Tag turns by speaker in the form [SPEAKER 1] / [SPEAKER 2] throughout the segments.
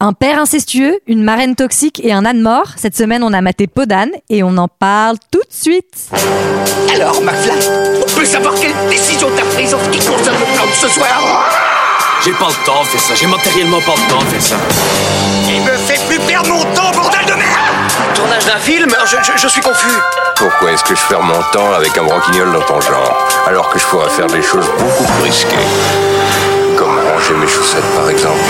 [SPEAKER 1] Un père incestueux, une marraine toxique et un âne mort. Cette semaine, on a maté peu d'ânes et on en parle tout de suite.
[SPEAKER 2] Alors, McFly, on peut savoir quelle décision t'as prise en ce qui concerne le plan de ce soir
[SPEAKER 3] J'ai pas le temps de faire ça, j'ai matériellement pas le temps de faire ça.
[SPEAKER 2] Il me fait plus perdre mon temps, bordel de merde
[SPEAKER 4] Tournage d'un film Euh, je, je- je suis confus.
[SPEAKER 5] Pourquoi est-ce que je perds mon temps avec un branquignol dans ton genre, alors que je pourrais faire des choses beaucoup plus risquées Comme ranger mes chaussettes, par exemple.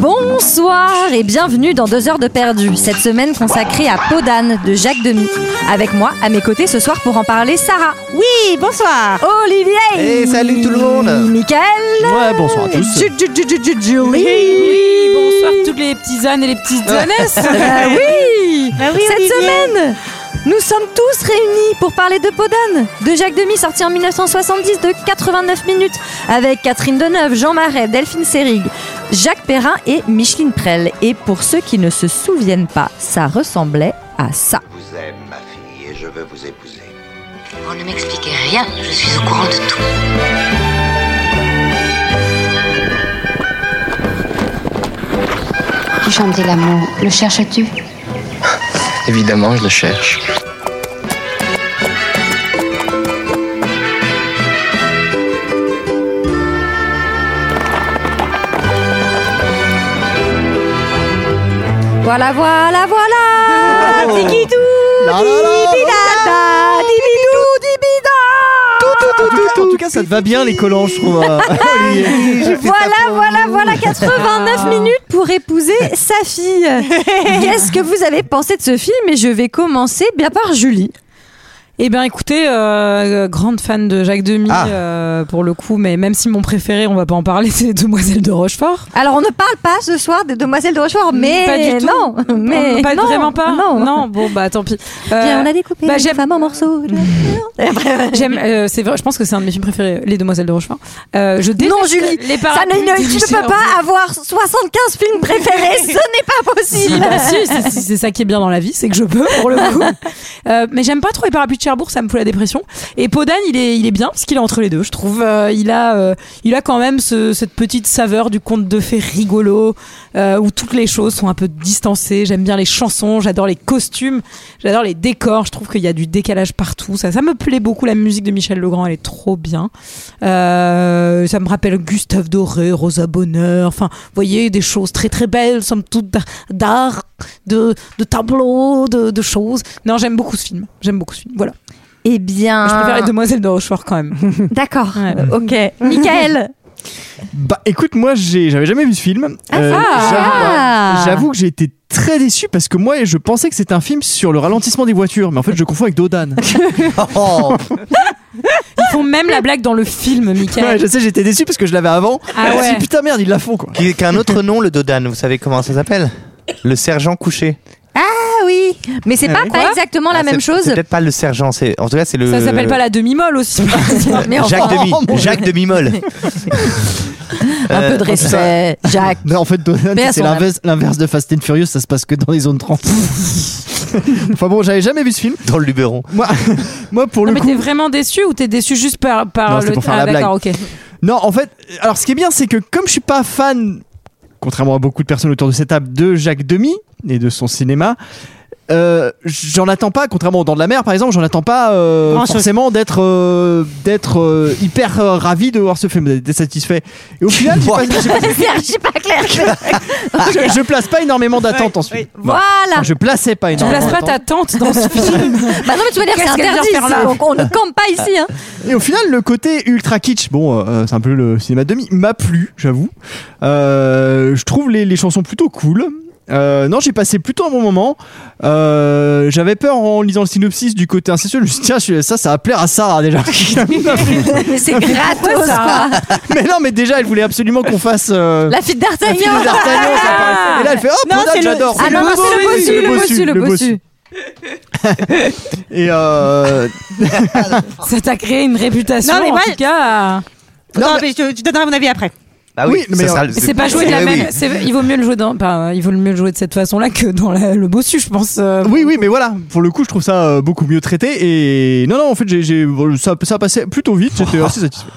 [SPEAKER 1] Bonsoir et bienvenue dans Deux heures de perdu, cette semaine consacrée à Peau d'âne de Jacques Demy. Avec moi, à mes côtés ce soir pour en parler, Sarah.
[SPEAKER 6] Oui, bonsoir.
[SPEAKER 1] Olivier
[SPEAKER 7] Et salut tout le monde
[SPEAKER 1] Michael
[SPEAKER 7] Ouais, bonsoir à tous
[SPEAKER 1] Ju- ju- ju- ju- Julie
[SPEAKER 6] Oui, bonsoir toutes les petits ânes et les petites ânesses.
[SPEAKER 1] Ah oui
[SPEAKER 6] Ah oui,
[SPEAKER 1] Cette
[SPEAKER 6] Olivier.
[SPEAKER 1] semaine, nous sommes tous réunis pour parler de Podane, de Jacques Demy, sorti en 1970 de 89 minutes, avec Catherine Deneuve, Jean Marais, Delphine Seyrig, Jacques Perrin et Micheline Prel. Et pour ceux qui ne se souviennent pas, ça ressemblait à ça.
[SPEAKER 5] Je vous aime, ma fille, et je veux vous épouser.
[SPEAKER 8] Vous ne m'expliquez rien, je suis au courant de tout.
[SPEAKER 9] Tu chantais l'amour, le cherches-tu
[SPEAKER 4] Évidemment, je le cherche.
[SPEAKER 1] Voilà, voilà, voilà
[SPEAKER 7] Oh.
[SPEAKER 1] Tikidou,
[SPEAKER 7] La la la,
[SPEAKER 1] dibidada, dibidou, dibida.
[SPEAKER 7] En tout cas, ça te va bien les collants, je trouve. euh, Olivier. J'ai fait ça
[SPEAKER 1] Voilà,
[SPEAKER 7] pour-
[SPEAKER 1] voilà, voilà, 89 minutes pour épouser sa fille. Qu'est-ce que vous avez pensé de ce film Et je vais commencer bien par Julie.
[SPEAKER 6] Eh bien, écoutez, euh, grande fan de Jacques Demy
[SPEAKER 7] Ah.
[SPEAKER 6] euh, pour le coup, mais même si mon préféré, on va pas en parler, c'est Demoiselles de Rochefort.
[SPEAKER 1] Alors, on ne parle pas ce soir des Demoiselles de Rochefort, mais
[SPEAKER 6] pas du tout.
[SPEAKER 1] non, mais
[SPEAKER 6] Oh, pas
[SPEAKER 1] non,
[SPEAKER 6] vraiment pas.
[SPEAKER 1] Non,
[SPEAKER 6] non. Bon, bah tant pis. Euh,
[SPEAKER 1] Viens, on a découpé
[SPEAKER 6] bah,
[SPEAKER 1] bah,
[SPEAKER 6] j'aime-
[SPEAKER 1] femme en morceaux.
[SPEAKER 6] J'aime, euh, c'est vrai, je pense que c'est un de mes films préférés, Les Demoiselles de Rochefort. Euh, je déteste
[SPEAKER 1] Non, Julie, Ça
[SPEAKER 6] les
[SPEAKER 1] ne,
[SPEAKER 6] parapluies
[SPEAKER 1] ne-
[SPEAKER 6] de
[SPEAKER 1] tu ne
[SPEAKER 6] Michel
[SPEAKER 1] peux pas avoir 75 films préférés, ce n'est pas
[SPEAKER 6] Si,
[SPEAKER 1] possible.
[SPEAKER 6] bah, si, c'est- c'est- c'est ça qui est bien dans la vie, c'est que je peux pour le coup. Euh, mais j'aime pas trop les parapluies de Cherbourg, ça me fout la dépression. Et Podan, il est, il est bien parce qu'il est entre les deux, je trouve. Euh, il a, euh, il a quand même ce- cette petite saveur du conte de fées rigolo euh, où toutes les choses sont un peu distancées. J'aime bien les chansons, j'adore les costumes, j'adore les décors. Je trouve qu'il y a du décalage partout. Ça, ça me plaît beaucoup. La musique de Michel Legrand, elle est trop bien. Euh, ça me rappelle Gustave Doré, Rosa Bonheur. Enfin, vous voyez des choses très très belles, somme toute d'ar- d'art, de, de tableaux, de, de choses. Non, j'aime beaucoup ce film. J'aime beaucoup ce film. Voilà.
[SPEAKER 1] Eh bien,
[SPEAKER 6] Je préfère les Demoiselles de Rochefort quand même.
[SPEAKER 1] d'accord, Euh,
[SPEAKER 6] Ouais.
[SPEAKER 1] ok. Michael
[SPEAKER 7] Bah écoute, moi j'ai- j'avais jamais vu ce film. Euh,
[SPEAKER 1] ah.
[SPEAKER 7] j'avoue- J'avoue que j'ai été très déçu parce que moi je pensais que c'était un film sur le ralentissement des voitures, mais en fait je confonds avec Dodan.
[SPEAKER 5] Oh,
[SPEAKER 6] Ils font même la blague dans le film,
[SPEAKER 7] Ouais,
[SPEAKER 6] Michael.
[SPEAKER 7] je sais, j'étais déçu parce que je l'avais avant.
[SPEAKER 6] Ah
[SPEAKER 7] Je me suis dit,
[SPEAKER 6] ouais.
[SPEAKER 7] putain merde, ils la font quoi.
[SPEAKER 10] Qui qui a un autre nom, le Dodan. Vous savez comment ça s'appelle Le sergent couché.
[SPEAKER 1] Ah oui, mais c'est pas, pas
[SPEAKER 6] Quoi
[SPEAKER 1] exactement la
[SPEAKER 10] Ah,
[SPEAKER 1] même
[SPEAKER 10] c'est- C'est
[SPEAKER 1] chose.
[SPEAKER 10] peut-être pas le sergent. C'est en tout cas c'est le.
[SPEAKER 6] Ça s'appelle pas la demi-molle aussi.
[SPEAKER 1] Mais enfin,
[SPEAKER 10] Jacques demi.
[SPEAKER 7] Oh, mon
[SPEAKER 10] Jacques demi molle.
[SPEAKER 1] un peu de respect, Jacques.
[SPEAKER 7] Mais en fait, Dodan,
[SPEAKER 1] Mais à
[SPEAKER 7] c'est
[SPEAKER 1] son
[SPEAKER 7] l'inverse l'inverse de Fast and Furious, ça se passe que dans les zones 30. enfin bon, j'avais jamais vu ce film.
[SPEAKER 10] dans le Luberon.
[SPEAKER 7] Moi, moi pour le
[SPEAKER 6] mais
[SPEAKER 7] coup.
[SPEAKER 6] t'es vraiment déçu ou t'es déçu juste par, par
[SPEAKER 7] Non,
[SPEAKER 6] le.
[SPEAKER 7] c'était pour faire
[SPEAKER 6] ah,
[SPEAKER 7] la
[SPEAKER 6] d'accord, ok.
[SPEAKER 7] Non, en fait, alors ce qui est bien, c'est que comme je suis pas fan, contrairement à beaucoup de personnes autour de cette table, de Jacques Demy et de son cinéma, euh, j'en attends pas, contrairement aux Dents de la Mer par exemple, j'en attends pas euh,
[SPEAKER 6] Grand-chose.
[SPEAKER 7] forcément d'être euh, d'être euh, hyper euh, ravi de voir ce film, d'être satisfait. Et au final, j'ai pas- j'ai pas-
[SPEAKER 1] Je suis pas claire.
[SPEAKER 7] je, je place pas énormément d'attentes en ce film. Voilà.
[SPEAKER 1] Voilà.
[SPEAKER 7] Enfin, je plaçais pas
[SPEAKER 6] Tu
[SPEAKER 7] énormément.
[SPEAKER 6] places pas ta
[SPEAKER 7] d'attentes.
[SPEAKER 6] tante dans ce film.
[SPEAKER 1] Bah non, mais tu vas dire c'est
[SPEAKER 6] Qu'est-ce qu'elle vient
[SPEAKER 1] interdit.
[SPEAKER 6] faire là
[SPEAKER 1] c'est- on, on ne campe pas ici. Hein.
[SPEAKER 7] Et au final, le côté ultra kitsch, bon, euh, c'est un peu le cinéma de demi, m'a plu, j'avoue. Euh, je trouve les, les chansons plutôt cool. Euh, non, j'ai passé plutôt un bon moment. Euh, J'avais peur en lisant le synopsis du côté incestueux. Je me suis dit, tiens, je- ça, ça va plaire à Sarah déjà.
[SPEAKER 1] mais c'est gratos. quoi.
[SPEAKER 7] mais non, mais déjà, elle voulait absolument qu'on fasse. euh,
[SPEAKER 1] La Ah fille
[SPEAKER 7] la fille
[SPEAKER 1] d'Artagnan.
[SPEAKER 7] de D'Artagnan, ça paraît. Et là, elle fait, oh,
[SPEAKER 6] Non,
[SPEAKER 7] Panda,
[SPEAKER 6] c'est le-
[SPEAKER 7] j'adore.
[SPEAKER 1] Ah non, non, c'est le bossu, le bossu, le bossu.
[SPEAKER 7] Et euh,
[SPEAKER 6] Ça t'a créé une réputation.
[SPEAKER 11] Non, mais
[SPEAKER 6] en
[SPEAKER 11] moi-
[SPEAKER 6] tout cas.
[SPEAKER 11] Non, Ah, mais je, je donnerai mon avis après.
[SPEAKER 10] Ah
[SPEAKER 7] oui, mais euh,
[SPEAKER 10] ça
[SPEAKER 7] alors-
[SPEAKER 10] sera le-
[SPEAKER 6] Mais c'est pas joué de la
[SPEAKER 10] Eh
[SPEAKER 6] même.
[SPEAKER 10] oui.
[SPEAKER 6] c'est- Il vaut mieux le jouer dans. Enfin, il vaut mieux le jouer de cette façon-là que dans la- le bossu, je pense. euh.
[SPEAKER 7] Oui, oui, mais voilà, pour le coup, je trouve ça euh, beaucoup mieux traité. Et non, non, en fait, j'ai, j'ai- ça, ça passait plutôt vite, j'étais assez satisfait.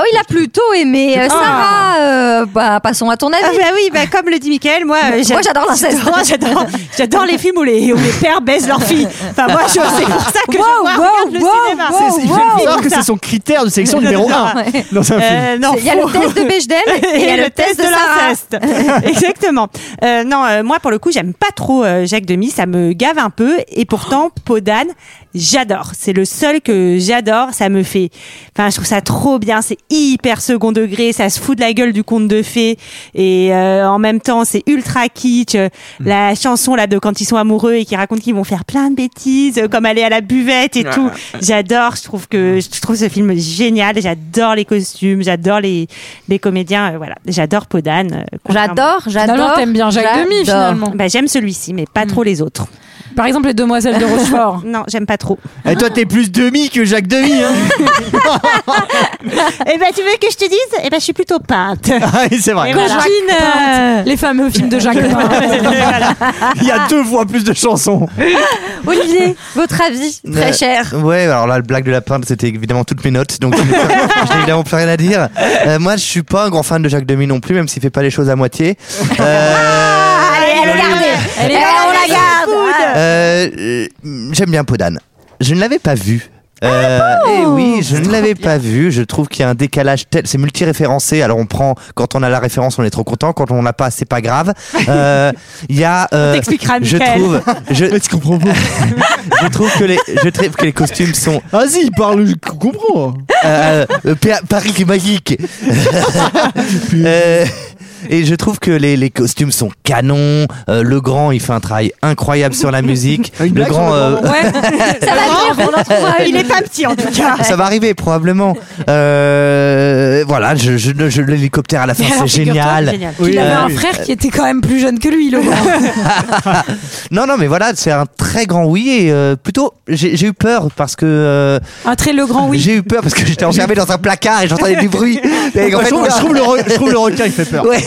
[SPEAKER 1] Oh, il a plutôt aimé. Euh,
[SPEAKER 11] Ah.
[SPEAKER 1] Sarah, euh, bah, passons à ton avis.
[SPEAKER 11] Ah bah oui, bah comme le dit Mickaël, moi, euh, j'a-
[SPEAKER 1] Moi, j'adore l'inceste.
[SPEAKER 11] Moi, j'adore, j'adore les films où les, où les pères baisent leurs filles. Enfin, moi, je, c'est pour ça que
[SPEAKER 1] Wow,
[SPEAKER 11] je vois,
[SPEAKER 1] wow,
[SPEAKER 11] regarde le
[SPEAKER 1] wow,
[SPEAKER 11] cinéma.
[SPEAKER 1] wow, C'est- il faut wow.
[SPEAKER 7] faut savoir que c'est son critère de sélection numéro 1
[SPEAKER 1] Ouais.
[SPEAKER 7] dans un film.
[SPEAKER 11] Euh, non,
[SPEAKER 1] Il y a
[SPEAKER 11] faut-
[SPEAKER 1] le test de Bechdel et il y a le test de Sarah.
[SPEAKER 11] l'inceste. Exactement. Euh, non, euh, moi pour le coup, j'aime pas trop euh, Jacques Demy, ça me gave un peu et pourtant Podane, j'adore. C'est le seul que j'adore, ça me fait enfin je trouve ça trop bien, c'est hyper second degré, ça se fout de la gueule du conte de fées et euh, en même temps, c'est ultra kitsch Euh, la chanson là de quand ils sont amoureux et qui racontent qu'ils vont faire plein de bêtises euh, comme aller à la buvette et tout. J'adore, je trouve que je trouve ce film génial, j'adore les costumes, j'adore les les comédiens, euh, voilà, j'adore Podane. euh, contrairement-
[SPEAKER 1] J'adore, j'adore.
[SPEAKER 6] Finalement, t'aimes bien Jacques
[SPEAKER 1] j'adore.
[SPEAKER 6] Demy, finalement. Hmm.
[SPEAKER 11] bah, j'aime celui-ci, mais pas trop les autres.
[SPEAKER 6] Par exemple, les demoiselles de Rochefort.
[SPEAKER 11] Non, j'aime pas trop.
[SPEAKER 7] Et toi, t'es plus demi que Jacques Demi. Hein.
[SPEAKER 11] Eh ben, tu veux que je te dise Eh ben, je suis plutôt Eh ben, peinte.
[SPEAKER 7] Ah, oui, c'est vrai.
[SPEAKER 11] Et voilà.
[SPEAKER 6] Coquine, euh, les fameux films de Jacques Demy.
[SPEAKER 7] Il
[SPEAKER 11] ah.
[SPEAKER 7] y a deux fois plus de chansons.
[SPEAKER 1] Olivier, votre avis, très
[SPEAKER 10] Euh,
[SPEAKER 1] cher.
[SPEAKER 10] Ouais, alors là, le blague de la peinte, c'était évidemment toutes mes notes, donc je n'ai évidemment plus rien à dire. Euh, moi, je suis pas un grand fan de Jacques Demy non plus, même s'il fait pas les choses à moitié. Euh,
[SPEAKER 1] Allez, elle est gardée.
[SPEAKER 6] Elle est
[SPEAKER 1] Eh, on la garde.
[SPEAKER 10] euh, euh, J'aime bien Podane. Je ne l'avais pas vu. Euh, eh oui, je ne l'avais pas vu. Je trouve qu'il y a un décalage tel. C'est multiréférencé. Alors on prend quand on a la référence, on est trop content. Quand on l'a pas, c'est pas grave. Euh, Il y a. euh,
[SPEAKER 11] t'expliquera,
[SPEAKER 10] je
[SPEAKER 11] Mickaël.
[SPEAKER 10] trouve. Je,
[SPEAKER 7] Mais tu comprends pas.
[SPEAKER 10] je trouve que les. Je trouve que les costumes sont
[SPEAKER 7] Vas-y, il parle, je comprends.
[SPEAKER 10] euh, euh, Pa- Paris est magique. Euh, et je trouve que les, les costumes sont canons. Euh, le grand, il fait un travail incroyable sur la musique.
[SPEAKER 7] Une
[SPEAKER 10] le
[SPEAKER 7] blague
[SPEAKER 10] grand,
[SPEAKER 7] sur le
[SPEAKER 10] euh,
[SPEAKER 7] grand,
[SPEAKER 6] Ouais.
[SPEAKER 1] Ça va venir, on en trouvera une.
[SPEAKER 11] Il est pas petit en tout cas.
[SPEAKER 10] ça va arriver probablement. Euh, voilà, je, je, je- l'hélicoptère à la fin,
[SPEAKER 6] Mais alors,
[SPEAKER 10] c'est génial.
[SPEAKER 11] Génial.
[SPEAKER 7] Oui,
[SPEAKER 6] Il avait
[SPEAKER 7] euh,
[SPEAKER 6] un
[SPEAKER 7] oui.
[SPEAKER 6] frère qui était quand même plus jeune que lui, le grand.
[SPEAKER 10] Non, non, mais voilà, c'est un très grand oui. Et euh, plutôt, j'ai j'ai eu peur parce que euh,
[SPEAKER 6] Un très le grand oui.
[SPEAKER 10] j'ai eu peur parce que j'étais enfermé dans un placard et j'entendais du bruit. Et en
[SPEAKER 7] Bah, je,
[SPEAKER 10] fait,
[SPEAKER 7] trouve, je trouve le re- je trouve le requin, il fait peur.
[SPEAKER 10] Ouais.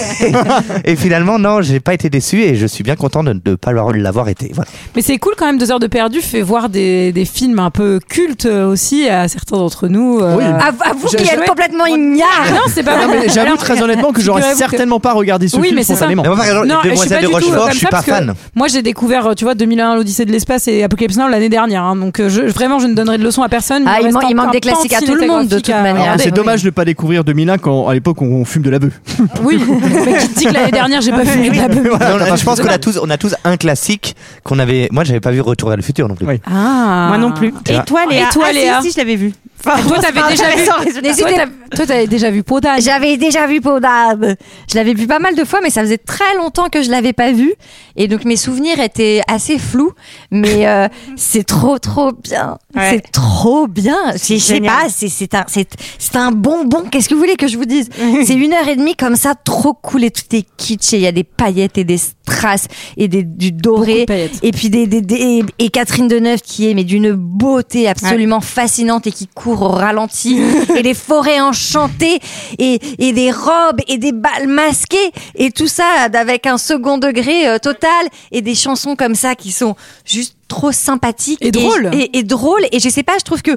[SPEAKER 10] et finalement, non, j'ai pas été déçu et je suis bien content de ne pas l'avoir- l'avoir été. Voilà.
[SPEAKER 6] Mais c'est cool quand même, deux heures de perdu, fait voir des, des films un peu cultes euh, aussi à certains d'entre nous. euh.
[SPEAKER 7] Oui.
[SPEAKER 1] À, à vous
[SPEAKER 7] J'ai-
[SPEAKER 1] qui
[SPEAKER 7] j'ai-
[SPEAKER 1] êtes complètement ignare.
[SPEAKER 6] Ah, non, c'est pas
[SPEAKER 7] Non,
[SPEAKER 6] vrai.
[SPEAKER 7] mais J'avoue
[SPEAKER 6] Alors,
[SPEAKER 7] très honnêtement que j'aurais
[SPEAKER 6] figurez-vous que-
[SPEAKER 7] certainement pas regardé ce
[SPEAKER 6] Oui,
[SPEAKER 7] film
[SPEAKER 6] mais c'est ça.
[SPEAKER 7] spontanément.
[SPEAKER 10] Mais moi, par exemple,
[SPEAKER 6] Non,
[SPEAKER 10] les
[SPEAKER 6] je suis pas
[SPEAKER 10] Demoiselles de
[SPEAKER 6] du tout, euh,
[SPEAKER 10] Rochefort,
[SPEAKER 6] comme
[SPEAKER 10] je suis
[SPEAKER 6] ça,
[SPEAKER 10] pas
[SPEAKER 6] parce que
[SPEAKER 10] fan.
[SPEAKER 6] Moi, j'ai découvert, euh, tu vois, 2001, l'Odyssée de l'espace et Apocalypse Now l'année dernière. hein. donc, euh, je, vraiment, je ne donnerai de leçons à personne.
[SPEAKER 1] Ah, il
[SPEAKER 6] reste
[SPEAKER 1] man- il
[SPEAKER 6] un-
[SPEAKER 1] manque
[SPEAKER 6] un
[SPEAKER 1] des classiques à tout le monde, de toute
[SPEAKER 6] pamphile
[SPEAKER 1] manière.
[SPEAKER 7] Alors,
[SPEAKER 1] Regardez,
[SPEAKER 7] C'est
[SPEAKER 1] oui.
[SPEAKER 7] dommage de ne pas découvrir 2001 quand à l'époque on fume de la bœuf.
[SPEAKER 6] Oui, mais qui te dit que l'année dernière, j'ai pas fumé de la beuh.
[SPEAKER 10] Non, non, je pense qu'on a tous, on a tous un classique qu'on avait. Moi, j'avais pas vu Retour vers le futur non plus.
[SPEAKER 7] Oui.
[SPEAKER 6] Ah.
[SPEAKER 11] Moi non plus.
[SPEAKER 10] Et
[SPEAKER 11] Et toi, Léa
[SPEAKER 6] Léa Ah, si,
[SPEAKER 11] si,
[SPEAKER 6] si,
[SPEAKER 11] je l'avais vu.
[SPEAKER 6] Et toi, t'avais déjà vu.
[SPEAKER 1] N'hésitez
[SPEAKER 6] Toi, t'as- Toi, t'avais déjà vu Podane.
[SPEAKER 1] J'avais déjà vu Podane. Je l'avais vu pas mal de fois, mais ça faisait très longtemps que je l'avais pas vu. Et donc mes souvenirs étaient assez flous. Mais euh, c'est trop, trop bien.
[SPEAKER 11] Ouais.
[SPEAKER 1] C'est trop bien. C'est- Je sais
[SPEAKER 11] génial.
[SPEAKER 1] pas, c'est- c'est un, c'est c'est un bonbon. Qu'est-ce que vous voulez que je vous dise C'est une heure et demie comme ça, trop cool. Et tout est kitsch. Et il y a des paillettes et des strass et des, du
[SPEAKER 6] Beaucoup de
[SPEAKER 1] doré.
[SPEAKER 6] paillettes.
[SPEAKER 1] Et puis des, des, des- et Catherine Deneuve qui est mais d'une beauté absolument fascinante et qui court au ralenti et les forêts enchantées et, et des robes et des balles masquées et tout ça avec un second degré euh, total et des chansons comme ça qui sont juste trop sympathiques
[SPEAKER 6] Et drôles.
[SPEAKER 1] et, et drôles et je sais pas je trouve que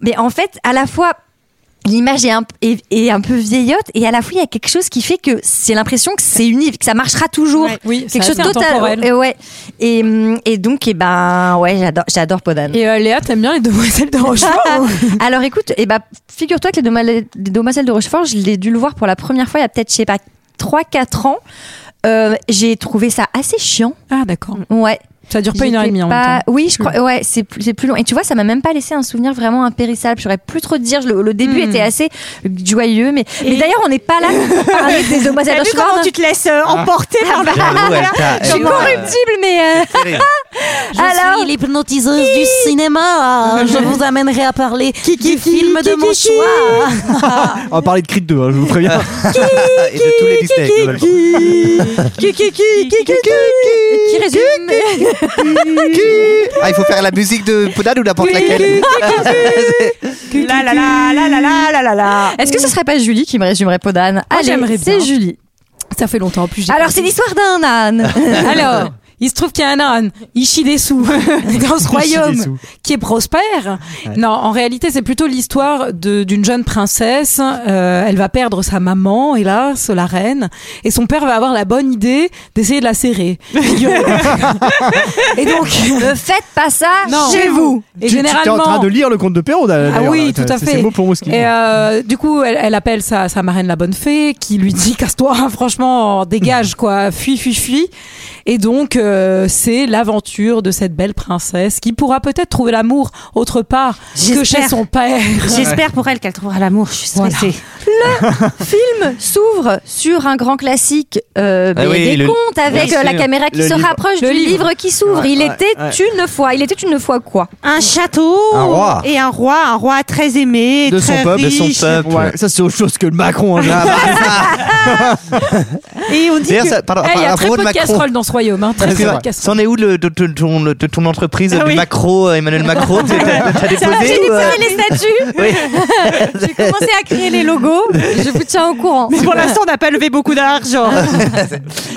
[SPEAKER 1] mais en fait à la fois L'image est un, est- est un peu vieillotte et à la fois il y a quelque chose qui fait que c'est l'impression que c'est unique, que ça marchera toujours
[SPEAKER 6] Ouais. Oui,
[SPEAKER 1] quelque
[SPEAKER 6] c'est
[SPEAKER 1] chose de
[SPEAKER 6] assez
[SPEAKER 1] total
[SPEAKER 6] intemporel.
[SPEAKER 1] et ouais et, hum, et donc et ben ouais j'adore j'adore Podane
[SPEAKER 6] Et hein. euh, Léa, t'aimes bien les demoiselles de Rochefort
[SPEAKER 1] alors écoute et ben figure-toi que les Domale- les Demoiselles de Rochefort je l'ai dû le voir pour la première fois il y a peut-être je sais pas 3 4 ans Euh, j'ai trouvé ça assez chiant
[SPEAKER 6] Ah, d'accord.
[SPEAKER 1] ouais
[SPEAKER 6] Ça dure pas une heure et
[SPEAKER 1] J'étais
[SPEAKER 6] demie en
[SPEAKER 1] pas-
[SPEAKER 6] même temps.
[SPEAKER 1] oui je crois ouais c'est plus- c'est plus long et tu vois ça m'a même pas laissé un souvenir vraiment impérissable j'aurais plus trop de dire Je- le, le début
[SPEAKER 6] Hmm.
[SPEAKER 1] était assez joyeux mais, mais d'ailleurs on n'est pas là pour parler des Demoiselles de
[SPEAKER 11] T'as vu
[SPEAKER 1] Rochefort hein. Ah, bah,
[SPEAKER 11] comment tu te laisses euh, emporter par la
[SPEAKER 10] J'avoue, elle t'a-
[SPEAKER 1] je suis
[SPEAKER 10] elle-
[SPEAKER 1] corruptible mais euh, alors
[SPEAKER 6] l'hypnotiseuse du cinéma. Je vous amènerai à parler du film de mon choix.
[SPEAKER 7] On va parler de Creed 2, hein, je vous préviens.
[SPEAKER 10] Et de tous les Disney. globalement.
[SPEAKER 1] qui résume
[SPEAKER 10] Ah, il faut faire la musique de Podane ou n'importe laquelle.
[SPEAKER 11] La la la la la la la la la.
[SPEAKER 1] Est-ce que ce serait pas Julie qui me résumerait Podane
[SPEAKER 6] Moi,
[SPEAKER 1] Allez,
[SPEAKER 6] j'aimerais
[SPEAKER 1] c'est
[SPEAKER 6] bien.
[SPEAKER 1] Julie.
[SPEAKER 6] Ça fait longtemps. En plus, j'ai
[SPEAKER 1] Alors,
[SPEAKER 6] pas
[SPEAKER 1] c'est
[SPEAKER 6] vu.
[SPEAKER 1] l'histoire d'un âne.
[SPEAKER 6] Alors, Il se trouve qu'il y a un âne, il chie des sous, dans ce
[SPEAKER 12] des
[SPEAKER 6] royaume
[SPEAKER 12] sous.
[SPEAKER 6] qui est prospère.
[SPEAKER 12] Ouais.
[SPEAKER 6] Non, en réalité, c'est plutôt l'histoire de- d'une jeune princesse. Euh, elle va perdre sa maman, hélas, la reine, et son père va avoir la bonne idée d'essayer de la serrer. et donc,
[SPEAKER 1] ne faites pas ça
[SPEAKER 7] chez vous.
[SPEAKER 6] Et
[SPEAKER 7] tu, tu
[SPEAKER 6] généralement,
[SPEAKER 7] es en train de lire le conte de Perrault d'ailleurs. hein,
[SPEAKER 6] ah oui, tout
[SPEAKER 7] T'as-
[SPEAKER 6] à
[SPEAKER 7] c'est
[SPEAKER 6] fait.
[SPEAKER 7] ces mots pour moi ce qui-
[SPEAKER 6] Et euh, du coup, elle, elle appelle sa, sa marraine la bonne fée, qui lui dit casse-toi, hein, franchement, dégage quoi, fuis, fuis, fuis. Et donc, euh, c'est l'aventure de cette belle princesse qui pourra peut-être trouver l'amour autre part que chez
[SPEAKER 11] J'espère.
[SPEAKER 6] son père.
[SPEAKER 11] J'espère pour elle qu'elle trouvera l'amour. Je suis stressée.
[SPEAKER 1] Le film s'ouvre sur un grand classique euh,
[SPEAKER 11] Ah
[SPEAKER 1] BD
[SPEAKER 11] oui, le-
[SPEAKER 1] conte avec
[SPEAKER 11] bien
[SPEAKER 1] euh, la
[SPEAKER 11] sûr.
[SPEAKER 1] caméra qui
[SPEAKER 11] Le
[SPEAKER 1] se
[SPEAKER 11] livre.
[SPEAKER 1] rapproche
[SPEAKER 11] Le
[SPEAKER 1] du
[SPEAKER 11] livre.
[SPEAKER 1] livre qui s'ouvre.
[SPEAKER 11] Ouais,
[SPEAKER 1] il
[SPEAKER 11] ouais,
[SPEAKER 1] était
[SPEAKER 11] ouais.
[SPEAKER 1] une fois. Il était une fois quoi
[SPEAKER 11] Un château
[SPEAKER 7] Un roi.
[SPEAKER 11] et un roi, un roi très aimé,
[SPEAKER 7] de son
[SPEAKER 11] très
[SPEAKER 7] peuple,
[SPEAKER 11] riche.
[SPEAKER 7] Ouais, ça c'est autre chose que le Macron. hein, j'ai l'impression.
[SPEAKER 11] Et on dit
[SPEAKER 10] D'ailleurs,
[SPEAKER 11] que-
[SPEAKER 10] ça- pardon,
[SPEAKER 11] Eh, il y a
[SPEAKER 10] à
[SPEAKER 11] très
[SPEAKER 10] propos
[SPEAKER 11] peu de
[SPEAKER 10] Macron.
[SPEAKER 11] casseroles
[SPEAKER 6] dans ce royaume. Hein, très
[SPEAKER 10] Parce
[SPEAKER 6] peu
[SPEAKER 10] que
[SPEAKER 6] de
[SPEAKER 10] C'en est où le, de, de ton, le- de ton entreprise de Macro, euh, Emmanuel Macron T'as t'as déposé
[SPEAKER 1] J'ai
[SPEAKER 10] ou, euh,
[SPEAKER 1] déposé les statues. J'ai commencé à créer les logos. Je vous tiens au courant.
[SPEAKER 11] Mais pour l'instant, on n'a pas levé beaucoup d'argent.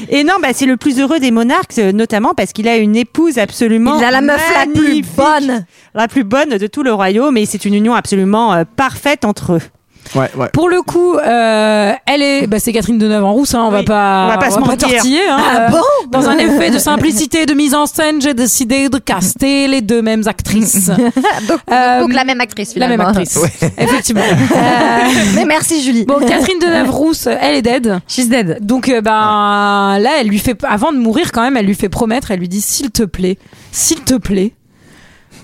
[SPEAKER 11] et non, bah, c'est le plus heureux des monarques, euh, notamment parce qu'il a une épouse absolument.
[SPEAKER 1] Il a la meuf la plus
[SPEAKER 11] bonne. La plus bonne de tout le royaume, et c'est une union absolument euh, parfaite entre eux.
[SPEAKER 7] Ouais, ouais.
[SPEAKER 6] Pour le coup, euh, elle est, bah, c'est Catherine Deneuve en rousse, hein, on va pas,
[SPEAKER 11] On va pas se mentir.
[SPEAKER 6] tortiller, hein.
[SPEAKER 11] Ah
[SPEAKER 6] Euh,
[SPEAKER 11] bon
[SPEAKER 6] dans un effet de simplicité et de mise en scène, j'ai décidé de caster les deux mêmes actrices. Euh,
[SPEAKER 1] donc, donc la même actrice
[SPEAKER 6] la
[SPEAKER 1] finalement. Euh,
[SPEAKER 6] même actrice. Effectivement. Euh,
[SPEAKER 1] Mais merci Julie.
[SPEAKER 6] Bon, Catherine Deneuve rousse, elle est dead.
[SPEAKER 1] She's dead.
[SPEAKER 6] Donc euh, ben là, elle lui fait avant de mourir quand même, elle lui fait promettre, elle lui dit s'il te plaît, s'il te plaît,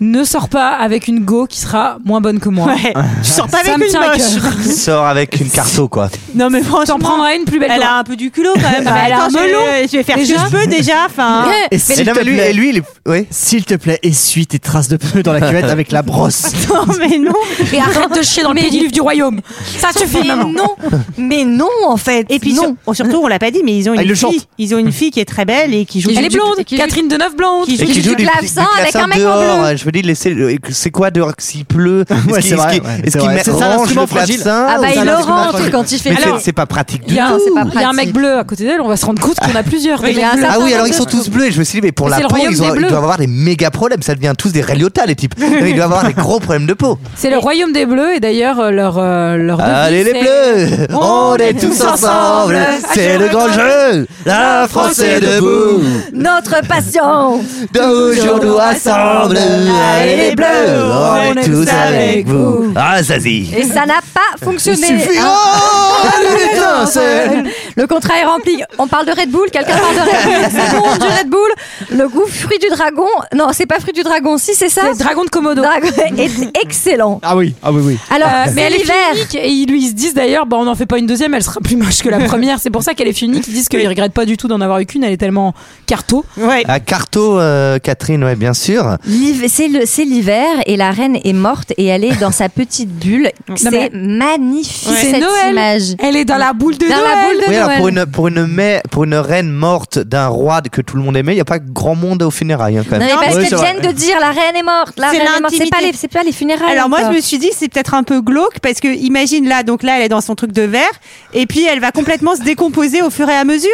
[SPEAKER 6] ne sors pas avec une go qui sera moins bonne que moi.
[SPEAKER 11] Ouais. Tu sors pas
[SPEAKER 6] Ça
[SPEAKER 11] avec
[SPEAKER 6] me
[SPEAKER 11] une
[SPEAKER 6] tient à
[SPEAKER 11] moche.
[SPEAKER 6] cœur.
[SPEAKER 10] Sort avec une carto, quoi.
[SPEAKER 11] Non mais franchement,
[SPEAKER 6] T'en prendras une plus belle.
[SPEAKER 11] Elle
[SPEAKER 6] que moi.
[SPEAKER 11] a un peu du culot quand même.
[SPEAKER 6] Bah,
[SPEAKER 11] Mais
[SPEAKER 6] elle a
[SPEAKER 11] attends,
[SPEAKER 6] un
[SPEAKER 11] je-
[SPEAKER 6] melon,
[SPEAKER 11] Je vais faire ce
[SPEAKER 6] déjà.
[SPEAKER 11] que je peux déjà.
[SPEAKER 1] Ah,
[SPEAKER 11] Enfin,
[SPEAKER 6] Ouais.
[SPEAKER 7] Et
[SPEAKER 11] Mais
[SPEAKER 7] s'il
[SPEAKER 11] non,
[SPEAKER 7] te
[SPEAKER 11] mais lui-
[SPEAKER 7] plaît,
[SPEAKER 11] et lui-
[SPEAKER 7] S'il te plaît, essuie tes traces de pneus dans la cuvette avec la brosse.
[SPEAKER 11] Non mais non.
[SPEAKER 6] Et arrête de chier dans le pédiluve du royaume. Ça suffit
[SPEAKER 11] Mais
[SPEAKER 6] maman.
[SPEAKER 1] non, mais non en fait.
[SPEAKER 11] Et puis sur- oh, surtout, on l'a pas dit, mais ils ont
[SPEAKER 6] Ah,
[SPEAKER 11] une
[SPEAKER 6] il le
[SPEAKER 11] fille. Ils ont une fille qui est très belle et qui joue.
[SPEAKER 6] Elle est blonde, Catherine Deneuve blonde.
[SPEAKER 11] qui
[SPEAKER 10] Et qui joue du, du
[SPEAKER 1] Ah,
[SPEAKER 11] clavecin avec un
[SPEAKER 10] clavecin
[SPEAKER 11] mec en
[SPEAKER 10] dehors.
[SPEAKER 11] bleu.
[SPEAKER 10] Je veux dire, laissez- euh, c'est quoi dehors s'il pleut Est-ce
[SPEAKER 7] Ouais,
[SPEAKER 10] qu'il-
[SPEAKER 7] c'est
[SPEAKER 10] est-ce
[SPEAKER 7] vrai,
[SPEAKER 10] qu'il-
[SPEAKER 7] ouais, c'est
[SPEAKER 10] Est-ce qu'il
[SPEAKER 7] vrai.
[SPEAKER 10] met
[SPEAKER 7] C'est ça,
[SPEAKER 10] orange
[SPEAKER 7] l'instrument
[SPEAKER 10] le
[SPEAKER 7] fragile.
[SPEAKER 10] clavecin
[SPEAKER 1] Ah bah,
[SPEAKER 10] ou
[SPEAKER 1] il
[SPEAKER 10] euh, c'est un
[SPEAKER 1] le
[SPEAKER 10] instrument
[SPEAKER 1] rentre
[SPEAKER 10] fragile
[SPEAKER 1] quand il fait
[SPEAKER 10] Mais
[SPEAKER 1] ça.
[SPEAKER 10] c'est-
[SPEAKER 1] Alors-
[SPEAKER 10] C'est pas pratique
[SPEAKER 6] Il
[SPEAKER 10] du
[SPEAKER 6] y a un-
[SPEAKER 10] tout.
[SPEAKER 6] il y a un mec bleu à côté d'elle, on va se rendre compte qu'on a plusieurs.
[SPEAKER 1] Oui,
[SPEAKER 6] des
[SPEAKER 1] il y a un
[SPEAKER 6] bleus.
[SPEAKER 1] certain
[SPEAKER 10] Ah oui, alors ils sont tous bleus. Et je me suis dit, mais pour
[SPEAKER 6] Mais
[SPEAKER 10] la
[SPEAKER 6] c'est le
[SPEAKER 10] peau,
[SPEAKER 6] royaume
[SPEAKER 10] ils, ont-
[SPEAKER 6] des
[SPEAKER 10] ils
[SPEAKER 6] Bleus.
[SPEAKER 10] doivent avoir des méga problèmes. Ça devient tous des Réliota, les types. Ils doivent avoir des gros problèmes de peau.
[SPEAKER 6] C'est le royaume des bleus et d'ailleurs euh, leur euh, leur devise,
[SPEAKER 10] Allez les
[SPEAKER 6] c'est-
[SPEAKER 10] bleus, on est tous ensemble, c'est le grand jeu, la France est debout,
[SPEAKER 1] Notre passion.
[SPEAKER 10] toujours nous ensemble, allez les bleus, on est tous avec vous. Ah Zazie
[SPEAKER 1] Et ça n'a pas fonctionné. hein.
[SPEAKER 10] Il hein. suffira
[SPEAKER 7] Oh,
[SPEAKER 10] d'une étincelle.
[SPEAKER 1] Le contrat est rempli. On parle de Red Bull, quelqu'un parle de Red Bull. C'est bon, du Red Bull. Le goût fruit du dragon. Non, c'est pas fruit du dragon. Si, c'est ça.
[SPEAKER 6] C'est dragon de Komodo.
[SPEAKER 1] Dragon est excellent.
[SPEAKER 7] Ah oui, ah oui, oui.
[SPEAKER 1] Alors,
[SPEAKER 6] Euh,
[SPEAKER 1] c'est
[SPEAKER 6] mais elle est
[SPEAKER 1] l'hiver.
[SPEAKER 6] unique et ils lui ils se disent d'ailleurs bah on n'en fait pas une deuxième elle sera plus moche que la première c'est pour ça qu'elle est unique ils disent qu'ils regrettent pas du tout d'en avoir eu qu'une elle est tellement carto
[SPEAKER 11] Ouais.
[SPEAKER 10] Ah, Carto, euh, Catherine, ouais, bien sûr.
[SPEAKER 1] L'hiv- C'est le- c'est l'hiver et la reine est morte et elle est dans sa petite bulle. C'est magnifique
[SPEAKER 6] Ouais. C'est
[SPEAKER 1] cette
[SPEAKER 6] Noël.
[SPEAKER 1] image.
[SPEAKER 6] elle est dans la boule de
[SPEAKER 1] Dans
[SPEAKER 6] Noël
[SPEAKER 1] la boule de
[SPEAKER 10] Oui, alors
[SPEAKER 1] Noël.
[SPEAKER 10] pour une, pour, une mai- pour une reine morte d'un roi que tout le monde aimait, il n'y a pas grand monde aux funérailles hein, quand
[SPEAKER 1] Non,
[SPEAKER 10] même.
[SPEAKER 1] mais parce
[SPEAKER 10] Oui,
[SPEAKER 1] qu'elles
[SPEAKER 10] c'est vrai.
[SPEAKER 1] viennent de dire la reine est morte. La
[SPEAKER 11] C'est
[SPEAKER 1] reine est morte. C'est
[SPEAKER 11] l'intimité.
[SPEAKER 1] pas les, c'est pas les funérailles.
[SPEAKER 11] Alors moi,
[SPEAKER 1] encore.
[SPEAKER 11] je me suis dit, c'est peut-être un peu glauque parce que imagine là, donc là, elle est dans son truc de verre et puis elle va complètement se décomposer au fur et à mesure.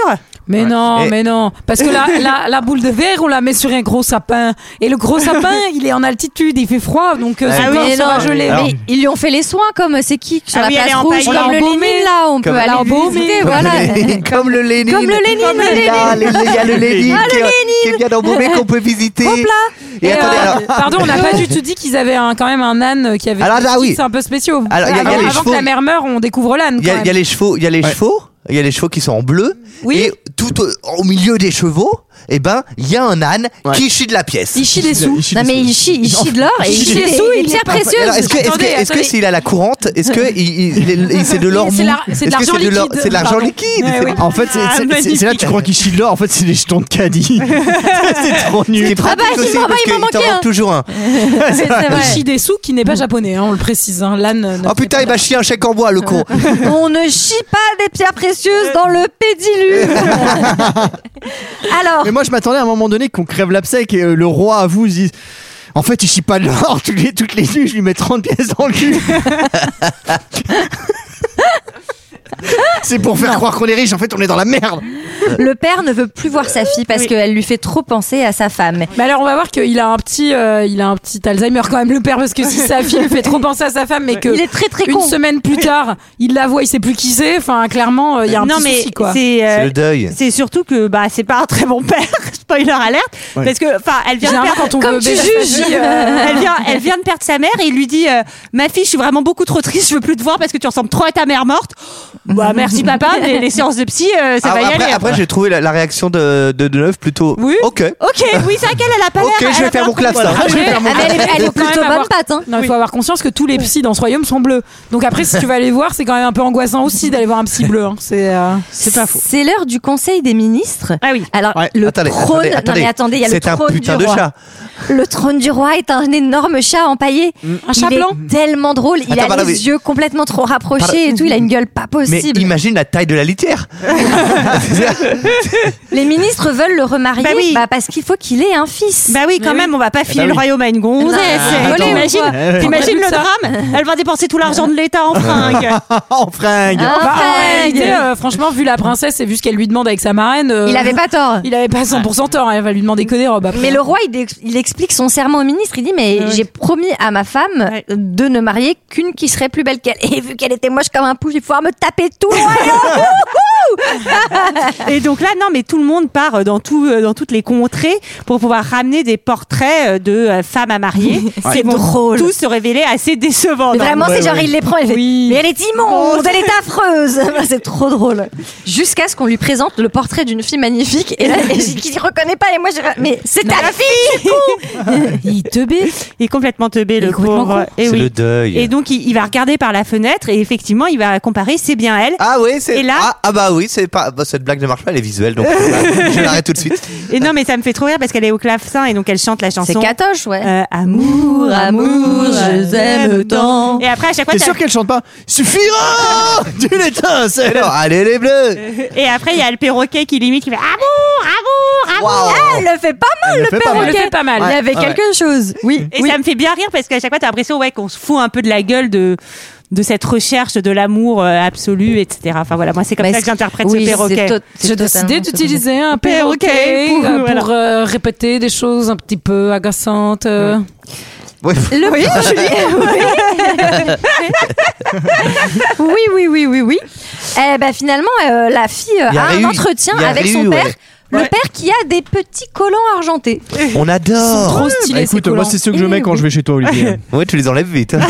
[SPEAKER 6] mais non
[SPEAKER 10] Et-
[SPEAKER 6] mais non parce que la, la, la boule de verre on la met sur un gros sapin et le gros sapin il est en altitude il fait froid donc euh,
[SPEAKER 10] Ah
[SPEAKER 6] son
[SPEAKER 10] oui,
[SPEAKER 6] corps
[SPEAKER 1] Mais
[SPEAKER 6] sera
[SPEAKER 1] non,
[SPEAKER 6] gelé hein.
[SPEAKER 1] mais ils lui ont fait les soins comme euh, c'est qui sur
[SPEAKER 11] Ah
[SPEAKER 1] la
[SPEAKER 11] oui, elle
[SPEAKER 1] place
[SPEAKER 11] est
[SPEAKER 1] rouge
[SPEAKER 11] empaillée.
[SPEAKER 1] comme le
[SPEAKER 6] Embaumée.
[SPEAKER 1] Lénine là on
[SPEAKER 10] Comme
[SPEAKER 1] peut aller
[SPEAKER 6] l'embaumée.
[SPEAKER 1] visiter,
[SPEAKER 10] Comme
[SPEAKER 1] voilà.
[SPEAKER 10] le Lénine, comme le Lénine.
[SPEAKER 1] Comme le
[SPEAKER 10] Comme Il y
[SPEAKER 1] Lénine, le
[SPEAKER 10] a le-
[SPEAKER 1] Lénine.
[SPEAKER 10] il y a le Lénine,
[SPEAKER 1] Ah, le
[SPEAKER 10] qui, est- qui est bien embaumé, qu'on peut visiter.
[SPEAKER 1] Hop là.
[SPEAKER 10] Et,
[SPEAKER 6] Et,
[SPEAKER 10] attendez,
[SPEAKER 6] euh,
[SPEAKER 10] alors,
[SPEAKER 6] pardon, on n'a pas du tout dit qu'ils avaient un, quand même un âne euh, qui avait
[SPEAKER 10] Alors, ah oui.
[SPEAKER 6] c'est un peu spéciaux.
[SPEAKER 10] Alors, il y a- il y a
[SPEAKER 6] avant
[SPEAKER 10] les
[SPEAKER 6] avant
[SPEAKER 10] chevaux.
[SPEAKER 6] que la mère meure, on découvre l'âne.
[SPEAKER 10] il y, a-
[SPEAKER 6] quand
[SPEAKER 10] il y a
[SPEAKER 6] même.
[SPEAKER 10] les chevaux, il y a les chevaux, il y a les chevaux qui sont en bleu.
[SPEAKER 6] Oui.
[SPEAKER 10] Et tout au, au milieu des chevaux, eh ben, il y a un âne qui chie de la pièce.
[SPEAKER 6] Il chie des sous.
[SPEAKER 1] Non mais il chie, il chie de l'or et
[SPEAKER 6] Il
[SPEAKER 1] il
[SPEAKER 6] chie
[SPEAKER 1] chie
[SPEAKER 6] des sous,
[SPEAKER 1] des
[SPEAKER 6] il
[SPEAKER 1] des
[SPEAKER 6] est
[SPEAKER 1] pierres
[SPEAKER 6] pas-
[SPEAKER 1] précieuses.
[SPEAKER 10] Alors, est-ce que, est-ce que,
[SPEAKER 6] Attendez,
[SPEAKER 10] est-ce que
[SPEAKER 6] attendez.
[SPEAKER 10] s'il a la courante, est-ce que il, il- il- il- c'est de l'or
[SPEAKER 6] C'est
[SPEAKER 10] mou
[SPEAKER 6] la- c'est
[SPEAKER 10] Est-ce que
[SPEAKER 6] de l'argent
[SPEAKER 10] de l'or-
[SPEAKER 6] liquide.
[SPEAKER 10] C'est de l'argent
[SPEAKER 6] Pardon.
[SPEAKER 10] liquide.
[SPEAKER 6] Ouais,
[SPEAKER 10] c'est-
[SPEAKER 6] oui.
[SPEAKER 7] En fait, c'est
[SPEAKER 11] Ah,
[SPEAKER 7] c'est- c'est- c'est là que tu crois qu'il chie de l'or. En fait, c'est les jetons de caddie. c'est trop
[SPEAKER 10] Ce qui
[SPEAKER 7] nul.
[SPEAKER 10] est pratique
[SPEAKER 1] bah, il
[SPEAKER 10] aussi,
[SPEAKER 1] m'en-
[SPEAKER 6] Ah,
[SPEAKER 10] parce
[SPEAKER 1] il
[SPEAKER 10] qu'il
[SPEAKER 1] m'en
[SPEAKER 10] t'en
[SPEAKER 1] manquait
[SPEAKER 10] manque
[SPEAKER 1] un.
[SPEAKER 10] toujours un.
[SPEAKER 1] C'est c'est
[SPEAKER 6] Il
[SPEAKER 1] vrai.
[SPEAKER 6] chie des sous qui n'est pas japonais, hein, on le précise. Hein. L'âne. ne
[SPEAKER 10] Oh
[SPEAKER 6] fait
[SPEAKER 10] putain, il m'a chié un chèque en bois, le con.
[SPEAKER 1] On ne chie pas des pierres précieuses dans le pédiluve. Alors,
[SPEAKER 7] Mais moi, je m'attendais à un moment donné qu'on crève l'absèque et euh, le roi à vous dit. En fait, il chie pas de l'or toutes les, toutes les nuits, je lui mets 30 pièces dans le cul.
[SPEAKER 13] C'est pour faire croire qu'on est riche, en fait on est dans la merde.
[SPEAKER 11] Euh,
[SPEAKER 1] Le père ne veut plus voir sa fille parce qu'elle lui fait trop penser à sa femme.
[SPEAKER 6] Mais alors on va voir qu'il a un petit, euh, il a un petit Alzheimer quand même le père parce que si sa fille lui fait trop penser à sa femme, mais que
[SPEAKER 1] Il est très, très
[SPEAKER 6] une
[SPEAKER 1] con.
[SPEAKER 6] semaine plus tard, il la voit, il sait plus qui c'est. Enfin clairement, euh, il y a un
[SPEAKER 11] non,
[SPEAKER 6] petit
[SPEAKER 11] mais
[SPEAKER 6] souci quoi.
[SPEAKER 11] C'est, euh,
[SPEAKER 7] C'est le deuil.
[SPEAKER 11] C'est surtout que bah c'est pas un très bon père. Spoiler alerte.
[SPEAKER 7] Ouais.
[SPEAKER 11] Parce que enfin elle vient de
[SPEAKER 6] Généralement,
[SPEAKER 11] perdre.
[SPEAKER 6] quand on Comme veut tu baiser sa juges, fille, euh.
[SPEAKER 11] elle vient, elle vient de perdre sa mère et il lui dit euh, ma fille je suis vraiment beaucoup trop triste je veux plus te voir parce que tu ressembles trop à ta mère morte. Bah merci papa mais les séances de psy euh, ça
[SPEAKER 7] Ah,
[SPEAKER 11] va y
[SPEAKER 7] après,
[SPEAKER 11] aller.
[SPEAKER 7] après, j'ai trouvé la, la réaction de de Deneuve plutôt.
[SPEAKER 6] Oui.
[SPEAKER 7] Ok.
[SPEAKER 11] Ok oui c'est vrai qu'elle elle a pas l'air.
[SPEAKER 7] Ok,
[SPEAKER 11] elle
[SPEAKER 7] je
[SPEAKER 11] a
[SPEAKER 7] vais
[SPEAKER 11] pas
[SPEAKER 7] faire mon
[SPEAKER 11] l'air
[SPEAKER 7] clavecin.
[SPEAKER 11] trop-
[SPEAKER 7] Je vais faire mon
[SPEAKER 1] Ah, mais elle est- elle est
[SPEAKER 6] Faut quand même
[SPEAKER 1] plutôt bonne
[SPEAKER 6] avoir-
[SPEAKER 1] patte. hein.
[SPEAKER 6] Non, il faut avoir conscience que tous les psys dans ce royaume sont bleus. Donc après, si tu vas aller voir, c'est quand même un peu angoissant aussi d'aller voir un psy bleu. hein. C'est euh, c'est pas faux.
[SPEAKER 1] C'est l'heure du Conseil des ministres.
[SPEAKER 11] Ah oui.
[SPEAKER 1] Alors,
[SPEAKER 7] Ouais,
[SPEAKER 1] le
[SPEAKER 7] attendez,
[SPEAKER 1] trône.
[SPEAKER 7] attendez,
[SPEAKER 1] Non, mais attendez, il y a le
[SPEAKER 7] C'est un
[SPEAKER 1] trône
[SPEAKER 7] putain
[SPEAKER 1] du
[SPEAKER 7] de
[SPEAKER 1] roi.
[SPEAKER 7] chat.
[SPEAKER 1] Le trône du roi est un énorme chat empaillé.
[SPEAKER 6] Mm. Un chat
[SPEAKER 1] il
[SPEAKER 6] blanc
[SPEAKER 1] est tellement drôle. Il
[SPEAKER 7] Attends,
[SPEAKER 1] a
[SPEAKER 7] pardon,
[SPEAKER 1] les
[SPEAKER 7] mais-
[SPEAKER 1] yeux complètement trop rapprochés
[SPEAKER 7] Pardon.
[SPEAKER 1] et tout. Il a une gueule pas
[SPEAKER 7] Mais
[SPEAKER 1] possible.
[SPEAKER 7] imagine la taille de la litière.
[SPEAKER 1] Les ministres veulent le remarier
[SPEAKER 11] Bah oui.
[SPEAKER 1] parce qu'il faut qu'il ait un fils.
[SPEAKER 11] Bah oui, quand même, on va
[SPEAKER 7] Eh ben
[SPEAKER 11] pas filer
[SPEAKER 13] oui.
[SPEAKER 11] le royaume à une gonzesse.
[SPEAKER 1] Ah,
[SPEAKER 11] Voilà,
[SPEAKER 1] attends.
[SPEAKER 11] T'imagines
[SPEAKER 13] Ouais, ouais.
[SPEAKER 11] t'imagines le
[SPEAKER 6] Tout ça.
[SPEAKER 11] drame Elle va dépenser tout l'argent de l'État en fringues.
[SPEAKER 13] en fringue.
[SPEAKER 11] Ah,
[SPEAKER 1] Un
[SPEAKER 6] Bah, en
[SPEAKER 1] frère.
[SPEAKER 6] réalité, euh, franchement, vu la princesse et vu ce qu'elle lui demande avec sa marraine, euh,
[SPEAKER 1] il avait pas tort.
[SPEAKER 6] il avait pas 100% tort. hein. Elle va lui demander que des robes. après.
[SPEAKER 1] Mais le roi, il, ex- il explique son serment au ministre. Il dit Mais
[SPEAKER 6] Ouais.
[SPEAKER 1] j'ai promis à ma femme
[SPEAKER 11] Ouais.
[SPEAKER 1] de ne marier qu'une qui serait plus belle qu'elle. Et vu qu'elle était moche comme un pouce, il faut pouvoir me taper tout le royaume.
[SPEAKER 11] Et donc là, non, mais tout le monde part euh, dans, tout, euh, dans toutes les contrées pour pouvoir ramener des portraits euh, de euh, femmes à marier.
[SPEAKER 1] C'est drôle.
[SPEAKER 11] Tous se révéler assez décevants.
[SPEAKER 1] Mais vraiment, c'est genre, il les prend. Il fait,
[SPEAKER 6] Oui.
[SPEAKER 1] Mais elle est
[SPEAKER 11] Oh,
[SPEAKER 1] immonde, elle est affreuse. c'est trop drôle. Jusqu'à ce qu'on lui présente le portrait d'une fille magnifique. Et là, et qui s'y reconnaît pas. Et moi, je Mais c'est ta fille
[SPEAKER 6] il te baise.
[SPEAKER 11] Il est complètement teubé,
[SPEAKER 6] Il est
[SPEAKER 11] le
[SPEAKER 6] complètement
[SPEAKER 11] pauvre.
[SPEAKER 6] con.
[SPEAKER 11] Et,
[SPEAKER 7] C'est
[SPEAKER 11] oui.
[SPEAKER 7] le deuil.
[SPEAKER 11] et donc, il, il va regarder par la fenêtre et effectivement, il va comparer, c'est bien elle.
[SPEAKER 7] Ah oui, c'est.
[SPEAKER 11] Et là-
[SPEAKER 7] ah, ah bah oui, c'est pas. bah, cette blague ne marche pas, elle est visuelle, donc euh, je l'arrête tout de suite.
[SPEAKER 11] Et non, mais ça me fait trop rire parce qu'elle est au clavecin et donc elle chante la
[SPEAKER 1] C'est
[SPEAKER 11] chanson.
[SPEAKER 1] Katoche, ouais.
[SPEAKER 11] euh, amour, amour, je t'aime tant. Et après, à chaque fois,
[SPEAKER 13] T'es
[SPEAKER 11] t'as-
[SPEAKER 13] sûr qu'elle chante pas Suffira d'une
[SPEAKER 7] Et
[SPEAKER 13] étincelle
[SPEAKER 7] alors, allez les bleus.
[SPEAKER 11] et après, il y a le perroquet qui limite, qui fait amour, amour, amour.
[SPEAKER 7] Waouh.
[SPEAKER 1] Ah, Elle le fait pas mal,
[SPEAKER 13] Elle
[SPEAKER 1] le
[SPEAKER 13] le fait pas
[SPEAKER 1] perroquet.
[SPEAKER 13] mal.
[SPEAKER 6] Elle le fait pas mal.
[SPEAKER 1] Il y avait
[SPEAKER 13] Ouais.
[SPEAKER 1] quelque chose. Oui.
[SPEAKER 11] Et
[SPEAKER 1] oui.
[SPEAKER 11] ça me fait bien rire parce qu'à chaque fois, t'as l'impression ouais, qu'on se fout un peu de la gueule de, de cette recherche de l'amour euh, absolu, etc. Enfin voilà, moi c'est comme
[SPEAKER 1] Mais
[SPEAKER 11] ça
[SPEAKER 1] c'est-
[SPEAKER 11] que j'interprète
[SPEAKER 1] oui,
[SPEAKER 11] ce perroquet.
[SPEAKER 1] c'est to- c'est
[SPEAKER 6] J'ai
[SPEAKER 1] totalement
[SPEAKER 6] décidé
[SPEAKER 1] ça.
[SPEAKER 6] d'utiliser un
[SPEAKER 11] Perroquet
[SPEAKER 6] perroquet
[SPEAKER 11] pour-
[SPEAKER 6] euh, pour,
[SPEAKER 11] voilà.
[SPEAKER 6] euh, répéter des choses un petit peu agaçantes. euh.
[SPEAKER 7] Oui.
[SPEAKER 1] Le oui, oui. oui, oui, oui, oui, oui. Eh ben finalement, euh, la fille euh,
[SPEAKER 7] Il y
[SPEAKER 1] a,
[SPEAKER 7] a
[SPEAKER 1] un
[SPEAKER 7] réu-
[SPEAKER 1] entretien
[SPEAKER 7] il y a
[SPEAKER 1] avec son
[SPEAKER 7] réu,
[SPEAKER 1] père.
[SPEAKER 7] ouais.
[SPEAKER 1] Le
[SPEAKER 13] Ouais.
[SPEAKER 1] père qui a des petits collants argentés.
[SPEAKER 7] On adore.
[SPEAKER 6] Trop stylé.
[SPEAKER 13] Bah,
[SPEAKER 6] ces
[SPEAKER 13] écoute, moi
[SPEAKER 6] collants.
[SPEAKER 13] c'est ceux que je
[SPEAKER 1] Eh
[SPEAKER 13] mets quand
[SPEAKER 1] oui.
[SPEAKER 13] je vais chez toi, Olivier.
[SPEAKER 7] Ouais, tu les enlèves vite. hein.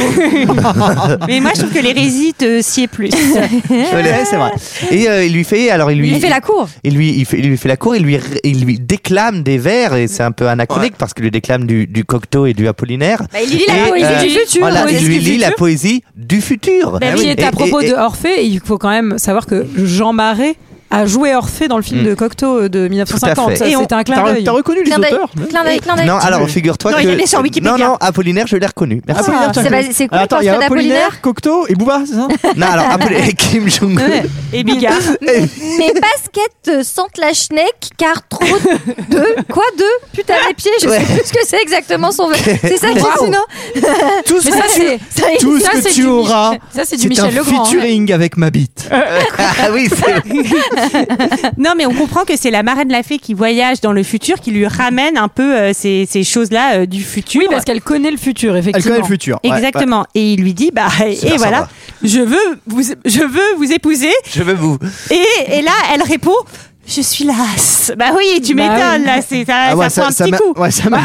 [SPEAKER 11] Mais moi je trouve que l'hérésie te sied plus.
[SPEAKER 7] Ouais, c'est vrai. Et euh, il lui fait, alors il lui,
[SPEAKER 1] Il lui fait la cour.
[SPEAKER 7] il lui, il fait, il lui fait la cour, il lui, il lui déclame des vers et c'est un peu anachronique parce qu'il lui déclame du, du Cocteau et du Apollinaire.
[SPEAKER 1] il lit la
[SPEAKER 7] Et,
[SPEAKER 1] poésie
[SPEAKER 7] euh,
[SPEAKER 1] du futur.
[SPEAKER 7] voilà,
[SPEAKER 1] Poésie
[SPEAKER 7] il lui
[SPEAKER 1] du
[SPEAKER 7] lit la
[SPEAKER 1] futur.
[SPEAKER 7] poésie du futur. Ah
[SPEAKER 6] Bah oui,
[SPEAKER 7] Et-
[SPEAKER 6] et à
[SPEAKER 7] et-
[SPEAKER 6] propos
[SPEAKER 7] et-
[SPEAKER 6] de Orphée, il faut quand même savoir que Jean Marais a joué Orphée dans le film
[SPEAKER 7] Mm.
[SPEAKER 6] de Cocteau euh, de 1950.
[SPEAKER 7] fait.
[SPEAKER 6] Ça,
[SPEAKER 11] Et on-
[SPEAKER 6] C'était un clin
[SPEAKER 13] T'as
[SPEAKER 6] d'œil.
[SPEAKER 13] t'as reconnu les
[SPEAKER 1] Clin d'œil,
[SPEAKER 13] auteurs
[SPEAKER 1] clin d'œil, clin d'œil.
[SPEAKER 7] Non, alors figure-toi
[SPEAKER 11] Non,
[SPEAKER 7] que
[SPEAKER 11] il est sur Wikipédia.
[SPEAKER 7] Non, non, Apollinaire, je l'ai reconnu. Merci.
[SPEAKER 13] Apollinaire, tiens,
[SPEAKER 1] C'est
[SPEAKER 13] Cocteau.
[SPEAKER 1] basé- c'est quoi
[SPEAKER 13] Alors, Ah, attends, il y a
[SPEAKER 1] portrait d'Apollinaire
[SPEAKER 13] Apollinaire, Cocteau et Booba, c'est ça
[SPEAKER 7] Non, alors Apollinaire, Kim Jong.
[SPEAKER 6] Ouais.
[SPEAKER 11] Et Bigard.
[SPEAKER 1] Mes baskets euh, sentent la schneck car trop de. Quoi de Putain, les pieds, je sais plus ce que c'est exactement son verre. C'est ça qui est sinon.
[SPEAKER 13] Tout ce
[SPEAKER 6] Mais ça, c'est
[SPEAKER 13] Tout
[SPEAKER 6] ça,
[SPEAKER 13] ce
[SPEAKER 6] c'est
[SPEAKER 13] que tu
[SPEAKER 6] du-
[SPEAKER 13] auras,
[SPEAKER 6] ça, c'est du
[SPEAKER 13] c'est un
[SPEAKER 6] Michel Legrand. hein.
[SPEAKER 13] featuring avec ma bite.
[SPEAKER 7] Ah oui, c'est
[SPEAKER 11] non mais on comprend que c'est la marraine la fée qui voyage dans le futur qui lui ramène un peu euh, ces, ces choses-là euh, du futur.
[SPEAKER 6] Oui, parce qu'elle connaît le futur,
[SPEAKER 13] Elle
[SPEAKER 6] effectivement.
[SPEAKER 13] connaît le futur. Ouais,
[SPEAKER 11] Exactement. Et il lui dit bah et
[SPEAKER 7] super
[SPEAKER 11] voilà,
[SPEAKER 7] sympa.
[SPEAKER 11] je veux vous je veux vous épouser
[SPEAKER 7] Je veux vous.
[SPEAKER 11] et, et là elle répond je suis lasse. Bah oui, tu
[SPEAKER 6] Bah
[SPEAKER 11] m'étonnes
[SPEAKER 6] oui.
[SPEAKER 11] là, c'est ça,
[SPEAKER 13] Ah
[SPEAKER 11] ça
[SPEAKER 13] ouais,
[SPEAKER 11] prend un petit
[SPEAKER 13] m'a-
[SPEAKER 11] coup.
[SPEAKER 13] ouais, ça m'a-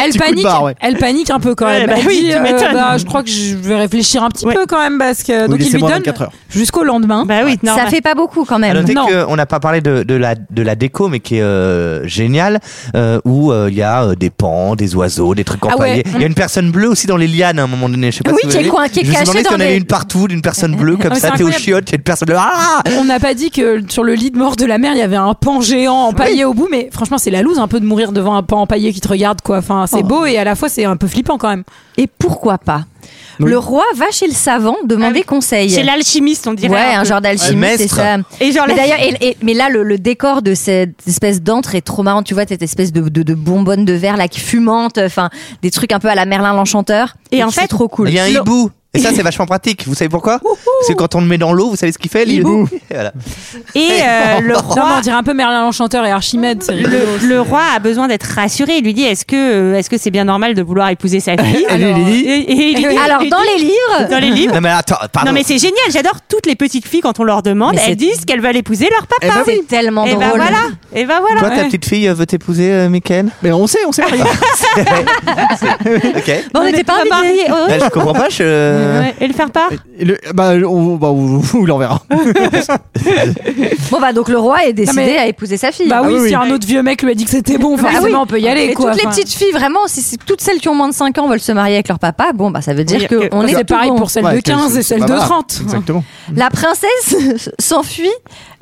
[SPEAKER 6] Elle
[SPEAKER 13] Petit coup de
[SPEAKER 6] panique,
[SPEAKER 13] barre, ouais.
[SPEAKER 6] elle panique un peu quand
[SPEAKER 11] Ouais,
[SPEAKER 6] même.
[SPEAKER 11] bah
[SPEAKER 6] Elle
[SPEAKER 11] oui,
[SPEAKER 6] dit,
[SPEAKER 11] tu
[SPEAKER 6] euh,
[SPEAKER 11] m'étonnes.
[SPEAKER 6] bah, je crois que je vais réfléchir un petit
[SPEAKER 11] Ouais.
[SPEAKER 6] peu quand même parce que
[SPEAKER 13] Oui,
[SPEAKER 6] donc il lui
[SPEAKER 13] laissez-moi
[SPEAKER 6] donne
[SPEAKER 13] 24 heures.
[SPEAKER 6] jusqu'au lendemain.
[SPEAKER 11] Bah oui,
[SPEAKER 1] Ça
[SPEAKER 11] normal.
[SPEAKER 1] fait pas beaucoup quand
[SPEAKER 7] À
[SPEAKER 1] même.
[SPEAKER 7] noter
[SPEAKER 6] Non.
[SPEAKER 7] qu'on n'a pas parlé de, de la, de la déco, mais qui est euh, géniale, euh, où euh, il y a euh, des pans, des oiseaux, des trucs
[SPEAKER 6] Ah
[SPEAKER 7] empaillés.
[SPEAKER 6] ouais.
[SPEAKER 7] Il y a une personne bleue aussi dans les lianes à un moment donné. Je sais pas
[SPEAKER 1] Oui,
[SPEAKER 7] si vous
[SPEAKER 1] qui est
[SPEAKER 7] avez vu.
[SPEAKER 1] coin- qui est
[SPEAKER 7] Je me suis
[SPEAKER 1] cachée
[SPEAKER 7] demandé si
[SPEAKER 1] dans
[SPEAKER 7] on avait
[SPEAKER 1] les-
[SPEAKER 7] une partout d'une personne bleue comme
[SPEAKER 6] Ah, mais
[SPEAKER 7] ça.
[SPEAKER 6] c'est
[SPEAKER 7] T'es au
[SPEAKER 6] incroyable.
[SPEAKER 7] chiottes, il y a une personne bleue. Ah
[SPEAKER 6] On n'a pas dit que sur le lit de mort de la mère, il y avait un pan géant empaillé au bout, mais franchement, c'est la loose un peu de mourir devant un pan empaillé qui te regarde, quoi. Enfin, c'est
[SPEAKER 1] Oh.
[SPEAKER 6] beau et à la fois, c'est un peu flippant quand même.
[SPEAKER 1] Et pourquoi pas
[SPEAKER 13] Oui.
[SPEAKER 1] Le roi va chez le savant demander
[SPEAKER 11] Ah oui.
[SPEAKER 1] conseil.
[SPEAKER 11] Chez l'alchimiste, on dirait.
[SPEAKER 1] Ouais,
[SPEAKER 11] un
[SPEAKER 1] un
[SPEAKER 11] peu.
[SPEAKER 1] genre d'alchimie,
[SPEAKER 7] Ouais,
[SPEAKER 1] c'est
[SPEAKER 7] maître.
[SPEAKER 1] ça.
[SPEAKER 11] Et genre,
[SPEAKER 1] Mais
[SPEAKER 11] la-
[SPEAKER 1] d'ailleurs, et- et- mais là, le, le décor de cette espèce d'antre est trop marrant. Tu vois, cette espèce de, de, de bonbonne de verre là qui fumante, enfin, des trucs un peu à la Merlin l'Enchanteur.
[SPEAKER 11] Et en
[SPEAKER 1] qui
[SPEAKER 11] fait-
[SPEAKER 1] sont trop cool.
[SPEAKER 7] Il y a un
[SPEAKER 11] Le-
[SPEAKER 7] hibou. Et ça, c'est vachement pratique. Vous savez pourquoi Parce que quand on le met dans l'eau, vous savez ce qu'il fait
[SPEAKER 2] Il
[SPEAKER 7] l'île
[SPEAKER 2] boue.
[SPEAKER 7] Et voilà.
[SPEAKER 2] Et euh, le
[SPEAKER 6] Non, mais
[SPEAKER 2] roi
[SPEAKER 6] on dirait un peu Merlin l'Enchanteur et Archimède. c'est rigolo.
[SPEAKER 2] le, le roi a besoin d'être rassuré. Il lui dit est-ce que euh, est-ce que c'est bien normal de vouloir épouser sa fille
[SPEAKER 7] Et lui, il dit-
[SPEAKER 2] Et- et il lui dit-
[SPEAKER 1] Alors, dans les livres,
[SPEAKER 2] dans les livres.
[SPEAKER 7] Non, mais attends, Ah, pardon.
[SPEAKER 2] Non mais c'est génial, j'adore toutes les petites filles quand on leur demande,
[SPEAKER 1] Mais c'est-
[SPEAKER 2] elles disent qu'elles veulent épouser leur papa.
[SPEAKER 1] c'est tellement
[SPEAKER 2] Et
[SPEAKER 1] drôle.
[SPEAKER 2] ben voilà, et ben voilà.
[SPEAKER 7] Toi, ta petite fille euh, veut t'épouser, euh, Mickaël
[SPEAKER 14] Mais on sait, on sait rien.
[SPEAKER 7] Ok.
[SPEAKER 1] Bon, on n'était pas Oh. invités.
[SPEAKER 2] mariés.
[SPEAKER 7] Bah, je comprends pas, je.
[SPEAKER 2] Ouais, Et le faire part
[SPEAKER 14] Et le- bah, on, bah, on- on l'enverra.
[SPEAKER 1] Bon, bah, donc le roi est décidé
[SPEAKER 6] mais-
[SPEAKER 1] à épouser sa fille.
[SPEAKER 2] Ah
[SPEAKER 6] Bah oui,
[SPEAKER 14] oui,
[SPEAKER 6] si
[SPEAKER 14] oui.
[SPEAKER 6] un autre vieux mec lui a dit que c'était bon,
[SPEAKER 1] Bah
[SPEAKER 6] forcément
[SPEAKER 1] oui.
[SPEAKER 6] on peut y aller
[SPEAKER 1] Et
[SPEAKER 6] quoi.
[SPEAKER 1] toutes les
[SPEAKER 6] Enfin,
[SPEAKER 1] petites filles, vraiment, si c'est- toutes celles qui ont moins de 5 ans veulent se marier avec leur papa, bon, bah, ça veut dire
[SPEAKER 6] oui, euh,
[SPEAKER 1] que qu'on est
[SPEAKER 6] c'est
[SPEAKER 1] tout
[SPEAKER 6] pareil
[SPEAKER 1] bon.
[SPEAKER 6] pour celle
[SPEAKER 14] Ouais,
[SPEAKER 6] de 15
[SPEAKER 14] c'est-
[SPEAKER 6] et celle
[SPEAKER 14] bah,
[SPEAKER 6] de
[SPEAKER 14] voilà.
[SPEAKER 6] 30.
[SPEAKER 14] Exactement.
[SPEAKER 1] La princesse s'enfuit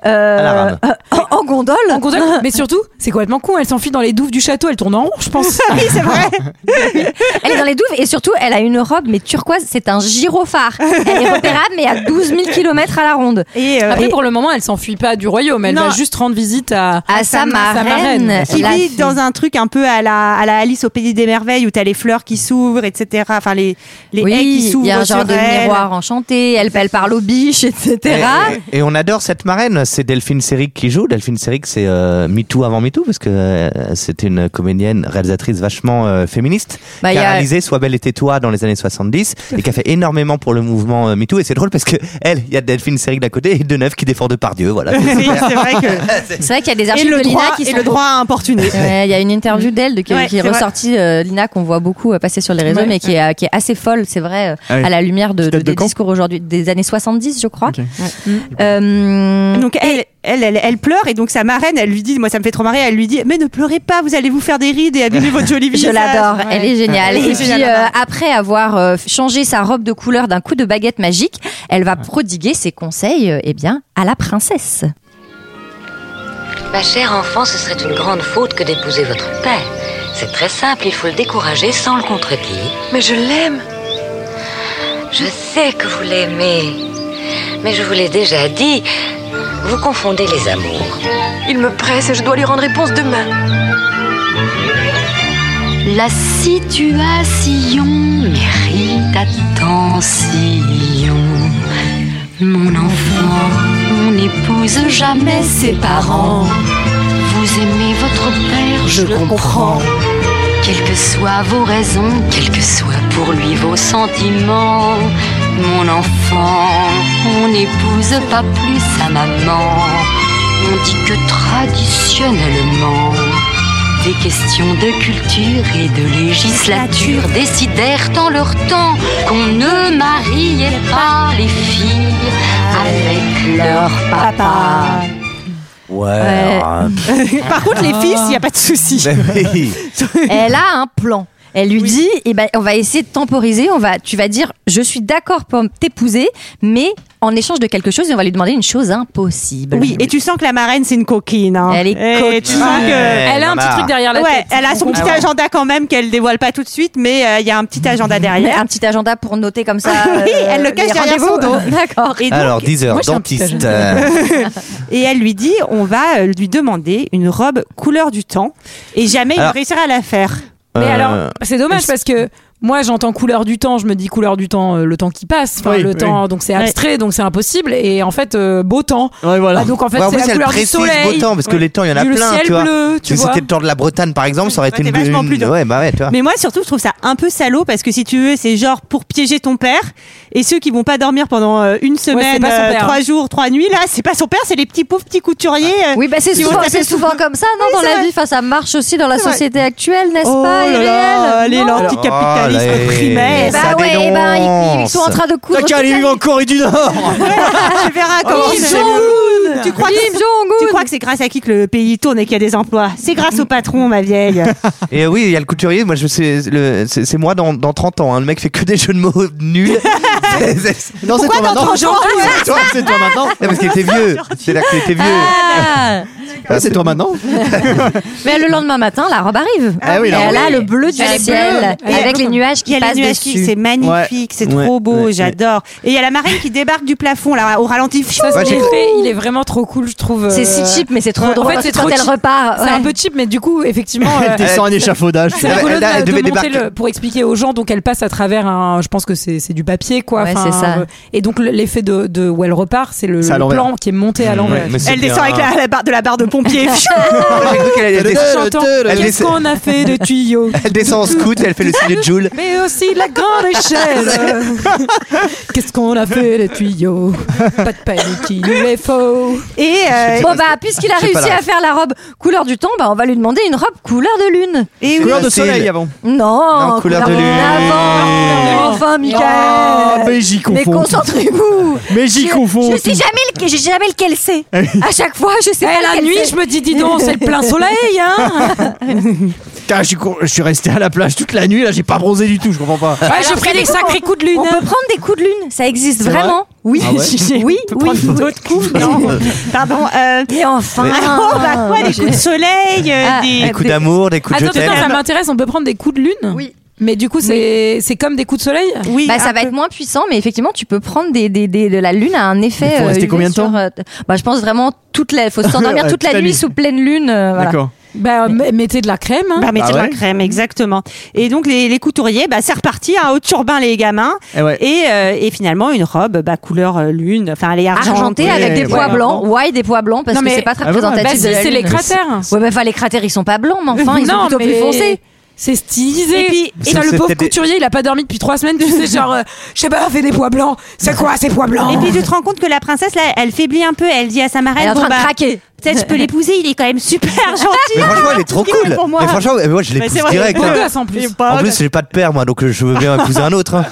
[SPEAKER 1] euh,
[SPEAKER 7] À la rame.
[SPEAKER 1] euh, en, en gondole.
[SPEAKER 6] En gondole. Mais surtout, c'est complètement con. Elle s'enfuit dans les douves du château, elle tourne en rond, je pense.
[SPEAKER 2] Oui, c'est vrai.
[SPEAKER 1] Elle est dans les douves et surtout, elle a une robe, mais turquoise, c'est un gyrophare. Elle est repérable, mais à 12 000 km à la ronde.
[SPEAKER 2] Et euh,
[SPEAKER 6] Après, pour le moment, elle s'enfuit pas du royaume. Elle
[SPEAKER 2] Non.
[SPEAKER 6] va juste rendre visite à.
[SPEAKER 1] À sa marraine.
[SPEAKER 2] qui
[SPEAKER 1] la
[SPEAKER 2] vit
[SPEAKER 1] fille.
[SPEAKER 2] dans un truc un peu à la, à la Alice au pays des merveilles où t'as les fleurs qui s'ouvrent, etc. Enfin les les haies qui
[SPEAKER 1] Oui, il
[SPEAKER 2] s'ouvrent
[SPEAKER 1] y a un genre
[SPEAKER 2] sur
[SPEAKER 1] de
[SPEAKER 2] elle.
[SPEAKER 1] miroir enchanté, elle, elle parle aux biches, etc.
[SPEAKER 2] Ah.
[SPEAKER 7] Et, et on adore cette marraine, c'est Delphine Seyrig qui joue. Delphine Seyrig, c'est euh, MeToo avant MeToo, parce que euh, c'était une comédienne, réalisatrice vachement euh, féministe,
[SPEAKER 1] Bah,
[SPEAKER 7] qui
[SPEAKER 1] y a-
[SPEAKER 7] a réalisé Sois belle et tais-toi dans les années 70, et qui a fait énormément pour le mouvement euh, MeToo. Et c'est drôle parce que elle, il y a Delphine Seyrig d'un côté et Deneuve qui défend Depardieu, voilà.
[SPEAKER 2] Oui, c'est vrai que
[SPEAKER 1] C'est vrai qu'il y a des
[SPEAKER 2] et
[SPEAKER 1] archives
[SPEAKER 2] le
[SPEAKER 1] de Lina
[SPEAKER 2] droit
[SPEAKER 1] qui
[SPEAKER 2] et
[SPEAKER 1] sont
[SPEAKER 2] le droit à importuner.
[SPEAKER 1] Ouais, Il y a une interview d'elle de, qui,
[SPEAKER 2] Ouais,
[SPEAKER 1] qui est
[SPEAKER 2] c'est vrai.
[SPEAKER 1] ressortie, euh, Lina, qu'on voit beaucoup euh, passer sur les réseaux,
[SPEAKER 6] Ouais.
[SPEAKER 1] mais qui est, euh, qui est assez folle, c'est vrai, euh,
[SPEAKER 14] Ah oui.
[SPEAKER 1] à la lumière de,
[SPEAKER 14] C'était
[SPEAKER 1] de-
[SPEAKER 14] de
[SPEAKER 1] des
[SPEAKER 14] quand
[SPEAKER 1] discours aujourd'hui, des années 70, je crois.
[SPEAKER 14] Ok.
[SPEAKER 1] Euh,
[SPEAKER 2] Donc elle, elle, elle, elle pleure et donc sa marraine, elle lui dit, moi ça me fait trop marrer, elle lui dit, mais ne pleurez pas, vous allez vous faire des rides et abîmer votre joli
[SPEAKER 1] je
[SPEAKER 2] visage.
[SPEAKER 1] l'adore,
[SPEAKER 2] Ouais.
[SPEAKER 1] elle est géniale.
[SPEAKER 2] Elle est
[SPEAKER 1] Et puis,
[SPEAKER 2] géniale, la
[SPEAKER 1] euh,
[SPEAKER 2] marraine.
[SPEAKER 1] après avoir euh, changé sa robe de couleur d'un coup de baguette magique, elle va prodiguer ses conseils euh, eh bien, à la princesse.
[SPEAKER 11] Ma chère enfant, ce serait une grande faute que d'épouser votre père. C'est très simple, il faut le décourager sans le contredire. Mais je l'aime. Je sais que vous l'aimez. Mais je vous l'ai déjà dit, vous confondez les amours.
[SPEAKER 15] Il me presse et je dois lui rendre réponse demain.
[SPEAKER 11] La situation mérite attention. Mon enfant, on n'épouse jamais ses parents. Vous aimez votre père, je, le comprends. Quelles que soient vos raisons, quels que soient pour lui vos sentiments, mon enfant, on n'épouse pas plus sa maman. On dit que traditionnellement, des questions de culture et de législature décidèrent en leur temps qu'on ne mariait pas les filles avec leur papa.
[SPEAKER 7] Ouais.
[SPEAKER 1] Ouais.
[SPEAKER 7] alors,
[SPEAKER 2] Par contre, les fils, il n'y a pas de souci.
[SPEAKER 7] euh, oui.
[SPEAKER 1] elle a un plan. Elle lui dit, eh ben, on va essayer de temporiser. On va, tu vas dire, je suis d'accord pour t'épouser, mais en échange de quelque chose, on va lui demander une chose impossible.
[SPEAKER 2] Oui, et tu sens que la marraine, c'est une coquine. hein.
[SPEAKER 1] Elle est
[SPEAKER 2] Et
[SPEAKER 1] coquine.
[SPEAKER 2] Tu sens que...
[SPEAKER 7] Ouais,
[SPEAKER 6] Elle a un
[SPEAKER 7] maman.
[SPEAKER 6] petit truc derrière la
[SPEAKER 2] ouais,
[SPEAKER 6] tête.
[SPEAKER 2] elle a son petit agenda quand même qu'elle dévoile pas tout de suite, mais euh, il y a un
[SPEAKER 7] Mm-hmm.
[SPEAKER 2] petit agenda
[SPEAKER 1] Mais
[SPEAKER 2] derrière.
[SPEAKER 1] un petit agenda pour noter comme ça. euh,
[SPEAKER 2] Oui, elle le cache
[SPEAKER 1] les
[SPEAKER 2] derrière son
[SPEAKER 1] rendez-vous. D'accord.
[SPEAKER 2] Et, donc-
[SPEAKER 7] Alors, 10 heures,
[SPEAKER 6] moi, j'ai un petit
[SPEAKER 7] dentiste. euh,
[SPEAKER 2] et elle lui dit, on va euh, lui demander une robe couleur du temps, et jamais il ne
[SPEAKER 7] Alors-
[SPEAKER 2] réussira à la faire.
[SPEAKER 6] Mais
[SPEAKER 7] Euh,
[SPEAKER 6] alors, c'est dommage parce que moi, j'entends couleur du temps, je me dis couleur du temps, euh, le temps qui passe, enfin
[SPEAKER 14] Oui,
[SPEAKER 6] le
[SPEAKER 14] oui.
[SPEAKER 6] temps, donc c'est abstrait, donc c'est impossible, et en fait, euh, beau temps.
[SPEAKER 14] Ouais, voilà.
[SPEAKER 6] Ah, donc en fait,
[SPEAKER 7] Ouais, en
[SPEAKER 6] c'est
[SPEAKER 7] plus, elle
[SPEAKER 6] la couleur du
[SPEAKER 7] précise
[SPEAKER 6] soleil.
[SPEAKER 7] beau temps, parce que les temps, il y en a
[SPEAKER 6] Du
[SPEAKER 7] plein,
[SPEAKER 6] ciel
[SPEAKER 7] tu vois.
[SPEAKER 6] bleu, tu
[SPEAKER 7] Si
[SPEAKER 6] vois.
[SPEAKER 7] c'était le temps de la Bretagne, par exemple, ça aurait été
[SPEAKER 2] Ouais,
[SPEAKER 7] une
[SPEAKER 2] t'es vachement
[SPEAKER 7] une-
[SPEAKER 2] plus drôle.
[SPEAKER 7] Ouais, bah ouais, tu vois.
[SPEAKER 2] Mais moi, surtout, je trouve ça un peu salaud parce que si tu veux, c'est genre pour piéger ton père et ceux qui vont pas dormir pendant euh, une semaine,
[SPEAKER 6] pas son
[SPEAKER 2] euh,
[SPEAKER 6] père,
[SPEAKER 2] trois
[SPEAKER 6] hein.
[SPEAKER 2] jours, trois nuits, là, c'est pas son père, c'est les petits pauvres petits couturiers. euh.
[SPEAKER 1] Oui, bah c'est
[SPEAKER 2] Si on
[SPEAKER 1] souvent,
[SPEAKER 2] s'appelle
[SPEAKER 1] c'est souvent comme ça, non,
[SPEAKER 2] Oui,
[SPEAKER 1] dans
[SPEAKER 2] c'est
[SPEAKER 1] la
[SPEAKER 2] vrai.
[SPEAKER 1] vie. Enfin, ça marche aussi dans la
[SPEAKER 2] C'est vrai.
[SPEAKER 1] société actuelle, n'est-ce
[SPEAKER 2] Oh
[SPEAKER 1] pas
[SPEAKER 2] là là,
[SPEAKER 1] Ariel
[SPEAKER 2] allez,
[SPEAKER 1] Non
[SPEAKER 2] l'anticapitalisme
[SPEAKER 7] Alors,
[SPEAKER 2] primaire.
[SPEAKER 1] Eh ben
[SPEAKER 7] allez. ça
[SPEAKER 1] ouais, eh ben, ils, ils
[SPEAKER 7] dénonce.
[SPEAKER 1] sont
[SPEAKER 7] Ah,
[SPEAKER 1] en train de coudre.
[SPEAKER 14] T'as qu'à aller vivre en Corée du Nord
[SPEAKER 2] tu verras comment
[SPEAKER 1] Kim
[SPEAKER 2] Oh, c'est-
[SPEAKER 1] Jong-un
[SPEAKER 2] Tu crois que
[SPEAKER 1] Kim
[SPEAKER 2] c'est-
[SPEAKER 1] Jong-un
[SPEAKER 2] tu crois que c'est grâce à qui que le pays tourne et qu'il y a des emplois C'est grâce au patron, ma vieille.
[SPEAKER 7] Et euh, oui, il y a le couturier. Moi, je sais, le- c'est c'est moi dans, dans 30 ans. hein. Le mec fait que des jeux de mots nuls. C'est- c'est- c'est-
[SPEAKER 14] Non, c'est toi maintenant. C'est toi, c'est toi maintenant.
[SPEAKER 7] Non, parce qu'il était vieux. C'est là qu'il était vieux.
[SPEAKER 1] Ah
[SPEAKER 7] Ah, c'est toi maintenant
[SPEAKER 1] Mais le lendemain matin, la robe arrive.
[SPEAKER 7] Ah oui,
[SPEAKER 1] Et
[SPEAKER 7] la robe.
[SPEAKER 1] elle a le bleu du
[SPEAKER 11] Elle est
[SPEAKER 1] ciel
[SPEAKER 11] bleue.
[SPEAKER 1] avec
[SPEAKER 11] Et-
[SPEAKER 1] les nuages
[SPEAKER 11] Il y
[SPEAKER 1] qui
[SPEAKER 11] a les
[SPEAKER 1] passent
[SPEAKER 11] nuages qui-
[SPEAKER 1] dessus.
[SPEAKER 11] C'est magnifique, c'est trop beau, j'adore. Et il y a la marine qui débarque du plafond là, au ralenti.
[SPEAKER 6] Ça, c'est l'effet, il est vraiment trop cool, je trouve.
[SPEAKER 1] C'est si cheap, mais c'est trop drôle.
[SPEAKER 6] En fait, c'est
[SPEAKER 1] Quand
[SPEAKER 6] trop
[SPEAKER 1] elle
[SPEAKER 6] cheap.
[SPEAKER 1] repart,
[SPEAKER 6] C'est
[SPEAKER 1] ouais.
[SPEAKER 6] un peu cheap, mais du coup, effectivement. euh,
[SPEAKER 7] Elle descend un échafaudage.
[SPEAKER 6] C'est
[SPEAKER 7] Elle-
[SPEAKER 6] rigolo
[SPEAKER 7] elle-
[SPEAKER 6] de-
[SPEAKER 7] elle
[SPEAKER 6] de
[SPEAKER 7] devait
[SPEAKER 6] monter
[SPEAKER 7] débarquer.
[SPEAKER 6] le- pour expliquer aux gens. Donc, elle passe à travers un. Je pense que c'est c'est du papier, quoi.
[SPEAKER 1] Ouais,
[SPEAKER 6] Enfin,
[SPEAKER 1] c'est ça.
[SPEAKER 6] euh, Et donc, le- l'effet de, de où elle repart, c'est le,
[SPEAKER 7] C'est à
[SPEAKER 6] le
[SPEAKER 7] l'envers.
[SPEAKER 6] plan qui est monté à l'envers.
[SPEAKER 11] Elle descend avec la, la barre de la barre de pompier.
[SPEAKER 10] J'ai cru qu'elle allait
[SPEAKER 6] Elle
[SPEAKER 10] descendre.
[SPEAKER 6] chantant,
[SPEAKER 10] Elle
[SPEAKER 6] Qu'est-ce
[SPEAKER 10] descend-
[SPEAKER 6] qu'on a fait de tuyaux
[SPEAKER 10] Elle descend en scoot, elle fait le signe de Joule.
[SPEAKER 6] Mais aussi la grande échelle. Qu'est-ce qu'on a fait les tuyaux Pas de panique, il est faux.
[SPEAKER 11] Et
[SPEAKER 1] Bon bah puisqu'il a
[SPEAKER 6] Je sais pas
[SPEAKER 1] réussi
[SPEAKER 6] la
[SPEAKER 1] à
[SPEAKER 6] ref.
[SPEAKER 1] faire la robe couleur du temps, bah on va lui demander une robe couleur de lune.
[SPEAKER 11] Et
[SPEAKER 7] Couleur de soleil avant.
[SPEAKER 1] Non,
[SPEAKER 7] Non, couleur de lune.
[SPEAKER 1] avant. Enfin, Michael.
[SPEAKER 10] Ah,
[SPEAKER 7] Oh, mais j'y
[SPEAKER 1] Mais
[SPEAKER 7] confonds.
[SPEAKER 1] concentrez-vous.
[SPEAKER 7] Mais j'y
[SPEAKER 1] Je-
[SPEAKER 7] confonds
[SPEAKER 1] Je sais
[SPEAKER 7] tout.
[SPEAKER 1] jamais, le- j'ai jamais lequel c'est. À chaque fois, je sais. pas
[SPEAKER 6] Eh, la
[SPEAKER 1] lequel
[SPEAKER 6] nuit,
[SPEAKER 1] c'est.
[SPEAKER 6] je me dis, dis donc, c'est le plein soleil, hein
[SPEAKER 7] Putain, je suis con- je suis resté à la plage toute la nuit, là, j'ai pas bronzé du tout, je comprends pas.
[SPEAKER 6] Ouais, j'ai pris Ah, des sacrés coups de lune. hein.
[SPEAKER 1] On peut prendre des coups de lune, ça existe
[SPEAKER 7] C'est vrai
[SPEAKER 1] vraiment. Oui,
[SPEAKER 7] Ah ouais
[SPEAKER 1] oui,
[SPEAKER 7] On peut
[SPEAKER 1] oui.
[SPEAKER 7] prendre
[SPEAKER 1] D'autres coups,
[SPEAKER 11] Pardon. euh,
[SPEAKER 1] Et enfin.
[SPEAKER 11] Oh, bah quoi, des coups de soleil, euh,
[SPEAKER 1] Ah,
[SPEAKER 11] des-
[SPEAKER 10] Des coups d'amour, des coups de je
[SPEAKER 6] Attends,
[SPEAKER 10] t'aime.
[SPEAKER 6] attends, ça m'intéresse, on peut prendre des coups de lune
[SPEAKER 1] Eh ben- Oui.
[SPEAKER 6] Mais du coup, c'est c'est comme des coups de soleil
[SPEAKER 11] Oui,
[SPEAKER 1] Bah, ça
[SPEAKER 11] un
[SPEAKER 1] va
[SPEAKER 11] peu.
[SPEAKER 1] être moins puissant, mais effectivement, tu peux prendre des, des, des- de la lune à un effet.
[SPEAKER 7] Mais faut
[SPEAKER 1] euh,
[SPEAKER 7] rester
[SPEAKER 1] UV
[SPEAKER 7] combien de
[SPEAKER 1] sur,
[SPEAKER 7] temps
[SPEAKER 1] euh, t- Bah, je pense vraiment toute la. Faut s'endormir
[SPEAKER 7] Ouais,
[SPEAKER 1] toute la nuit sous pleine lune. euh, voilà.
[SPEAKER 7] D'accord.
[SPEAKER 6] Bah, m- mettez de la crème. hein.
[SPEAKER 11] Bah, mettez
[SPEAKER 7] Ah
[SPEAKER 11] de la
[SPEAKER 7] ouais
[SPEAKER 11] crème, exactement. Et donc, les, les couturiers, bah, c'est reparti, hein, haut turbin, les gamins.
[SPEAKER 7] Eh ouais.
[SPEAKER 11] Et, euh, et finalement, une robe bah, couleur euh, lune, enfin, elle est argentée.
[SPEAKER 1] Argenté avec des pois
[SPEAKER 11] voilà.
[SPEAKER 1] blancs. Why des pois blancs Parce
[SPEAKER 6] Non,
[SPEAKER 1] que
[SPEAKER 6] mais-
[SPEAKER 1] c'est pas très
[SPEAKER 7] Ah bon
[SPEAKER 1] représentatif
[SPEAKER 6] Bah, si,
[SPEAKER 1] de la
[SPEAKER 6] c'est les
[SPEAKER 1] lune.
[SPEAKER 6] cratères.
[SPEAKER 1] Ouais, mais enfin, les cratères, ils sont pas blancs, mais enfin, ils sont plutôt plus foncés.
[SPEAKER 6] C'est stylisé.
[SPEAKER 11] Et puis-
[SPEAKER 6] Putain,
[SPEAKER 10] C'est-
[SPEAKER 6] le pauvre
[SPEAKER 10] c'était des-
[SPEAKER 6] couturier, il a pas dormi depuis trois semaines. Tu sais, genre, euh, je sais pas, fait des pois blancs. C'est quoi ces pois blancs
[SPEAKER 11] Et puis, tu te rends compte que la princesse, là, elle faiblit un peu. Elle dit à sa marraine,
[SPEAKER 1] Elle est en
[SPEAKER 11] bon,
[SPEAKER 1] train de
[SPEAKER 11] bah,
[SPEAKER 1] craquer.
[SPEAKER 11] Peut-être je peux l'épouser, il est quand même super
[SPEAKER 10] Mais
[SPEAKER 11] gentil.
[SPEAKER 10] franchement, elle est trop
[SPEAKER 11] Dis-moi
[SPEAKER 10] cool.
[SPEAKER 11] pour moi.
[SPEAKER 10] Mais franchement, ouais, moi, je
[SPEAKER 11] Mais
[SPEAKER 10] l'épouse
[SPEAKER 11] c'est vrai,
[SPEAKER 10] direct.
[SPEAKER 6] Beau
[SPEAKER 10] hein.
[SPEAKER 6] gosse, en plus.
[SPEAKER 10] En plus, j'ai pas de père, moi, donc euh, je veux bien épouser un autre. hein.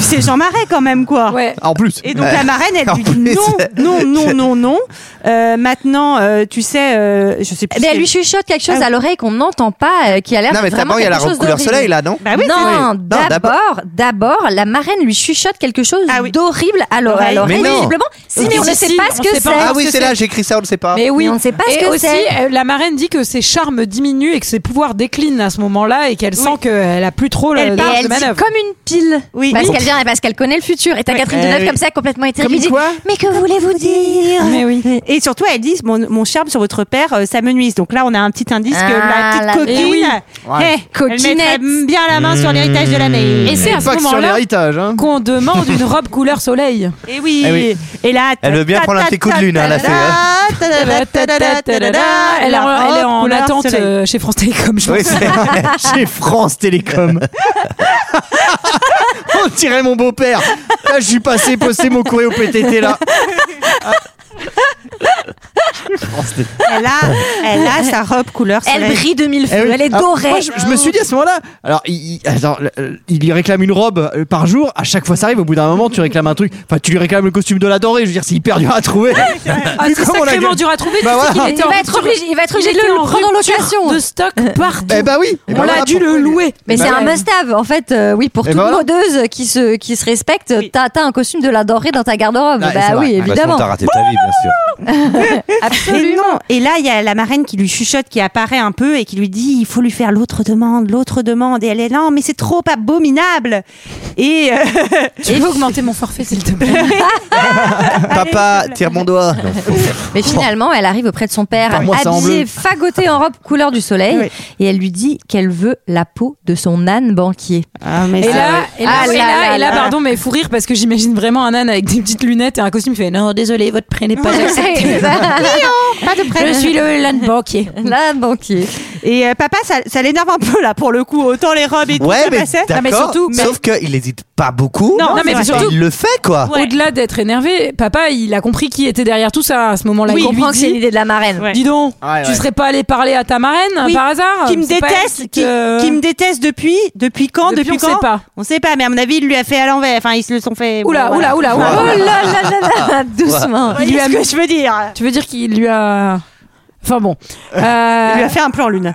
[SPEAKER 11] c'est Jean Marais quand même, quoi.
[SPEAKER 6] Ouais.
[SPEAKER 7] Ah, en plus.
[SPEAKER 11] Et donc la marraine, elle
[SPEAKER 10] En
[SPEAKER 11] lui dit
[SPEAKER 10] plus,
[SPEAKER 11] non,
[SPEAKER 10] c'est-
[SPEAKER 11] non, non, non, non. Euh, maintenant, euh, tu sais, euh, je sais plus.
[SPEAKER 1] Mais
[SPEAKER 11] ce
[SPEAKER 1] Eh elle lui
[SPEAKER 11] qu'elle-
[SPEAKER 1] chuchote quelque chose
[SPEAKER 11] Ah oui.
[SPEAKER 1] à l'oreille qu'on n'entend pas, euh, qui a l'air
[SPEAKER 10] Non, mais
[SPEAKER 1] vraiment
[SPEAKER 10] d'abord, il y a la
[SPEAKER 1] quelque
[SPEAKER 10] robe
[SPEAKER 1] chose
[SPEAKER 10] couleur
[SPEAKER 1] d'horrible.
[SPEAKER 10] soleil, là, non
[SPEAKER 11] Bah oui, c'est vrai.
[SPEAKER 1] non,
[SPEAKER 10] d'abord-
[SPEAKER 1] d'abord, d'abord, la marraine lui chuchote quelque chose
[SPEAKER 11] Ah oui.
[SPEAKER 1] d'horrible à l'ore-
[SPEAKER 11] L'oreille.
[SPEAKER 1] à l'oreille.
[SPEAKER 10] Mais non.
[SPEAKER 1] visiblement. Si, mais on
[SPEAKER 6] Si,
[SPEAKER 1] ne
[SPEAKER 6] si,
[SPEAKER 1] sait pas
[SPEAKER 6] on
[SPEAKER 1] ce Bah, que
[SPEAKER 6] sait
[SPEAKER 1] c'est.
[SPEAKER 6] pas.
[SPEAKER 10] Ah
[SPEAKER 6] Alors
[SPEAKER 10] oui,
[SPEAKER 6] que
[SPEAKER 10] c'est
[SPEAKER 6] c'est-
[SPEAKER 10] là, j'ai écrit ça, on le sait pas.
[SPEAKER 6] Mais oui.
[SPEAKER 1] Ah, Mais on sait pas ce
[SPEAKER 6] et
[SPEAKER 1] que
[SPEAKER 6] aussi,
[SPEAKER 1] c'est.
[SPEAKER 6] euh, la marraine dit que ses charmes diminuent et que ses pouvoirs déclinent à ce moment-là et qu'elle sent qu'elle a plus
[SPEAKER 10] Ah
[SPEAKER 6] trop la
[SPEAKER 11] Elle
[SPEAKER 1] Et
[SPEAKER 11] parle
[SPEAKER 6] marge de
[SPEAKER 1] elle dit
[SPEAKER 6] manœuvre.
[SPEAKER 1] comme une pile.
[SPEAKER 11] Oui.
[SPEAKER 1] Parce
[SPEAKER 11] Oui.
[SPEAKER 1] qu'elle vient et parce qu'elle connaît le futur. Et t'as Catherine
[SPEAKER 7] Eh
[SPEAKER 1] Deneuve
[SPEAKER 7] oui.
[SPEAKER 1] comme ça, complètement éthérée,
[SPEAKER 7] Comme
[SPEAKER 1] qui dit
[SPEAKER 7] quoi
[SPEAKER 1] Mais que voulez-vous dire
[SPEAKER 6] Mais oui.
[SPEAKER 11] Et surtout, elle dit mon, mon charme sur votre père, euh, ça me nuise. Donc là, on a un petit indice que
[SPEAKER 1] Ah,
[SPEAKER 11] la
[SPEAKER 1] la
[SPEAKER 11] petite coquine,
[SPEAKER 1] petite-
[SPEAKER 11] eh, elle
[SPEAKER 1] Coquinette.
[SPEAKER 11] mettrait bien la main sur l'héritage de la mère.
[SPEAKER 6] Et c'est à ce
[SPEAKER 7] Pas que sur
[SPEAKER 6] moment-là
[SPEAKER 7] l'héritage, hein.
[SPEAKER 6] Mm. qu'on demande une robe couleur soleil.
[SPEAKER 11] Et oui.
[SPEAKER 7] Eh oui.
[SPEAKER 11] Et là,
[SPEAKER 10] Elle veut bien prendre un petit coup de lune, hein, la fée,
[SPEAKER 6] Elle est en, elle est en attente euh, chez France Télécom, je pense.
[SPEAKER 10] Oui, c'est-
[SPEAKER 7] Chez France Télécom. On dirait mon beau-père. Là, je suis passé poster mon courrier au PTT là. Ah. France Télécom.
[SPEAKER 11] Elle a, Ah, elle a sa robe couleur
[SPEAKER 1] Elle
[SPEAKER 11] soleil.
[SPEAKER 1] brille de mille feux.
[SPEAKER 7] Eh oui.
[SPEAKER 1] Elle est
[SPEAKER 7] Ah, moi,
[SPEAKER 1] dorée.
[SPEAKER 7] je, je me suis dit à ce moment-là, alors il, il- attends, le- le- il lui réclame une robe euh, par jour, à chaque fois ça arrive, au bout d'un moment tu réclames un truc, enfin tu lui réclames le costume de la dorée, je veux dire c'est hyper dur à trouver.
[SPEAKER 6] Ah,
[SPEAKER 7] Vu
[SPEAKER 6] c'est
[SPEAKER 7] comment on l'a
[SPEAKER 6] sacrément
[SPEAKER 7] gueule.
[SPEAKER 6] dur à trouver.
[SPEAKER 7] Bah
[SPEAKER 6] tu
[SPEAKER 7] voilà.
[SPEAKER 6] sais qu'il
[SPEAKER 1] Il
[SPEAKER 6] était en
[SPEAKER 1] va être
[SPEAKER 6] rupture-
[SPEAKER 1] obligé, il va être obligé de
[SPEAKER 6] était
[SPEAKER 1] le
[SPEAKER 6] en
[SPEAKER 1] prendre en
[SPEAKER 6] rupture
[SPEAKER 1] location.
[SPEAKER 6] De stock
[SPEAKER 11] Euh,
[SPEAKER 6] partout.
[SPEAKER 7] Eh bah oui, eh
[SPEAKER 6] On
[SPEAKER 7] bah
[SPEAKER 6] l'a
[SPEAKER 7] voilà
[SPEAKER 6] dû
[SPEAKER 7] pourquoi
[SPEAKER 6] le
[SPEAKER 7] il-
[SPEAKER 6] louer.
[SPEAKER 1] Mais c'est
[SPEAKER 6] Bah
[SPEAKER 1] un
[SPEAKER 6] ouais.
[SPEAKER 1] must-have en fait, euh, oui, pour
[SPEAKER 7] ben Eh
[SPEAKER 1] toute
[SPEAKER 7] ben voilà.
[SPEAKER 1] modeuse qui se, qui se respecte,
[SPEAKER 11] Oui.
[SPEAKER 1] t'as t'as un costume de la dorée dans ta garde-robe.
[SPEAKER 7] Ah, et c'est
[SPEAKER 1] bah
[SPEAKER 7] vrai.
[SPEAKER 1] oui,
[SPEAKER 10] De toute façon,
[SPEAKER 1] évidemment.
[SPEAKER 10] T'as raté ta vie, bien sûr.
[SPEAKER 11] Et non. Et là, il y a la marraine qui lui chuchote, qui apparaît un peu et qui lui dit il faut lui faire l'autre demande, l'autre demande. Et elle est non, mais c'est trop abominable. Et euh,
[SPEAKER 6] Tu peux augmenter mon forfait, s'il te plaît.
[SPEAKER 10] Papa, tire mon doigt. Non.
[SPEAKER 1] Mais finalement, elle arrive auprès de son père,
[SPEAKER 7] Enfin, moi, ça en
[SPEAKER 1] habillée,
[SPEAKER 7] bleu.
[SPEAKER 1] fagotée en robe couleur du soleil, et elle lui dit qu'elle veut la peau de son âne banquier.
[SPEAKER 11] ah, mais
[SPEAKER 6] Et là, et là,
[SPEAKER 1] Ah
[SPEAKER 6] et là,
[SPEAKER 1] là là
[SPEAKER 6] et là,
[SPEAKER 1] là.
[SPEAKER 6] pardon, mais faut rire parce que j'imagine vraiment un âne avec des petites lunettes et un costume. Il fait non, désolé, votre prêt n'est pas accepté.
[SPEAKER 11] pas de
[SPEAKER 6] Je suis le l'âne banquier.
[SPEAKER 1] L'âne banquier.
[SPEAKER 11] Et euh, papa, ça, ça l'énerve un peu là pour le coup. Autant les robes et tout,
[SPEAKER 10] Ouais,
[SPEAKER 11] ça
[SPEAKER 10] mais
[SPEAKER 11] passait.
[SPEAKER 10] d'accord.
[SPEAKER 6] mais surtout, mais-
[SPEAKER 10] Sauf qu'il hésite pas beaucoup.
[SPEAKER 11] Non, non, mais
[SPEAKER 10] Et
[SPEAKER 6] surtout-
[SPEAKER 10] Il le fait, quoi.
[SPEAKER 11] Ouais.
[SPEAKER 6] Au-delà d'être énervé, papa, il a compris qui était derrière tout ça à ce moment-là.
[SPEAKER 1] Oui,
[SPEAKER 6] il
[SPEAKER 1] il
[SPEAKER 6] lui
[SPEAKER 1] comprend que c'est
[SPEAKER 6] dit,
[SPEAKER 1] l'idée de la marraine.
[SPEAKER 11] Ouais.
[SPEAKER 6] dis donc,
[SPEAKER 7] Ah, Ouais,
[SPEAKER 6] tu
[SPEAKER 7] ouais.
[SPEAKER 6] serais pas allé parler à ta marraine
[SPEAKER 11] Oui,
[SPEAKER 6] par hasard
[SPEAKER 11] Qui me
[SPEAKER 6] Ah, C'est pas elle
[SPEAKER 11] déteste, qui,
[SPEAKER 6] te-
[SPEAKER 11] qui me déteste depuis, depuis quand,
[SPEAKER 6] Depuis,
[SPEAKER 11] depuis,
[SPEAKER 6] on
[SPEAKER 11] quand
[SPEAKER 6] sait pas.
[SPEAKER 11] On sait pas, mais à mon avis, il lui a fait à l'envers. Enfin, ils se le sont fait.
[SPEAKER 6] Oula,
[SPEAKER 11] bon, voilà.
[SPEAKER 6] oula, oula,
[SPEAKER 1] Oh
[SPEAKER 6] oula.
[SPEAKER 1] là là là là, doucement.
[SPEAKER 11] Il lui a ce que je veux dire.
[SPEAKER 6] Tu veux dire qu'il lui a. Enfin bon. Euh,
[SPEAKER 11] Il lui a fait un plan lune.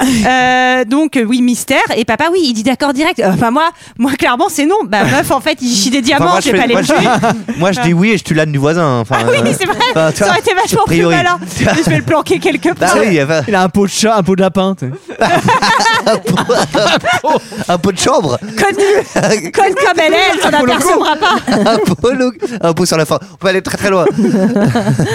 [SPEAKER 11] Euh, donc euh, oui, mystère. Et papa, oui, il dit d'accord direct. Euh, Enfin moi, moi clairement c'est non. Bah meuf, en fait, il chie des diamants,
[SPEAKER 7] Enfin, moi,
[SPEAKER 11] je
[SPEAKER 7] je
[SPEAKER 11] vais
[SPEAKER 7] fais-
[SPEAKER 11] pas les
[SPEAKER 7] moi, je-
[SPEAKER 11] tuer.
[SPEAKER 7] Moi, je dis oui et je tue l'âne du voisin. Enfin,
[SPEAKER 11] Ah oui,
[SPEAKER 7] euh,
[SPEAKER 11] c'est vrai.
[SPEAKER 7] enfin, tu
[SPEAKER 11] ça
[SPEAKER 7] vois,
[SPEAKER 11] aurait été vachement plus
[SPEAKER 7] priori.
[SPEAKER 11] malin. Mais je vais le planquer quelque
[SPEAKER 7] Bah
[SPEAKER 11] part.
[SPEAKER 7] oui, il
[SPEAKER 16] Il a un pot de chat, un pot de lapin. tu sais.
[SPEAKER 7] un pot de chambre.
[SPEAKER 11] Conne, conne comme elle est, elle s'en apercevra pas.
[SPEAKER 7] un, pot lo- un pot sur la fin. On peut aller très très loin.
[SPEAKER 11] Ah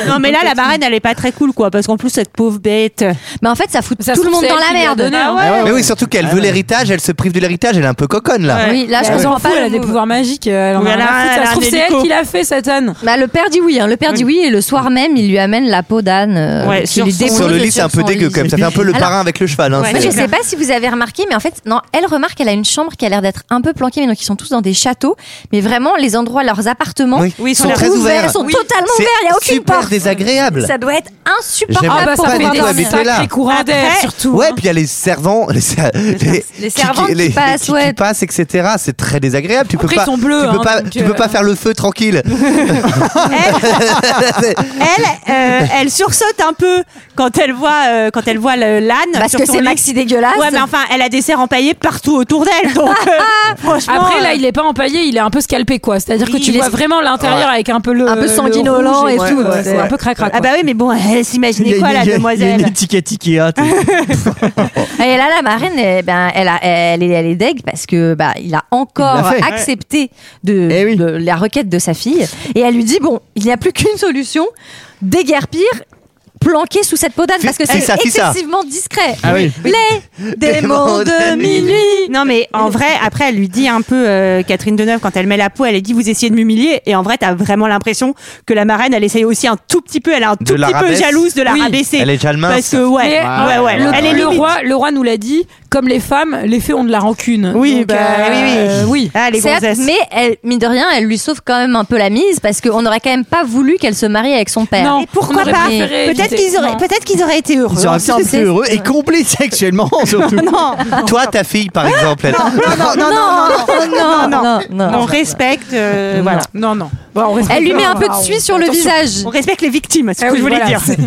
[SPEAKER 11] Non mais là, la marraine, elle est pas très cool quoi, parce qu'en plus cette pauvre bête.
[SPEAKER 1] Mais en fait, ça fout
[SPEAKER 11] tout le monde dans la merde. Ah ouais.
[SPEAKER 7] Mais oui, surtout qu'elle veut l'héritage, elle se prive de l'héritage, elle est un peu coconne là.
[SPEAKER 1] Oui, là, je
[SPEAKER 6] Elle
[SPEAKER 1] comprends
[SPEAKER 6] s'en fout,
[SPEAKER 1] pas.
[SPEAKER 6] elle a des pouvoirs magiques. Elle en
[SPEAKER 11] Oui,
[SPEAKER 6] a
[SPEAKER 11] elle a-
[SPEAKER 6] rien à foutre.
[SPEAKER 11] elle
[SPEAKER 6] Ça
[SPEAKER 11] a
[SPEAKER 6] se trouve,
[SPEAKER 11] un
[SPEAKER 6] c'est elle
[SPEAKER 11] hélico.
[SPEAKER 6] qui l'a fait, Satan.
[SPEAKER 1] Bah, le père dit oui, hein. le père dit oui, et le soir même, il lui amène la peau d'âne. euh,
[SPEAKER 11] Ouais,
[SPEAKER 1] qu'il
[SPEAKER 11] sur
[SPEAKER 1] lui
[SPEAKER 11] son-
[SPEAKER 1] dépose
[SPEAKER 7] Sur le lit, c'est
[SPEAKER 1] sur
[SPEAKER 7] un peu
[SPEAKER 1] son
[SPEAKER 7] dégueu
[SPEAKER 1] lit.
[SPEAKER 7] quand même. Ça fait un peu le
[SPEAKER 1] Alors-
[SPEAKER 7] parrain avec le cheval. hein.
[SPEAKER 11] Ouais,
[SPEAKER 1] Moi,
[SPEAKER 7] C'est-
[SPEAKER 1] je sais pas si vous avez remarqué, mais en fait, non, elle remarque, elle a une chambre qui a l'air d'être un peu planquée, mais donc ils sont tous dans des châteaux. Mais vraiment, les endroits, leurs appartements
[SPEAKER 7] Oui.
[SPEAKER 11] Oui, ils sont
[SPEAKER 1] sont,
[SPEAKER 11] là-
[SPEAKER 7] très ouverts.
[SPEAKER 1] sont
[SPEAKER 11] Oui.
[SPEAKER 1] totalement
[SPEAKER 7] C'est
[SPEAKER 1] ouverts, il n'y a aucune
[SPEAKER 7] super
[SPEAKER 1] porte.
[SPEAKER 7] désagréable.
[SPEAKER 1] Ça doit être
[SPEAKER 7] J'aime
[SPEAKER 1] insupportable Ah bah,
[SPEAKER 7] pas
[SPEAKER 1] pour
[SPEAKER 7] du
[SPEAKER 1] les
[SPEAKER 7] tout
[SPEAKER 1] dormir.
[SPEAKER 7] habiter là.
[SPEAKER 6] les courants d'air,
[SPEAKER 11] Après-
[SPEAKER 6] surtout.
[SPEAKER 7] Ouais,
[SPEAKER 6] hein.
[SPEAKER 7] puis il y a les servants, les, ser- les-
[SPEAKER 1] les servants qui passent,
[SPEAKER 7] qui,
[SPEAKER 1] ouais.
[SPEAKER 7] passent, etc. C'est très désagréable. Tu
[SPEAKER 6] Après,
[SPEAKER 7] peux pas,
[SPEAKER 6] ils sont bleus,
[SPEAKER 7] tu peux
[SPEAKER 6] hein,
[SPEAKER 7] pas,
[SPEAKER 6] donc,
[SPEAKER 7] tu peux
[SPEAKER 6] euh,
[SPEAKER 7] pas faire le feu tranquille. C'est-
[SPEAKER 11] Elle, euh, elle sursaute un peu quand elle voit euh, quand elle voit le- l'âne.
[SPEAKER 1] Parce
[SPEAKER 11] sur
[SPEAKER 1] que
[SPEAKER 11] son
[SPEAKER 1] c'est
[SPEAKER 11] lit.
[SPEAKER 1] maxi dégueulasse.
[SPEAKER 11] Ouais, mais enfin, elle a des serres empaillées partout autour d'elle. Donc, euh, franchement.
[SPEAKER 6] Après, là,
[SPEAKER 11] euh,
[SPEAKER 6] il est pas empaillé, il est un peu scalpé, quoi. C'est-à-dire
[SPEAKER 1] Oui,
[SPEAKER 6] que tu
[SPEAKER 1] il est-
[SPEAKER 6] vois vraiment l'intérieur avec un peu le.
[SPEAKER 1] Un peu
[SPEAKER 6] le
[SPEAKER 1] sanguinolent
[SPEAKER 6] rouge
[SPEAKER 1] et tout, ouais,
[SPEAKER 6] C'est
[SPEAKER 1] ouais.
[SPEAKER 6] un peu cracra,
[SPEAKER 11] Ah
[SPEAKER 6] quoi.
[SPEAKER 11] bah oui, mais bon, elle s'imaginait
[SPEAKER 16] Il y a
[SPEAKER 11] quoi,
[SPEAKER 16] une-
[SPEAKER 11] la
[SPEAKER 16] il y a- Il y a une
[SPEAKER 11] demoiselle
[SPEAKER 16] étiquette
[SPEAKER 7] hein,
[SPEAKER 16] Ikea. tu sais.
[SPEAKER 1] Et là, la marraine, eh ben, elle, a, elle, est, elle est deg parce que bah, il a encore
[SPEAKER 16] Il l'a fait.
[SPEAKER 1] accepté de,
[SPEAKER 16] Eh oui.
[SPEAKER 1] de la requête de sa fille. Et elle lui dit bon, il n'y a plus qu'une solution déguerpir planqué sous cette peau d'âne parce que
[SPEAKER 7] fais
[SPEAKER 1] c'est
[SPEAKER 7] ça, fais ça.
[SPEAKER 1] excessivement discret.
[SPEAKER 16] Ah oui.
[SPEAKER 1] Les
[SPEAKER 16] Oh,
[SPEAKER 1] démons de minuit.
[SPEAKER 11] Non mais en vrai, après elle lui dit un peu euh, Catherine Deneuve quand elle met la peau, elle dit vous essayez de m'humilier et en vrai t'as vraiment l'impression que la marraine elle essaye aussi un tout petit peu, elle est un tout
[SPEAKER 7] la
[SPEAKER 11] petit peu
[SPEAKER 7] rabaisse.
[SPEAKER 11] jalouse de la
[SPEAKER 6] Oui.
[SPEAKER 11] rabaisser.
[SPEAKER 7] Elle est déjà le mince.
[SPEAKER 11] Parce que ouais,
[SPEAKER 6] Mais-
[SPEAKER 11] ouais, ouais,
[SPEAKER 6] Le,
[SPEAKER 11] elle est
[SPEAKER 6] le
[SPEAKER 11] limite.
[SPEAKER 6] roi, le roi nous l'a dit, comme les femmes, les fées ont de la rancune.
[SPEAKER 11] Oui,
[SPEAKER 6] Donc,
[SPEAKER 11] bah,
[SPEAKER 6] euh,
[SPEAKER 11] oui, oui, Ah, les
[SPEAKER 1] Certes,
[SPEAKER 11] gonzesses.
[SPEAKER 1] mais elle, mine de rien, elle lui sauve quand même un peu la mise parce qu'on n'aurait quand même pas voulu qu'elle se marie avec son père.
[SPEAKER 6] Non,
[SPEAKER 11] Et pourquoi
[SPEAKER 6] on aurait
[SPEAKER 11] pas
[SPEAKER 6] préféré
[SPEAKER 11] Peut-être
[SPEAKER 6] éviter.
[SPEAKER 11] qu'ils auraient,
[SPEAKER 6] Non.
[SPEAKER 11] peut-être qu'ils auraient été heureux.
[SPEAKER 16] Ils auraient été un
[SPEAKER 1] c'est-
[SPEAKER 16] peu heureux et comblés sexuellement surtout.
[SPEAKER 11] Non,
[SPEAKER 7] Toi, ta fille, par exemple. elle-
[SPEAKER 11] non, non, non, non, non, non, non,
[SPEAKER 1] non,
[SPEAKER 11] On respecte, euh,
[SPEAKER 6] Non,
[SPEAKER 11] voilà.
[SPEAKER 6] non, non. Bon, on respecte
[SPEAKER 1] Elle lui
[SPEAKER 6] pas,
[SPEAKER 1] met un
[SPEAKER 6] on-
[SPEAKER 1] peu de
[SPEAKER 6] on-
[SPEAKER 1] suie sur le
[SPEAKER 6] attention.
[SPEAKER 1] visage.
[SPEAKER 11] On respecte les victimes, c'est ce
[SPEAKER 6] Ah
[SPEAKER 11] que
[SPEAKER 6] oui,
[SPEAKER 11] je voulais
[SPEAKER 6] voilà,
[SPEAKER 11] dire.
[SPEAKER 6] c'est-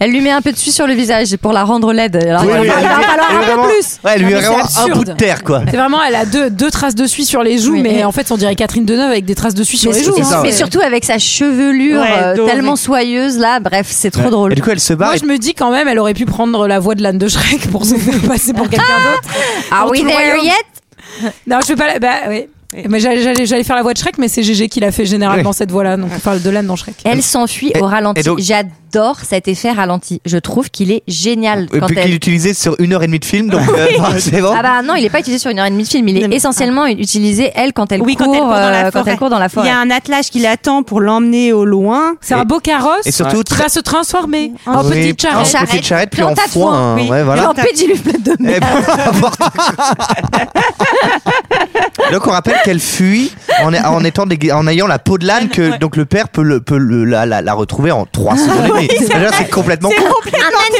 [SPEAKER 1] Elle lui met un peu de suie sur le visage pour la rendre laide. Alors,
[SPEAKER 7] Oui,
[SPEAKER 1] il va
[SPEAKER 7] oui,
[SPEAKER 1] falloir-
[SPEAKER 7] elle-
[SPEAKER 1] il va falloir
[SPEAKER 7] elle-
[SPEAKER 1] un peu
[SPEAKER 7] vraiment-
[SPEAKER 1] plus.
[SPEAKER 7] Ouais, elle lui
[SPEAKER 6] Non,
[SPEAKER 7] met
[SPEAKER 6] mais c'est
[SPEAKER 7] vraiment un
[SPEAKER 6] absurde.
[SPEAKER 7] bout de terre, quoi.
[SPEAKER 6] C'est vraiment, elle a deux, deux traces de suie sur les joues,
[SPEAKER 1] Oui.
[SPEAKER 6] mais en fait, on dirait Catherine Deneuve avec des traces de suie sur
[SPEAKER 1] mais,
[SPEAKER 6] les joues.
[SPEAKER 1] mais-
[SPEAKER 6] hein.
[SPEAKER 1] mais surtout avec sa chevelure
[SPEAKER 11] Ouais,
[SPEAKER 1] euh,
[SPEAKER 11] dorée.
[SPEAKER 1] tellement soyeuse là, bref, c'est trop drôle.
[SPEAKER 7] Et du coup, elle se barre.
[SPEAKER 6] Moi,
[SPEAKER 7] et-
[SPEAKER 6] je me dis quand même, elle aurait pu prendre la voix de l'âne de Shrek pour se faire passer pour quelqu'un d'autre.
[SPEAKER 1] Are
[SPEAKER 6] Dans
[SPEAKER 1] we
[SPEAKER 6] tout le
[SPEAKER 1] there
[SPEAKER 6] royaume.
[SPEAKER 1] yet
[SPEAKER 6] Non, je vais pas. la- Bah, oui. Mais j'allais- j'allais j'allais faire la voix de Shrek, mais c'est GG qui l'a fait généralement cette voix-là. Donc, on parle de l'âne dans Shrek.
[SPEAKER 1] Elle s'enfuit
[SPEAKER 7] Et-
[SPEAKER 1] au ralenti.
[SPEAKER 7] et donc-
[SPEAKER 1] J'adore cet effet ralenti. Je trouve qu'il est génial
[SPEAKER 7] Et
[SPEAKER 1] quand
[SPEAKER 7] puis
[SPEAKER 1] elle-
[SPEAKER 7] qu'il utilisait sur une heure et demie de film, donc euh, forcément.
[SPEAKER 1] Ah bah non, il est pas utilisé sur une heure et demie de film. Il
[SPEAKER 11] Non,
[SPEAKER 1] est
[SPEAKER 11] mais-
[SPEAKER 1] essentiellement utilisé elle quand elle
[SPEAKER 11] Oui,
[SPEAKER 1] court,
[SPEAKER 11] quand elle court dans la
[SPEAKER 1] euh, quand
[SPEAKER 11] forêt.
[SPEAKER 1] elle court dans la
[SPEAKER 11] Il y
[SPEAKER 1] forêt.
[SPEAKER 11] a un attelage qui l'attend pour l'emmener au loin.
[SPEAKER 6] C'est un beau carrosse
[SPEAKER 7] Et surtout,
[SPEAKER 6] qui va se transformer en
[SPEAKER 7] Oui,
[SPEAKER 6] petite charrette.
[SPEAKER 7] En petite charrette, puis en
[SPEAKER 1] Plante à
[SPEAKER 7] foin.
[SPEAKER 1] foin,
[SPEAKER 7] hein.
[SPEAKER 11] oui.
[SPEAKER 7] Ouais,
[SPEAKER 1] Et
[SPEAKER 7] voilà.
[SPEAKER 1] en pédiluve de
[SPEAKER 7] Eh
[SPEAKER 1] merde.
[SPEAKER 7] ben, n'importe quoi. Donc on rappelle qu'elle fuit en, en étant dégui- en ayant la peau de l'âne que donc le père peut le peut le- la, la, la retrouver en
[SPEAKER 1] Ah
[SPEAKER 7] 3 secondes. et demie. Déjà c'est complètement con.
[SPEAKER 1] Un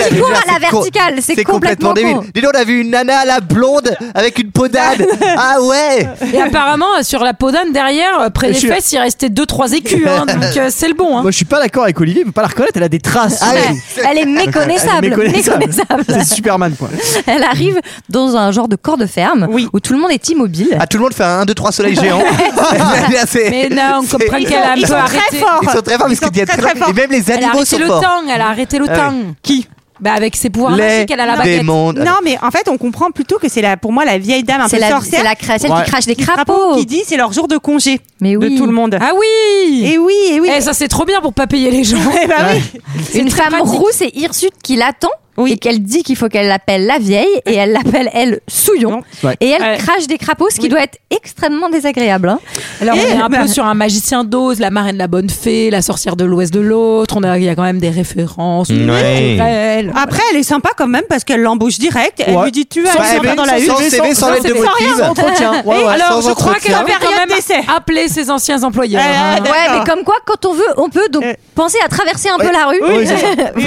[SPEAKER 1] âne qui court à la verticale, c'est complètement con.
[SPEAKER 7] Dis donc, on a vu une nana à la blonde avec une peau d'âne. Ah ouais.
[SPEAKER 6] Et apparemment, euh, sur la peau d'âne derrière, euh, près
[SPEAKER 16] Je
[SPEAKER 6] des
[SPEAKER 16] suis-
[SPEAKER 6] fesses, il restait 2-3 écus. hein. donc, euh, c'est le bon. hein.
[SPEAKER 16] Moi, je suis pas d'accord avec Olivier, il peut pas la reconnaître, elle a des traces.
[SPEAKER 7] Ah
[SPEAKER 1] Ouais,
[SPEAKER 7] oui.
[SPEAKER 1] Elle est méconnaissable.
[SPEAKER 16] méconnaissable.
[SPEAKER 1] méconnaissable.
[SPEAKER 16] C'est Superman quoi.
[SPEAKER 1] Elle arrive dans un genre de corps de ferme
[SPEAKER 11] Oui.
[SPEAKER 1] où tout le monde est immobile.
[SPEAKER 7] Ah, tout le monde fait un 1 2 3 soleil géant. Là, c'est-
[SPEAKER 6] Mais non, on
[SPEAKER 7] c'est-
[SPEAKER 6] comprend qu'elle a un
[SPEAKER 11] Ils
[SPEAKER 6] peu
[SPEAKER 11] sont
[SPEAKER 6] arrêté.
[SPEAKER 11] très forts.
[SPEAKER 7] Ils sont très forts parce
[SPEAKER 11] Ils sont
[SPEAKER 7] qu'il y a
[SPEAKER 11] très,
[SPEAKER 7] très
[SPEAKER 11] très
[SPEAKER 7] fort.
[SPEAKER 11] forts.
[SPEAKER 7] Et même les
[SPEAKER 6] Elle a
[SPEAKER 7] animaux
[SPEAKER 6] arrêté
[SPEAKER 7] sont
[SPEAKER 6] le
[SPEAKER 7] forts.
[SPEAKER 6] temps. Elle a arrêté le
[SPEAKER 7] Ah
[SPEAKER 6] temps.
[SPEAKER 7] oui.
[SPEAKER 6] Qui bah, Avec ses pouvoirs
[SPEAKER 7] Les
[SPEAKER 6] magiques, elle a la baguette.
[SPEAKER 7] démons.
[SPEAKER 11] Non, mais en fait, on comprend plutôt que c'est la, pour moi, la vieille dame un
[SPEAKER 1] C'est
[SPEAKER 11] peu
[SPEAKER 1] la, c'est
[SPEAKER 11] sorcière.
[SPEAKER 1] la cra- celle
[SPEAKER 16] Ouais.
[SPEAKER 1] qui crache des
[SPEAKER 11] qui frappe,
[SPEAKER 1] crapauds.
[SPEAKER 11] qui dit c'est leur jour de congé
[SPEAKER 1] Mais oui.
[SPEAKER 11] de tout le monde.
[SPEAKER 6] Ah oui
[SPEAKER 11] Et oui, et oui.
[SPEAKER 6] Eh, ça, c'est trop bien pour pas payer les gens.
[SPEAKER 11] Eh ben oui.
[SPEAKER 1] Une
[SPEAKER 6] très
[SPEAKER 1] femme
[SPEAKER 6] pratique.
[SPEAKER 1] rousse et hirsute qui l'attend
[SPEAKER 11] Oui.
[SPEAKER 1] et qu'elle dit qu'il faut qu'elle l'appelle la vieille et elle l'appelle elle souillon
[SPEAKER 16] Ouais.
[SPEAKER 1] et elle
[SPEAKER 6] Ouais.
[SPEAKER 1] crache des crapauds, ce qui
[SPEAKER 6] Oui.
[SPEAKER 1] doit être extrêmement désagréable. hein.
[SPEAKER 6] Alors, on
[SPEAKER 11] Et
[SPEAKER 6] est un
[SPEAKER 11] bah-
[SPEAKER 6] peu sur un magicien d'Oz, la marraine de la bonne fée, la sorcière de l'ouest de l'autre. On a, il y a quand même des références
[SPEAKER 7] Ouais.
[SPEAKER 6] culturelles.
[SPEAKER 11] Après, elle est sympa quand même parce qu'elle l'embauche direct. Elle
[SPEAKER 16] Ouais.
[SPEAKER 11] lui dit tu vas
[SPEAKER 7] Sans
[SPEAKER 11] aller
[SPEAKER 7] CV,
[SPEAKER 11] dans la
[SPEAKER 7] sans
[SPEAKER 11] hutte.
[SPEAKER 7] CV, sans lettre de
[SPEAKER 11] sans rien,
[SPEAKER 7] motive.
[SPEAKER 11] sans
[SPEAKER 7] Ouais, ouais,
[SPEAKER 6] Alors,
[SPEAKER 7] sans
[SPEAKER 6] je crois qu'elle
[SPEAKER 7] entretien.
[SPEAKER 6] avait quand
[SPEAKER 11] Période
[SPEAKER 6] même
[SPEAKER 11] d'essai.
[SPEAKER 6] appelé ses anciens employeurs. hein.
[SPEAKER 11] Ah,
[SPEAKER 1] ouais,
[SPEAKER 11] d'accord.
[SPEAKER 1] mais comme quoi, quand on veut, on peut donc
[SPEAKER 11] Euh.
[SPEAKER 1] penser à traverser un peu
[SPEAKER 7] Oui.
[SPEAKER 1] la rue.
[SPEAKER 7] Oui, c'est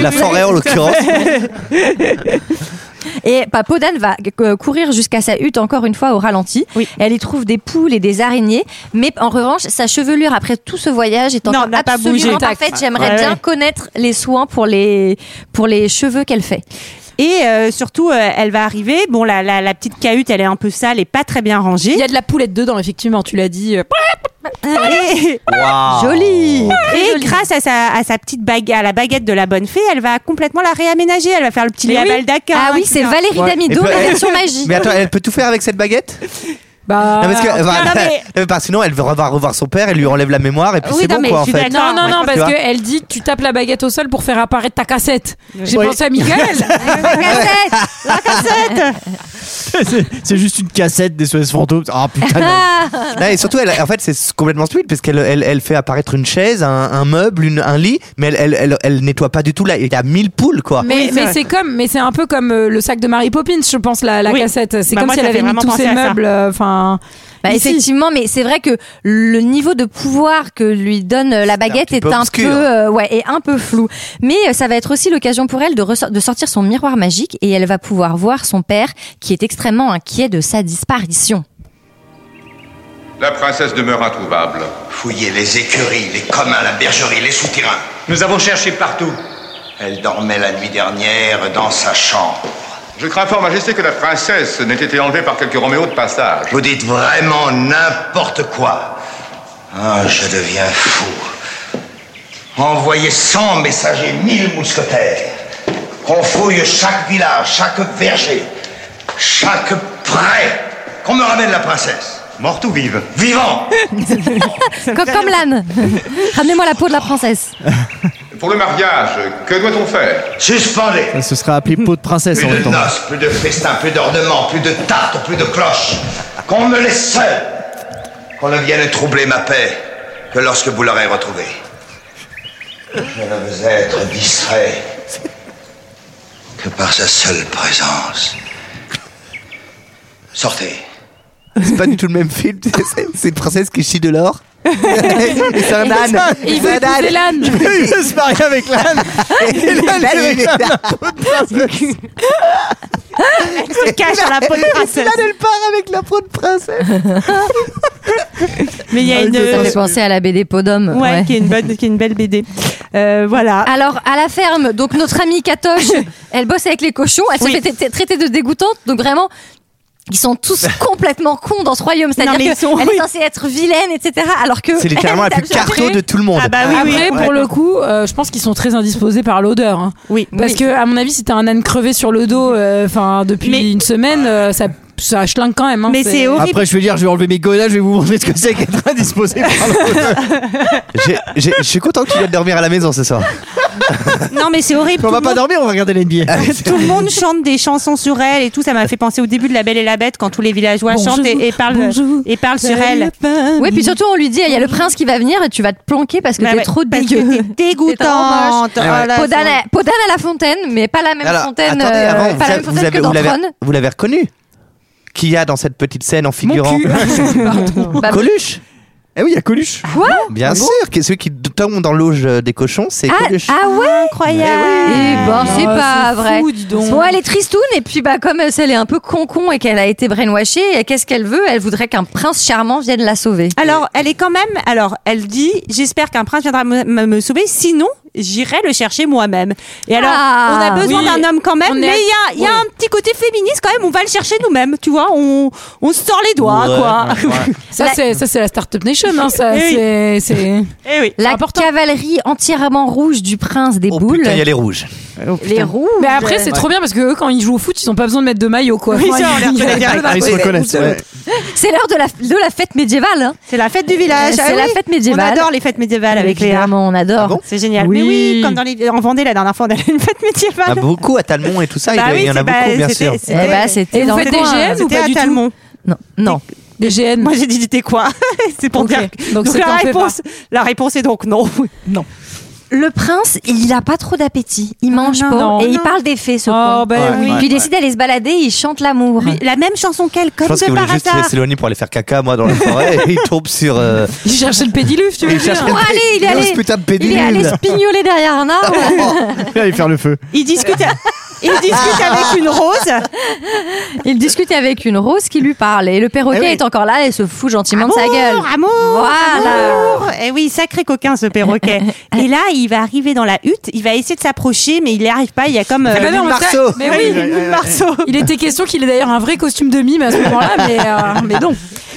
[SPEAKER 7] ça. La forêt en l'occurrence.
[SPEAKER 1] Et Papodan va euh, courir jusqu'à sa hutte encore une fois au ralenti.
[SPEAKER 11] Oui.
[SPEAKER 1] Elle y trouve des poules et des araignées, mais en revanche, sa chevelure après tout ce voyage est encore
[SPEAKER 11] Non, n'a pas
[SPEAKER 1] absolument
[SPEAKER 11] bougé.
[SPEAKER 1] parfaite. J'aimerais
[SPEAKER 11] Ouais,
[SPEAKER 1] bien
[SPEAKER 11] ouais.
[SPEAKER 1] connaître les soins pour les pour les cheveux qu'elle fait.
[SPEAKER 11] Et euh, surtout, euh, elle va arriver. Bon, la, la, la petite cahute, elle est un peu sale et pas très bien rangée. Il y
[SPEAKER 6] a de la poulette dedans, effectivement, tu l'as dit. euh,
[SPEAKER 11] Et...
[SPEAKER 10] Wow.
[SPEAKER 11] Jolie. Et grâce à sa, à sa petite baguette, à la baguette de la bonne fée, elle va complètement la réaménager. Elle va faire le petit
[SPEAKER 1] Mais oui.
[SPEAKER 11] label d'accord.
[SPEAKER 1] Ah oui, c'est Valérie
[SPEAKER 10] Ouais. Et
[SPEAKER 1] Damido,
[SPEAKER 10] peut-
[SPEAKER 1] la
[SPEAKER 10] elle-
[SPEAKER 1] version magie.
[SPEAKER 10] Mais attends, elle peut tout faire avec cette baguette
[SPEAKER 6] Bah,
[SPEAKER 10] non, parce que,
[SPEAKER 6] en tout
[SPEAKER 10] bah,
[SPEAKER 6] cas, non, mais-
[SPEAKER 10] non, mais parce que sinon, elle va revoir, revoir son père, elle lui enlève la mémoire et puis
[SPEAKER 6] Oui,
[SPEAKER 10] c'est
[SPEAKER 6] non,
[SPEAKER 10] bon
[SPEAKER 6] mais
[SPEAKER 10] quoi en
[SPEAKER 6] je suis
[SPEAKER 10] fait.
[SPEAKER 6] d'accord. Non, non, non,
[SPEAKER 10] Tu
[SPEAKER 6] parce
[SPEAKER 10] vois
[SPEAKER 6] qu'elle dit tu tapes la baguette au sol pour faire apparaître ta cassette. J'ai
[SPEAKER 7] Oui.
[SPEAKER 6] pensé à Miguel.
[SPEAKER 11] La cassette
[SPEAKER 7] c'est c'est juste une cassette des SOS fantômes. Ah putain. non.
[SPEAKER 10] Non, et surtout, elle, en fait, c'est complètement stupide parce qu'elle elle, elle fait apparaître une chaise, un, un meuble, une- un lit, mais elle, elle, elle, elle nettoie pas du tout. Là, il y a mille poules quoi.
[SPEAKER 6] Mais, mais c'est comme, mais c'est un peu comme euh, le sac de Mary Poppins, je pense, la, la
[SPEAKER 11] Oui.
[SPEAKER 6] cassette. C'est
[SPEAKER 11] Bah,
[SPEAKER 6] comme
[SPEAKER 11] moi,
[SPEAKER 6] si
[SPEAKER 11] ça
[SPEAKER 6] elle
[SPEAKER 11] fait
[SPEAKER 6] avait mis
[SPEAKER 11] vraiment
[SPEAKER 6] tous
[SPEAKER 11] penser
[SPEAKER 6] ses
[SPEAKER 11] à ça.
[SPEAKER 6] meubles. euh, Enfin,
[SPEAKER 1] Bah,
[SPEAKER 6] ici.
[SPEAKER 1] effectivement, mais c'est vrai que le niveau de pouvoir que lui donne euh, la baguette
[SPEAKER 10] petit
[SPEAKER 1] est
[SPEAKER 10] peu
[SPEAKER 1] un peu,
[SPEAKER 10] obscur.
[SPEAKER 1] euh, ouais, est un peu flou. Mais euh, ça va être aussi l'occasion pour elle de, ressor- de sortir son miroir magique et elle va pouvoir voir son père qui est extrêmement inquiet de sa disparition.
[SPEAKER 17] La princesse demeure introuvable.
[SPEAKER 2] Fouillez les écuries, les communs, la bergerie, les souterrains. Nous avons cherché partout. Elle dormait la nuit dernière dans sa chambre.
[SPEAKER 17] Je crains fort, Majesté, que la princesse n'ait été enlevée par quelques Roméo de passage.
[SPEAKER 2] Vous dites vraiment n'importe quoi. Ah, je deviens fou. Envoyez 100 messagers, 1000 mousquetaires. Qu'on fouille chaque village, chaque verger, chaque pré. Qu'on me ramène la princesse. Morte ou vive Vivant
[SPEAKER 1] Co- Comme l'âne. Ramenez-moi la peau de la princesse.
[SPEAKER 17] Pour le mariage, que doit-on faire
[SPEAKER 2] Suspendez
[SPEAKER 7] Ça se sera appelé peau de princesse
[SPEAKER 2] Plus
[SPEAKER 7] en même
[SPEAKER 2] de
[SPEAKER 7] temps.
[SPEAKER 2] noces, plus de festins, plus d'ornements, plus de tartes, plus de cloches. Qu'on me laisse seul. Qu'on ne vienne troubler ma paix que lorsque vous l'aurez retrouvée. Je ne veux être distrait que par sa seule présence. Sortez.
[SPEAKER 10] C'est pas du tout le même film. C'est- C'est une princesse qui chie de l'or. Et c'est un âne.
[SPEAKER 6] Et il veut
[SPEAKER 10] C'est un âne.
[SPEAKER 6] épouser l'âne.
[SPEAKER 7] Il veut se marier avec l'âne. Et l'âne,
[SPEAKER 10] L'âne,
[SPEAKER 7] il
[SPEAKER 10] il est
[SPEAKER 7] réclame
[SPEAKER 10] là.
[SPEAKER 7] la peau de princesse.
[SPEAKER 11] Elle se cache à la peau de princesse.
[SPEAKER 10] L'âne, elle part avec la peau de princesse.
[SPEAKER 11] Mais il y a une. euh,
[SPEAKER 1] Ça me fait penser à la BD peau d'homme.
[SPEAKER 11] Ouais,
[SPEAKER 1] Ouais.
[SPEAKER 11] Qui, est une bonne, qui est une belle BD. Euh, voilà.
[SPEAKER 1] Alors, à la ferme, donc notre amie Katoche, elle bosse avec les cochons, elle
[SPEAKER 11] Oui.
[SPEAKER 1] se fait t- traiter de dégoûtante, donc vraiment. Ils sont tous complètement cons dans ce royaume,
[SPEAKER 11] Non, mais
[SPEAKER 1] c'est-à-dire
[SPEAKER 11] ils sont-
[SPEAKER 1] qu'elle
[SPEAKER 11] oui.
[SPEAKER 1] est censée être vilaine, etc. Alors que
[SPEAKER 10] C'est littéralement la
[SPEAKER 1] elle
[SPEAKER 10] plus
[SPEAKER 1] tape sur-
[SPEAKER 10] carto de tout le monde.
[SPEAKER 11] Ah bah oui, oui.
[SPEAKER 6] Après, pour le coup, euh, je pense qu'ils sont très indisposés par l'odeur. hein.
[SPEAKER 11] Oui.
[SPEAKER 6] Parce que, à mon avis, si t'as un âne crevé sur le dos, euh, enfin, depuis
[SPEAKER 11] Mais-
[SPEAKER 6] une semaine, euh, ça, ça chlingue quand même. hein.
[SPEAKER 11] Mais c'est horrible.
[SPEAKER 7] Après, je vais dire, je vais enlever mes gonads, je vais vous montrer ce que c'est qu'être indisposé par l'autre.
[SPEAKER 10] J'ai- j'ai- Je suis content que tu viennes dormir à la maison ce soir.
[SPEAKER 11] Non, mais c'est horrible.
[SPEAKER 7] On
[SPEAKER 11] Tout
[SPEAKER 7] va
[SPEAKER 11] le
[SPEAKER 7] pas
[SPEAKER 11] monde-
[SPEAKER 7] dormir, on va regarder l'NBA.
[SPEAKER 10] Ah,
[SPEAKER 11] tout le monde chante des chansons sur elle et tout. Ça m'a fait penser au début de La Belle et la Bête quand tous les villageois
[SPEAKER 6] Bonjour,
[SPEAKER 11] chantent et, et parlent,
[SPEAKER 6] bonjour,
[SPEAKER 11] et parlent sur elle.
[SPEAKER 1] Oui, puis surtout on lui dit, il y a le prince qui va venir et tu vas te planquer parce que
[SPEAKER 11] Bah
[SPEAKER 1] t'es
[SPEAKER 11] ouais,
[SPEAKER 1] trop
[SPEAKER 11] parce
[SPEAKER 1] dégueu.
[SPEAKER 11] que t'es dégoûtante.
[SPEAKER 1] T'es trop moche.
[SPEAKER 11] Ah ouais.
[SPEAKER 1] Podane,
[SPEAKER 11] c'est-
[SPEAKER 1] à, Podane à la fontaine, mais pas la même
[SPEAKER 10] Alors,
[SPEAKER 1] fontaine,
[SPEAKER 10] attendez,
[SPEAKER 1] euh,
[SPEAKER 10] avant, vous,
[SPEAKER 1] pas la
[SPEAKER 10] avez-
[SPEAKER 1] même
[SPEAKER 10] vous
[SPEAKER 1] fontaine
[SPEAKER 10] avez-
[SPEAKER 1] que
[SPEAKER 10] vous
[SPEAKER 1] dans
[SPEAKER 10] l'avez-
[SPEAKER 1] Tron.
[SPEAKER 10] vous l'avez reconnu Qui y a dans cette petite scène en figurant
[SPEAKER 1] Bah,
[SPEAKER 10] Coluche
[SPEAKER 7] Eh oui, il y a Coluche.
[SPEAKER 1] Ah.
[SPEAKER 7] Ah
[SPEAKER 10] Bien sûr, que- celui qui tombe dans l'auge euh, des cochons, c'est
[SPEAKER 1] ah,
[SPEAKER 10] Coluche.
[SPEAKER 1] ah ouais
[SPEAKER 11] Incroyable.
[SPEAKER 1] Eh ben, c'est
[SPEAKER 6] Ah,
[SPEAKER 1] pas
[SPEAKER 6] c'est
[SPEAKER 1] vrai.
[SPEAKER 6] fou, dis donc.
[SPEAKER 1] Bon, elle est tristoune et puis bah comme euh, elle est un peu con-con et qu'elle a été brainwashée, euh, qu'est-ce qu'elle veut Elle voudrait qu'un prince charmant vienne la sauver.
[SPEAKER 11] Alors, elle est quand même. Alors, elle dit J'espère qu'un prince viendra me, me- me sauver, sinon, j'irai le chercher moi-même. Et alors,
[SPEAKER 1] Ah.
[SPEAKER 11] on a besoin
[SPEAKER 6] Oui.
[SPEAKER 11] d'un homme quand
[SPEAKER 6] On
[SPEAKER 11] même,
[SPEAKER 6] est
[SPEAKER 11] mais
[SPEAKER 6] à-
[SPEAKER 11] il y a, il y a
[SPEAKER 6] Ouais.
[SPEAKER 11] un petit côté féministe quand même, on va le chercher nous-mêmes, tu vois, on, on se sort les doigts,
[SPEAKER 10] Ouais,
[SPEAKER 11] quoi.
[SPEAKER 6] Ça,
[SPEAKER 1] La-
[SPEAKER 6] c'est ça, c'est la Startup Nation. Hein, ça,
[SPEAKER 11] Eh oui.
[SPEAKER 6] c'est- c'est.
[SPEAKER 11] Eh oui.
[SPEAKER 1] La
[SPEAKER 6] important.
[SPEAKER 1] cavalerie entièrement rouge du prince des
[SPEAKER 10] Oh
[SPEAKER 1] boules,
[SPEAKER 10] putain, il y a les rouges.
[SPEAKER 1] les rouges. euh,
[SPEAKER 6] Mais après, c'est trop bien parce que eux, quand ils jouent au foot, ils ont pas besoin de mettre de maillot, quoi.
[SPEAKER 11] Oui,
[SPEAKER 6] Enfin,
[SPEAKER 11] ça, on
[SPEAKER 6] ils-
[SPEAKER 11] les reconnaît
[SPEAKER 6] ils-
[SPEAKER 11] bien.
[SPEAKER 7] Ah, ils se reconnaissent. ouais.
[SPEAKER 1] C'est l'heure de la, de la fête médiévale. hein.
[SPEAKER 11] C'est la fête du village.
[SPEAKER 1] C'est
[SPEAKER 11] Ah
[SPEAKER 1] la
[SPEAKER 11] oui,
[SPEAKER 1] fête médiévale.
[SPEAKER 11] On adore les fêtes médiévales avec les
[SPEAKER 1] Évidemment, on
[SPEAKER 10] Ah
[SPEAKER 1] adore.
[SPEAKER 7] Ah
[SPEAKER 11] C'est génial.
[SPEAKER 6] Oui.
[SPEAKER 11] Mais oui, comme dans les... en Vendée la dernière fois, on avait une fête médiévale.
[SPEAKER 10] Ah, beaucoup à Talmont et tout ça, il y a-
[SPEAKER 11] Bah
[SPEAKER 10] il
[SPEAKER 11] oui,
[SPEAKER 10] y en a
[SPEAKER 11] c'est- bah,
[SPEAKER 10] beaucoup, bien
[SPEAKER 11] c'était-
[SPEAKER 10] sûr.
[SPEAKER 11] c'était-
[SPEAKER 1] Eh bah, c'était
[SPEAKER 6] Et vous
[SPEAKER 1] dans le
[SPEAKER 6] faites des
[SPEAKER 1] coin.
[SPEAKER 6] GN ou
[SPEAKER 11] C'était
[SPEAKER 6] pas
[SPEAKER 11] à
[SPEAKER 6] du tout
[SPEAKER 11] Talmont.
[SPEAKER 1] Non, non.
[SPEAKER 6] Des GN.
[SPEAKER 11] Moi j'ai dit t'es quoi C'est pour
[SPEAKER 6] Ok.
[SPEAKER 11] dire.
[SPEAKER 6] Donc,
[SPEAKER 11] Donc,
[SPEAKER 6] c'est
[SPEAKER 11] la,
[SPEAKER 6] t'en fais
[SPEAKER 11] réponse, la réponse est donc non.
[SPEAKER 1] Le prince, il a pas trop d'appétit. Il mange
[SPEAKER 6] non,
[SPEAKER 1] pas
[SPEAKER 6] non,
[SPEAKER 1] et il
[SPEAKER 11] non.
[SPEAKER 1] parle des fées, ce
[SPEAKER 6] Oh,
[SPEAKER 1] con.
[SPEAKER 6] ben
[SPEAKER 10] Ouais,
[SPEAKER 6] oui.
[SPEAKER 10] ouais.
[SPEAKER 1] Puis il décide d'aller se balader, il chante l'amour.
[SPEAKER 11] La même chanson qu'elle,
[SPEAKER 10] Je
[SPEAKER 11] comme
[SPEAKER 10] pense qu'il
[SPEAKER 11] de
[SPEAKER 10] voulait
[SPEAKER 11] par
[SPEAKER 10] juste
[SPEAKER 11] hasard.
[SPEAKER 10] s'éloigner pour aller faire caca, moi, dans la forêt, et il tombe sur. euh,
[SPEAKER 6] Ils cherchaient le pédiluve, tu veux
[SPEAKER 10] il cherche
[SPEAKER 6] dire
[SPEAKER 10] le-
[SPEAKER 1] Oh, allez, il est
[SPEAKER 10] dans
[SPEAKER 1] allé-
[SPEAKER 10] ce putain de
[SPEAKER 1] Il est
[SPEAKER 10] pédiluve.
[SPEAKER 1] allé se pignoler derrière un arbre.
[SPEAKER 7] Allez faire le feu.
[SPEAKER 11] Ils discutent, Il discute
[SPEAKER 6] Ah.
[SPEAKER 11] avec une rose.
[SPEAKER 1] Il discute avec une rose qui lui parle. Et le perroquet
[SPEAKER 11] Eh oui.
[SPEAKER 1] est encore là et se fout gentiment de sa gueule.
[SPEAKER 11] Amour,
[SPEAKER 1] Voilà.
[SPEAKER 11] amour. Eh oui, sacré coquin ce perroquet. Et là, il va arriver dans la hutte, il va essayer de s'approcher, mais il n'y arrive pas. Il y a comme
[SPEAKER 1] euh,
[SPEAKER 6] Eh ben non, mais ça- Mais oui,
[SPEAKER 11] Marceau.
[SPEAKER 6] Il était question qu'il ait d'ailleurs un vrai costume de mime à ce moment-là, mais, euh, mais non.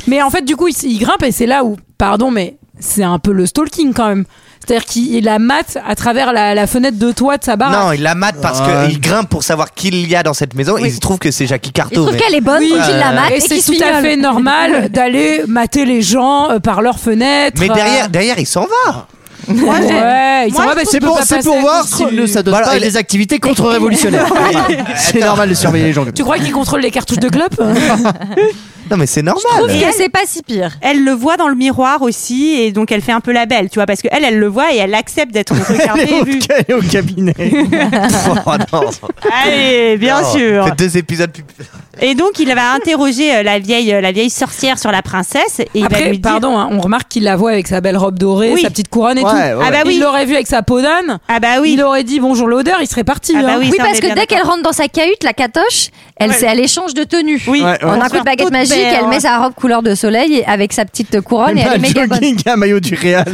[SPEAKER 6] Mais en fait, du coup, il, s- il grimpe et c'est là où, pardon, mais c'est un peu le stalking quand même. C'est-à-dire qu'il la mate à travers la, la fenêtre de toit de sa barre.
[SPEAKER 10] Non, il la mate parce
[SPEAKER 6] Bah, Ouais.
[SPEAKER 10] qu'il grimpe pour savoir qui il y a dans cette maison. et Il se trouve que c'est Jackie Carto. mais- Euh,
[SPEAKER 6] Et c'est tout à fait normal d'aller mater les gens euh, par euh, leurs fenêtres.
[SPEAKER 10] Mais derrière, derrière, il s'en va.
[SPEAKER 6] Ouais, il s'en va parce
[SPEAKER 7] c'est
[SPEAKER 6] qu'il
[SPEAKER 7] pour,
[SPEAKER 6] peut pas
[SPEAKER 7] c'est
[SPEAKER 6] passer
[SPEAKER 7] pour
[SPEAKER 6] à
[SPEAKER 7] voir
[SPEAKER 6] cause
[SPEAKER 7] s'il
[SPEAKER 6] du-
[SPEAKER 7] ne s'adonne
[SPEAKER 10] Voilà,
[SPEAKER 7] pas à
[SPEAKER 10] il est-
[SPEAKER 7] des activités contre-révolutionnaires. c'est normal de surveiller les gens. comme
[SPEAKER 6] Tu
[SPEAKER 7] ça.
[SPEAKER 6] crois qu'il contrôle les cartouches de clope
[SPEAKER 10] Non, mais c'est normal.
[SPEAKER 11] trouve
[SPEAKER 10] Et
[SPEAKER 11] que
[SPEAKER 1] c'est pas si pire.
[SPEAKER 11] Elle le voit dans le miroir aussi, et donc elle fait un peu la belle, tu vois, parce qu'elle, elle le voit et elle accepte d'être regardée et vue.
[SPEAKER 7] Elle est au cabinet.
[SPEAKER 10] Oh, non.
[SPEAKER 11] Allez, bien
[SPEAKER 10] Non,
[SPEAKER 11] sûr.
[SPEAKER 10] faites deux épisodes plus-
[SPEAKER 11] Et donc, il va interroger euh, la vieille, euh, la vieille sorcière sur la princesse, et il va
[SPEAKER 6] Après,
[SPEAKER 11] lui dire.
[SPEAKER 6] pardon, hein, on remarque qu'il la voit avec sa belle robe dorée,
[SPEAKER 11] Oui.
[SPEAKER 6] sa petite couronne et
[SPEAKER 11] Ouais,
[SPEAKER 6] tout.
[SPEAKER 11] ouais, ouais. Ah bah oui.
[SPEAKER 6] Il l'aurait vu avec sa peau d'âne.
[SPEAKER 11] Ah bah oui.
[SPEAKER 6] Il aurait dit bonjour l'odeur, il serait parti.
[SPEAKER 11] Ah bah
[SPEAKER 6] hein.
[SPEAKER 1] Oui, parce que dès qu'elle rentre dans sa cahute, la catoche, elle,
[SPEAKER 6] Ouais.
[SPEAKER 1] c'est à l'échange de tenues.
[SPEAKER 6] Oui.
[SPEAKER 1] On
[SPEAKER 6] Ouais, ouais.
[SPEAKER 1] a un coup de
[SPEAKER 6] Toute
[SPEAKER 1] baguette magique,
[SPEAKER 6] belle,
[SPEAKER 1] elle
[SPEAKER 6] ouais.
[SPEAKER 1] met sa robe couleur de soleil et- avec sa petite couronne et Oh,
[SPEAKER 7] Même
[SPEAKER 1] elle
[SPEAKER 7] pas
[SPEAKER 1] est méga
[SPEAKER 7] un
[SPEAKER 1] bonne.
[SPEAKER 7] jogging à un maillot du Real.
[SPEAKER 11] des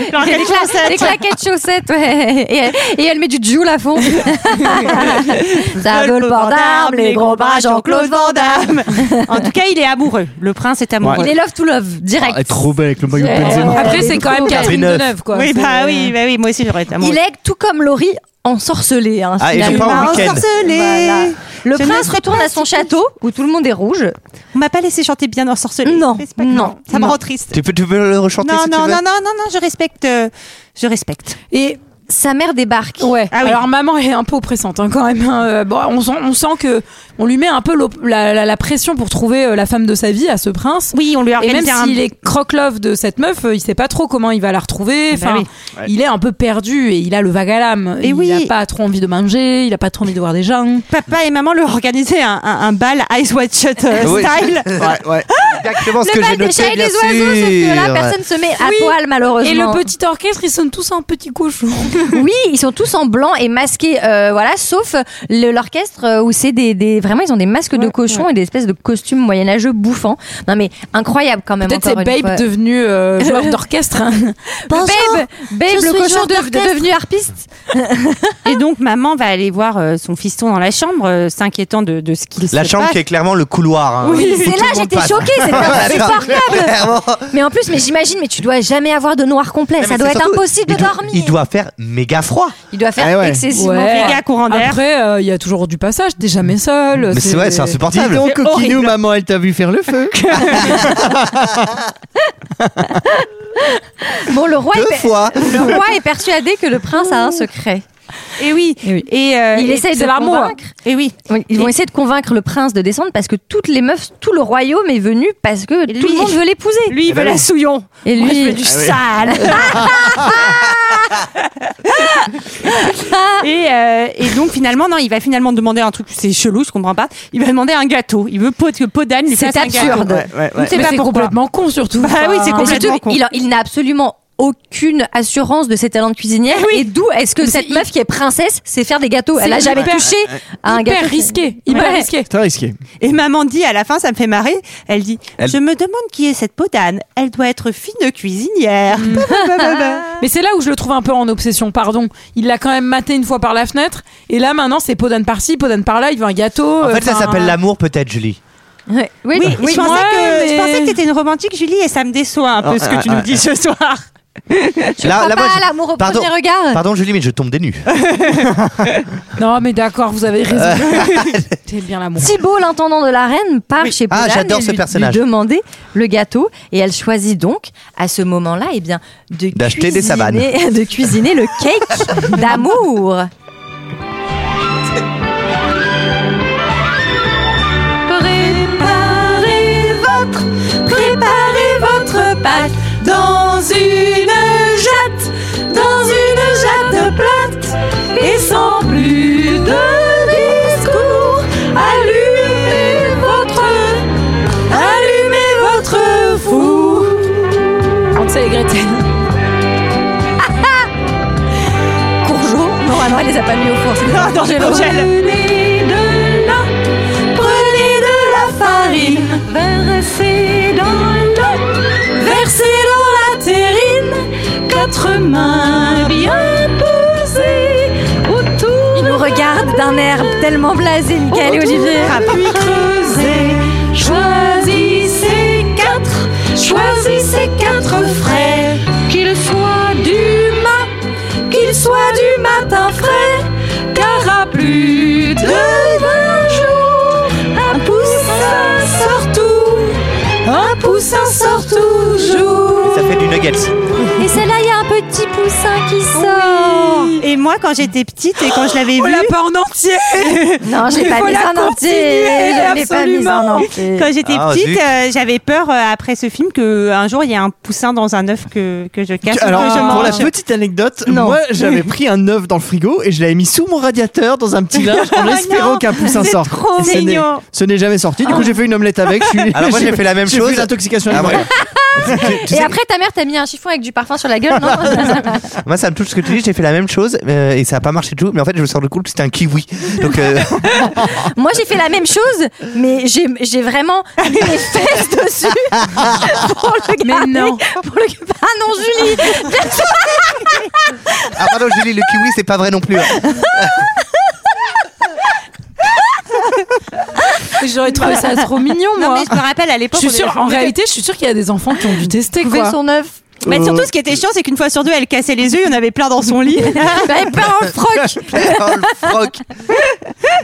[SPEAKER 1] Et des, cla- des claquettes chaussettes, ouais. Et, elle- et elle met du Joule à fond. Ça veut le port d'armes, les gros bras, Jean-Claude Van Damme.
[SPEAKER 11] En tout cas, il est amoureux. Le prince est amoureux.
[SPEAKER 1] Il est love to love, direct.
[SPEAKER 7] Ah, Elle est trop belle avec le maillot de Benzema.
[SPEAKER 6] Après, c'est quand même Catherine
[SPEAKER 10] Catherine
[SPEAKER 6] Deneuve, quoi.
[SPEAKER 11] Oui,
[SPEAKER 6] C'est-
[SPEAKER 11] bah oui, bah oui, moi aussi j'aurais été amoureuse.
[SPEAKER 1] Il est, tout comme Laurie, ensorcelé. Hein,
[SPEAKER 10] Ah, et
[SPEAKER 1] finalement.
[SPEAKER 10] je pars au
[SPEAKER 1] Il m'a
[SPEAKER 10] week-end.
[SPEAKER 1] ensorcelé. Voilà. Le
[SPEAKER 11] Je
[SPEAKER 1] prince
[SPEAKER 11] ne
[SPEAKER 1] retourne à son château où tout le monde est rouge.
[SPEAKER 11] On m'a pas laissé chanter bien ensorcelé. Non, non, ça me
[SPEAKER 1] non.
[SPEAKER 11] rend triste.
[SPEAKER 10] Tu peux, tu peux le rechanter
[SPEAKER 11] Non,
[SPEAKER 10] si
[SPEAKER 11] non,
[SPEAKER 10] tu veux.
[SPEAKER 11] non, non, non, non, je respecte, euh, je respecte.
[SPEAKER 6] Et
[SPEAKER 1] sa mère débarque.
[SPEAKER 6] Ouais.
[SPEAKER 11] Ah oui.
[SPEAKER 6] Alors maman est un peu oppressante hein, quand même. hein. Euh, Bon, on sent, on sent que on lui met un peu l'op- la, la- la pression pour trouver euh, la femme de sa vie à ce prince.
[SPEAKER 11] Oui, on lui a
[SPEAKER 6] Et même
[SPEAKER 11] organisé un-
[SPEAKER 6] s'il est croque-love de cette meuf, euh, il sait pas trop comment il va la retrouver.
[SPEAKER 11] Bah
[SPEAKER 6] Enfin,
[SPEAKER 11] oui.
[SPEAKER 7] Ouais.
[SPEAKER 6] il est un peu perdu et il a le vague à l'âme.
[SPEAKER 11] Et
[SPEAKER 6] il
[SPEAKER 11] oui.
[SPEAKER 6] a pas trop envie de manger, il a pas trop envie de voir des gens.
[SPEAKER 11] Papa et maman leur ont organisé un, un, un bal Eyes Wide Shut euh,
[SPEAKER 10] Oui.
[SPEAKER 11] style.
[SPEAKER 10] Ouais, ouais. Exactement ce
[SPEAKER 1] Ah Le
[SPEAKER 10] que j'ai
[SPEAKER 1] bal des
[SPEAKER 10] noté.
[SPEAKER 1] chats et des
[SPEAKER 10] bien
[SPEAKER 1] oiseaux, sauf que là,
[SPEAKER 10] sûr.
[SPEAKER 1] personne se met à
[SPEAKER 6] Oui.
[SPEAKER 1] poil, malheureusement.
[SPEAKER 6] Et le petit orchestre, ils sonnent tous un petit cochon.
[SPEAKER 1] Oui, ils sont tous en blanc et masqués, euh, voilà, sauf le- l'orchestre euh, où c'est des, des- Vraiment, ils ont des masques de cochon et des espèces de costumes moyenâgeux bouffants. Non, mais incroyable quand même.
[SPEAKER 6] Peut-être c'est
[SPEAKER 1] encore une fois.
[SPEAKER 6] Babe devenu euh, joueur d'orchestre. hein.
[SPEAKER 1] Babe, Babe,
[SPEAKER 6] je
[SPEAKER 1] le
[SPEAKER 6] suis
[SPEAKER 1] cochon
[SPEAKER 6] joueur
[SPEAKER 1] de-
[SPEAKER 6] d'orchestre.
[SPEAKER 1] devenu harpiste.
[SPEAKER 11] Et donc maman va aller voir euh, son fiston dans la chambre, euh, s'inquiétant de, de ce qu'il se
[SPEAKER 10] La chambre
[SPEAKER 11] passe.
[SPEAKER 10] qui est clairement le couloir. hein.
[SPEAKER 1] Oui,
[SPEAKER 10] Où
[SPEAKER 1] c'est
[SPEAKER 10] tout
[SPEAKER 1] là,
[SPEAKER 10] le monde
[SPEAKER 1] j'étais
[SPEAKER 10] passe.
[SPEAKER 1] choquée, c'était
[SPEAKER 10] Clairement.
[SPEAKER 1] insupportable. mais en plus, mais j'imagine, mais tu dois jamais avoir de noir complet,
[SPEAKER 10] Mais
[SPEAKER 1] ça
[SPEAKER 10] c'est
[SPEAKER 1] doit être
[SPEAKER 10] surtout,
[SPEAKER 1] impossible
[SPEAKER 10] il
[SPEAKER 1] de
[SPEAKER 10] doit-
[SPEAKER 1] dormir. Oh,
[SPEAKER 10] Il doit faire méga froid.
[SPEAKER 1] Il doit faire
[SPEAKER 10] Ah ouais.
[SPEAKER 1] excessivement
[SPEAKER 6] Ouais.
[SPEAKER 1] froid.
[SPEAKER 11] Méga courant d'air.
[SPEAKER 6] Après, euh, il y a toujours du passage, t'es jamais seul.
[SPEAKER 10] Mais c'est ouais, c'est
[SPEAKER 7] Dis
[SPEAKER 10] insupportable.
[SPEAKER 7] donc,
[SPEAKER 1] Oh,
[SPEAKER 7] coquinou, maman, elle t'a vu faire le feu.
[SPEAKER 1] Bon, le roi,
[SPEAKER 10] Deux
[SPEAKER 1] est per-
[SPEAKER 10] fois.
[SPEAKER 1] le roi est persuadé que le prince a un secret.
[SPEAKER 11] Et oui.
[SPEAKER 6] Et Eh oui.
[SPEAKER 11] Et euh,
[SPEAKER 1] Il
[SPEAKER 11] et-
[SPEAKER 1] essaye de
[SPEAKER 6] c'est l'amour.
[SPEAKER 1] convaincre.
[SPEAKER 11] Et oui.
[SPEAKER 1] Oui, ils vont
[SPEAKER 11] Et-
[SPEAKER 1] essayer de convaincre le prince de descendre parce que toutes les meufs, tout le royaume est venu parce que
[SPEAKER 11] Et
[SPEAKER 1] tout
[SPEAKER 11] lui-
[SPEAKER 1] le monde veut l'épouser.
[SPEAKER 11] Lui,
[SPEAKER 10] Eh ben
[SPEAKER 11] il veut la souillon.
[SPEAKER 1] Et
[SPEAKER 11] Moi, je
[SPEAKER 1] lui,
[SPEAKER 11] veux du sale. et, euh, et donc finalement, non, il va finalement demander un truc, c'est chelou, je comprends pas. Il va demander un gâteau. Il veut pot- que Podane lui
[SPEAKER 1] c'est
[SPEAKER 11] fasse un gâteau.
[SPEAKER 1] absurde.
[SPEAKER 11] Je ne sais
[SPEAKER 6] Mais
[SPEAKER 11] pas
[SPEAKER 6] c'est
[SPEAKER 11] pourquoi.
[SPEAKER 6] complètement con surtout.
[SPEAKER 11] Bah oui, c'est
[SPEAKER 1] Mais
[SPEAKER 11] complètement
[SPEAKER 1] surtout,
[SPEAKER 11] con.
[SPEAKER 1] il, a- il n'a absolument aucune assurance de ses talents de cuisinière. Et d'où est-ce que cette meuf qui est princesse sait faire des gâteaux Elle a
[SPEAKER 6] hyper-
[SPEAKER 1] jamais touché à un
[SPEAKER 6] Hyper
[SPEAKER 1] gâteau.
[SPEAKER 6] risqué, hyper
[SPEAKER 1] Ouais.
[SPEAKER 6] risqué.
[SPEAKER 7] C'est risqué.
[SPEAKER 11] Et maman dit à la fin, ça me fait marrer. Elle dit
[SPEAKER 10] Elle-
[SPEAKER 11] Je me demande qui est cette Podane. Elle doit être fine cuisinière. Bah, bah, bah, bah.
[SPEAKER 6] Mais c'est là où je le trouve un peu en obsession, pardon. Il l'a quand même maté une fois par la fenêtre, et là maintenant c'est podane par-ci, podane par-là, il veut un gâteau. euh,
[SPEAKER 10] En fait,
[SPEAKER 6] enfin,
[SPEAKER 10] ça s'appelle l'amour, peut-être, Julie.
[SPEAKER 1] Ouais. Oui,
[SPEAKER 11] oui,
[SPEAKER 6] oui,
[SPEAKER 11] je, pensais
[SPEAKER 6] ouais,
[SPEAKER 11] que, je
[SPEAKER 6] mais-
[SPEAKER 11] pensais que t'étais une romantique, Julie, et ça me déçoit un peu
[SPEAKER 10] Ah,
[SPEAKER 11] ce que tu
[SPEAKER 10] ah,
[SPEAKER 11] nous dis ce soir.
[SPEAKER 10] là,
[SPEAKER 1] crois
[SPEAKER 10] là, moi,
[SPEAKER 1] pas à
[SPEAKER 10] je-
[SPEAKER 1] l'amour au
[SPEAKER 10] Pardon.
[SPEAKER 1] premier regard.
[SPEAKER 10] Pardon, Julie, mais je tombe des nues.
[SPEAKER 6] Non, mais d'accord, vous avez raison. T'aimes bien l'amour.
[SPEAKER 1] Thibault, l'intendant de la reine, part chez
[SPEAKER 10] Ah,
[SPEAKER 1] Podane
[SPEAKER 10] j'adore
[SPEAKER 1] et
[SPEAKER 10] ce
[SPEAKER 1] lui-
[SPEAKER 10] personnage.
[SPEAKER 1] lui demander le gâteau et elle choisit donc à ce moment-là eh bien de
[SPEAKER 10] D'acheter des sabanes.
[SPEAKER 1] cuisiner- de cuisiner le cake d'amour.
[SPEAKER 6] Préparez votre, préparez votre pâte dans une jatte, dans une jatte plate et sans plus de discours. Allumez votre, allumez votre four. On sait Gretel.
[SPEAKER 1] Courgeot, normalement. elle les a pas mis au four. c'est-
[SPEAKER 11] Ah, danger, l'angèle.
[SPEAKER 1] Prenez de la, prenez de la farine, versez dans l'eau, versez dans la terrine, quatre mains bien posées autour. Il nous regarde d'un air tellement blasé, Michael
[SPEAKER 6] Oh,
[SPEAKER 1] et Olivier. Puis creusez, choisissez quatre, choisissez quatre frais, qu'il soit du matin, qu'il soit du matin frais, car à plus de 20 jours, un poussin sort tout, un poussin sort toujours.
[SPEAKER 10] Ça fait du nuggets.
[SPEAKER 1] Et celle-là, il y a un petit poussin qui sort.
[SPEAKER 11] Et moi, quand j'étais petite et quand je l'avais
[SPEAKER 6] On
[SPEAKER 11] vu.
[SPEAKER 6] l'a pas en entier
[SPEAKER 1] Non, je l'ai
[SPEAKER 6] Il
[SPEAKER 1] pas
[SPEAKER 6] faut
[SPEAKER 1] mise
[SPEAKER 6] la
[SPEAKER 1] en entier.
[SPEAKER 6] continuer,
[SPEAKER 1] Je l'ai pas mise en
[SPEAKER 6] absolument.
[SPEAKER 1] entier.
[SPEAKER 11] Quand j'étais
[SPEAKER 7] Ah,
[SPEAKER 11] petite,
[SPEAKER 7] zut.
[SPEAKER 11] euh, j'avais peur euh, après ce film que un jour il y a un poussin dans un œuf que, que je casse. ou
[SPEAKER 7] Alors,
[SPEAKER 11] que je
[SPEAKER 7] pour la
[SPEAKER 11] mange.
[SPEAKER 7] petite anecdote,
[SPEAKER 11] Non.
[SPEAKER 7] moi j'avais pris un œuf dans le frigo et je l'avais mis sous mon radiateur dans un petit linge en
[SPEAKER 11] Oh
[SPEAKER 7] espérant
[SPEAKER 11] non,
[SPEAKER 7] qu'un poussin
[SPEAKER 11] c'est
[SPEAKER 7] sorte.
[SPEAKER 11] trop
[SPEAKER 7] Et ce n'est-
[SPEAKER 11] mignon. Ah.
[SPEAKER 7] Ce n'est jamais sorti. Du coup, j'ai fait une omelette avec. Je suis-
[SPEAKER 10] Alors moi, j'ai fait la même chose.
[SPEAKER 7] J'ai fait l'intoxication
[SPEAKER 10] Ah ouais.
[SPEAKER 7] alimentaire.
[SPEAKER 1] Et après, ta mère t'a mis un chiffon avec du parfum sur la gueule, non
[SPEAKER 10] Moi, ça me touche ce que tu dis. J'ai fait la même chose euh, et ça a pas marché du tout. Mais en fait, je me sors le coup que c'était un kiwi. Donc, euh,
[SPEAKER 1] Moi, j'ai fait la même chose, mais j'ai j'ai vraiment mis mes fesses dessus pour le
[SPEAKER 6] Mais
[SPEAKER 1] garder.
[SPEAKER 6] non.
[SPEAKER 1] Pour le... Ah non, Julie
[SPEAKER 10] ah pardon, Julie, le kiwi, c'est pas vrai non plus. hein.
[SPEAKER 6] J'aurais trouvé ça trop mignon,
[SPEAKER 11] Non,
[SPEAKER 6] moi.
[SPEAKER 11] mais je me rappelle à
[SPEAKER 6] je
[SPEAKER 11] l'époque.
[SPEAKER 6] suis
[SPEAKER 11] on
[SPEAKER 6] sûre,
[SPEAKER 11] avait-
[SPEAKER 6] en réalité, je suis sûre qu'il y a des enfants qui ont dû tester,
[SPEAKER 1] Trouver
[SPEAKER 6] quoi. Oh.
[SPEAKER 1] son œuf.
[SPEAKER 11] Mais surtout, ce qui était chiant, c'est qu'une fois sur deux, elle cassait les yeux. Il y en avait plein dans son lit.
[SPEAKER 1] J'avais peur en froc
[SPEAKER 10] Oh, le froc.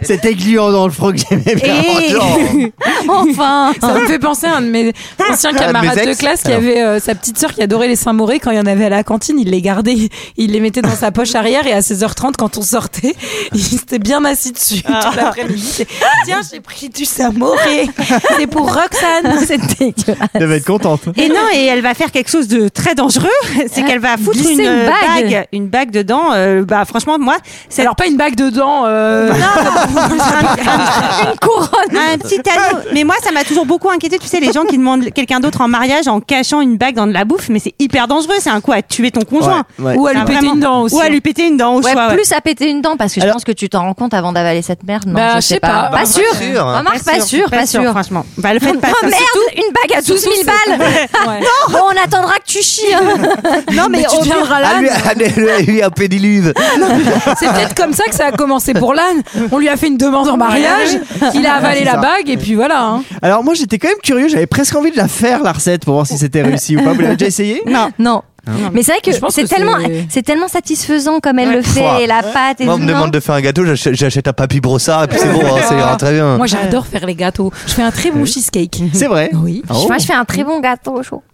[SPEAKER 7] C'était gluant dans le froc. J'aimais bien.
[SPEAKER 11] Et-
[SPEAKER 1] Enfin
[SPEAKER 6] Ça
[SPEAKER 11] Ah.
[SPEAKER 6] me fait penser à un de mes anciens
[SPEAKER 10] de
[SPEAKER 6] camarades
[SPEAKER 10] mes
[SPEAKER 6] de
[SPEAKER 10] ex
[SPEAKER 6] classe qui avait euh, sa petite sœur qui adorait les Saint-Mauré. Quand il y en avait à la cantine, il les gardait, il les mettait dans sa poche arrière et à 16h30, quand on sortait, il était bien assis dessus
[SPEAKER 11] Ah.
[SPEAKER 6] tout l'après-midi. C'est, Tiens, j'ai pris du Saint-Mauré. C'est pour Roxane.
[SPEAKER 1] C'est dégueulasse
[SPEAKER 7] Elle devait être contente.
[SPEAKER 11] Et non, et elle va faire quelque chose de très dangereux, c'est qu'elle va foutre
[SPEAKER 1] Glisser
[SPEAKER 11] une,
[SPEAKER 1] une
[SPEAKER 11] euh,
[SPEAKER 1] bague.
[SPEAKER 11] bague. une bague dedans. euh, bah franchement, moi, c'est
[SPEAKER 6] Alors pas une bague dedans. euh,
[SPEAKER 11] un,
[SPEAKER 1] Une couronne
[SPEAKER 11] un petit anneau. Mais moi, ça m'a toujours beaucoup inquiété. Tu sais, les gens qui demandent quelqu'un d'autre en mariage en cachant une bague dans de la bouffe, mais c'est hyper dangereux. C'est un coup à tuer ton conjoint.
[SPEAKER 7] Ouais, ouais.
[SPEAKER 6] Ou à lui
[SPEAKER 11] Ah,
[SPEAKER 6] péter
[SPEAKER 11] vraiment.
[SPEAKER 6] une dent aussi.
[SPEAKER 11] Ou à lui péter une dent au
[SPEAKER 1] Ouais,
[SPEAKER 11] choix. ouais.
[SPEAKER 1] plus à péter une dent, parce que je
[SPEAKER 7] Alors-
[SPEAKER 1] pense que tu t'en rends compte avant d'avaler cette merde. Non, je
[SPEAKER 6] Bah,
[SPEAKER 1] sais pas. Pas,
[SPEAKER 6] Bah,
[SPEAKER 1] sûr
[SPEAKER 10] pas sûr.
[SPEAKER 1] Remarque, pas sûr, pas sûr.
[SPEAKER 11] Franchement, bah le faites pas.
[SPEAKER 1] Oh
[SPEAKER 11] ça.
[SPEAKER 1] merde, une bague à 12 000 balles
[SPEAKER 6] Ouais.
[SPEAKER 1] Bon, on attendra que tu chies hein.
[SPEAKER 6] Non mais, tu viendras là.
[SPEAKER 10] Ah, lui, ah, lui, lui, un pédiluve.
[SPEAKER 6] C'est peut-être comme ça que ça a commencé pour l'âne. On lui a fait une demande en mariage, il a avalé la bague et puis voilà. hein.
[SPEAKER 7] Alors moi j'étais quand même curieux. J'avais presque envie de la faire la recette pour voir si c'était réussi ou pas. Vous l'avez déjà essayé
[SPEAKER 1] Non. Non. Mais c'est vrai
[SPEAKER 6] Je
[SPEAKER 1] que
[SPEAKER 6] pense
[SPEAKER 1] c'est
[SPEAKER 6] que
[SPEAKER 1] tellement,
[SPEAKER 6] c'est-
[SPEAKER 1] c'est tellement satisfaisant comme elle le
[SPEAKER 10] Pouah.
[SPEAKER 1] fait, et la pâte et
[SPEAKER 10] Moi, on
[SPEAKER 1] tout,
[SPEAKER 10] me
[SPEAKER 1] non
[SPEAKER 10] demande de faire un gâteau, j'achète j'achète un papy brossard et puis c'est bon, hein, ça ira très bien.
[SPEAKER 6] Ah. Moi j'adore faire les gâteaux. Je fais un très bon cheesecake.
[SPEAKER 7] C'est vrai.
[SPEAKER 6] Oui.
[SPEAKER 7] Oh.
[SPEAKER 1] Moi, je fais un très bon gâteau au chocolat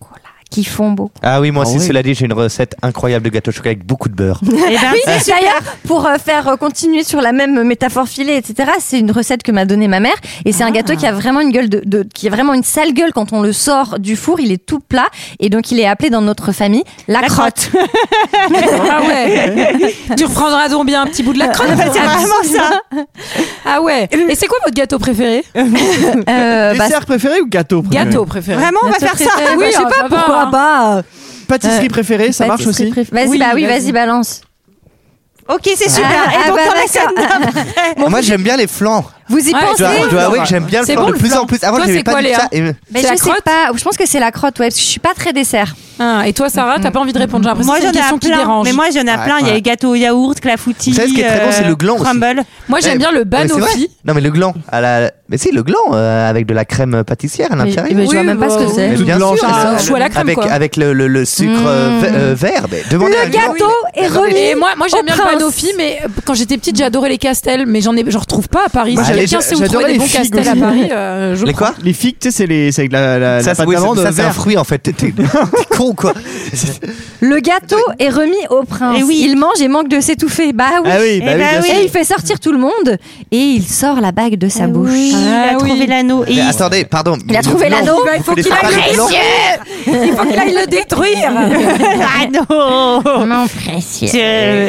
[SPEAKER 1] qui fond beaucoup.
[SPEAKER 10] Ah oui, moi aussi,
[SPEAKER 7] Ah oui.
[SPEAKER 10] cela dit, j'ai une recette incroyable de gâteau au chocolat avec beaucoup de beurre.
[SPEAKER 11] Eh ben,
[SPEAKER 1] Oui, d'ailleurs, pour euh, faire euh, continuer sur la même métaphore filée, etc., c'est une recette que m'a donnée ma mère. Et c'est un gâteau
[SPEAKER 11] Ah.
[SPEAKER 1] qui a vraiment une gueule de, de- qui a vraiment une sale gueule quand on le sort du four. Il est tout plat. Et donc, il est appelé dans notre famille la, crotte.
[SPEAKER 6] Ah ouais. tu reprendras donc bien un petit bout de la crotte.
[SPEAKER 11] Euh, bah, c'est vraiment ça.
[SPEAKER 6] Ah ouais. Et c'est quoi votre gâteau préféré
[SPEAKER 1] Euh, bah,
[SPEAKER 7] Dessert préféré ou gâteau préféré
[SPEAKER 6] Gâteau préféré.
[SPEAKER 11] Vraiment, on hein. va
[SPEAKER 6] Gâteau
[SPEAKER 11] faire ça.
[SPEAKER 6] préféré.
[SPEAKER 1] oui,
[SPEAKER 6] Bah,
[SPEAKER 1] je sais pas pourquoi pas.
[SPEAKER 6] Euh,
[SPEAKER 7] Pâtisserie préférée, ça marche
[SPEAKER 1] Pâtisserie
[SPEAKER 7] aussi.
[SPEAKER 1] préf- Vas-y,
[SPEAKER 6] Oui,
[SPEAKER 1] bah oui,
[SPEAKER 6] vas-y.
[SPEAKER 1] vas-y, balance.
[SPEAKER 11] Ok, c'est super.
[SPEAKER 1] Ah,
[SPEAKER 11] et donc
[SPEAKER 1] ah,
[SPEAKER 11] on
[SPEAKER 1] bah,
[SPEAKER 11] la scène Ah d'après.
[SPEAKER 10] moi, j'aime bien les flancs.
[SPEAKER 1] Vous y
[SPEAKER 6] Ouais,
[SPEAKER 10] Je dois,
[SPEAKER 1] pensez
[SPEAKER 10] je dois avouer que j'aime bien le
[SPEAKER 6] Ah, C'est
[SPEAKER 10] flanc
[SPEAKER 6] bon,
[SPEAKER 10] de
[SPEAKER 6] le
[SPEAKER 10] plus
[SPEAKER 6] flan.
[SPEAKER 10] en plus. Avant,
[SPEAKER 6] Toi,
[SPEAKER 10] j'aimais
[SPEAKER 6] c'est
[SPEAKER 10] pas
[SPEAKER 6] quoi,
[SPEAKER 10] du tout
[SPEAKER 6] Léa
[SPEAKER 10] ça. et-
[SPEAKER 11] Bah,
[SPEAKER 1] Mais
[SPEAKER 6] C'est la
[SPEAKER 1] je sais
[SPEAKER 6] crotte
[SPEAKER 1] pas. Je pense que c'est la crotte, ouais, parce que je suis pas très dessert.
[SPEAKER 6] Ah, et toi Sarah, t'as pas envie de répondre, j'ai l'impression
[SPEAKER 11] Mm. Moi
[SPEAKER 6] que c'est
[SPEAKER 11] j'en
[SPEAKER 6] une
[SPEAKER 11] ai
[SPEAKER 6] question
[SPEAKER 11] un
[SPEAKER 6] qui
[SPEAKER 11] plein,
[SPEAKER 6] dérange.
[SPEAKER 11] mais moi j'en ai un
[SPEAKER 10] Ouais,
[SPEAKER 11] plein. Il y a
[SPEAKER 10] ouais.
[SPEAKER 11] les gâteaux au yaourt, clafoutis,
[SPEAKER 10] Vous savez ce qui est très bon, c'est le gland aussi.
[SPEAKER 11] crumble.
[SPEAKER 6] euh, Moi j'aime
[SPEAKER 10] Eh,
[SPEAKER 6] bien
[SPEAKER 11] Bah,
[SPEAKER 6] le
[SPEAKER 10] mais c'est vrai.
[SPEAKER 6] banoffee.
[SPEAKER 10] Non, mais le gland. À la... Mais si, le gland euh, avec de la crème pâtissière à l'intérieur.
[SPEAKER 1] mais je vois même pas ce que c'est.
[SPEAKER 10] Mais
[SPEAKER 7] Toute
[SPEAKER 10] bien
[SPEAKER 7] blanche,
[SPEAKER 10] sûr,
[SPEAKER 7] ah,
[SPEAKER 10] avec-
[SPEAKER 6] au choix à la crème,
[SPEAKER 10] avec,
[SPEAKER 6] quoi.
[SPEAKER 10] avec le, le- le sucre euh, ve- euh, vert. Mais demandez à
[SPEAKER 1] Mmh.
[SPEAKER 7] Ah
[SPEAKER 1] Le
[SPEAKER 10] Léa.
[SPEAKER 1] gâteau est remis.
[SPEAKER 6] Et moi, moi j'aime bien
[SPEAKER 1] prince.
[SPEAKER 6] le banoffee, mais euh, quand j'étais petite, j'adorais les castels, mais j'en ai, j'en retrouve pas à Paris.
[SPEAKER 10] Bah,
[SPEAKER 6] Si
[SPEAKER 10] les-
[SPEAKER 6] quelqu'un sait où
[SPEAKER 7] j'adorais
[SPEAKER 6] trouver
[SPEAKER 7] les
[SPEAKER 6] des bons
[SPEAKER 7] figues
[SPEAKER 6] castels à
[SPEAKER 7] aussi.
[SPEAKER 6] Paris, euh, je
[SPEAKER 10] Les
[SPEAKER 6] prends.
[SPEAKER 10] quoi
[SPEAKER 7] Les figues, tu sais, c'est les- c'est avec la, la, la
[SPEAKER 10] ça, c'est-
[SPEAKER 7] pâte
[SPEAKER 10] oui,
[SPEAKER 7] d'amande
[SPEAKER 10] ça, c'est un
[SPEAKER 7] vert.
[SPEAKER 10] fruit en fait. T'es t'es- t'es con quoi.
[SPEAKER 1] Le gâteau est remis au prince.
[SPEAKER 11] Eh oui.
[SPEAKER 1] Il mange et manque de s'étouffer. Bah oui.
[SPEAKER 7] Ah oui,
[SPEAKER 11] Eh
[SPEAKER 7] bah oui,
[SPEAKER 11] bah
[SPEAKER 7] bien
[SPEAKER 11] oui.
[SPEAKER 7] sûr.
[SPEAKER 1] Et il fait sortir tout le monde et il sort la bague de sa bouche.
[SPEAKER 11] Il a
[SPEAKER 6] Ah oui.
[SPEAKER 11] trouvé l'anneau. Et
[SPEAKER 10] Mais
[SPEAKER 11] il-
[SPEAKER 10] attendez, pardon.
[SPEAKER 1] Il a
[SPEAKER 10] Le
[SPEAKER 1] trouvé
[SPEAKER 10] gland,
[SPEAKER 1] l'anneau.
[SPEAKER 10] vous
[SPEAKER 6] Il faut
[SPEAKER 10] les
[SPEAKER 6] qu'il
[SPEAKER 10] préparez,
[SPEAKER 6] aille
[SPEAKER 10] le gland.
[SPEAKER 6] Il faut qu'il aille le détruire.
[SPEAKER 11] Ah non
[SPEAKER 1] Mon précieux.
[SPEAKER 11] Euh,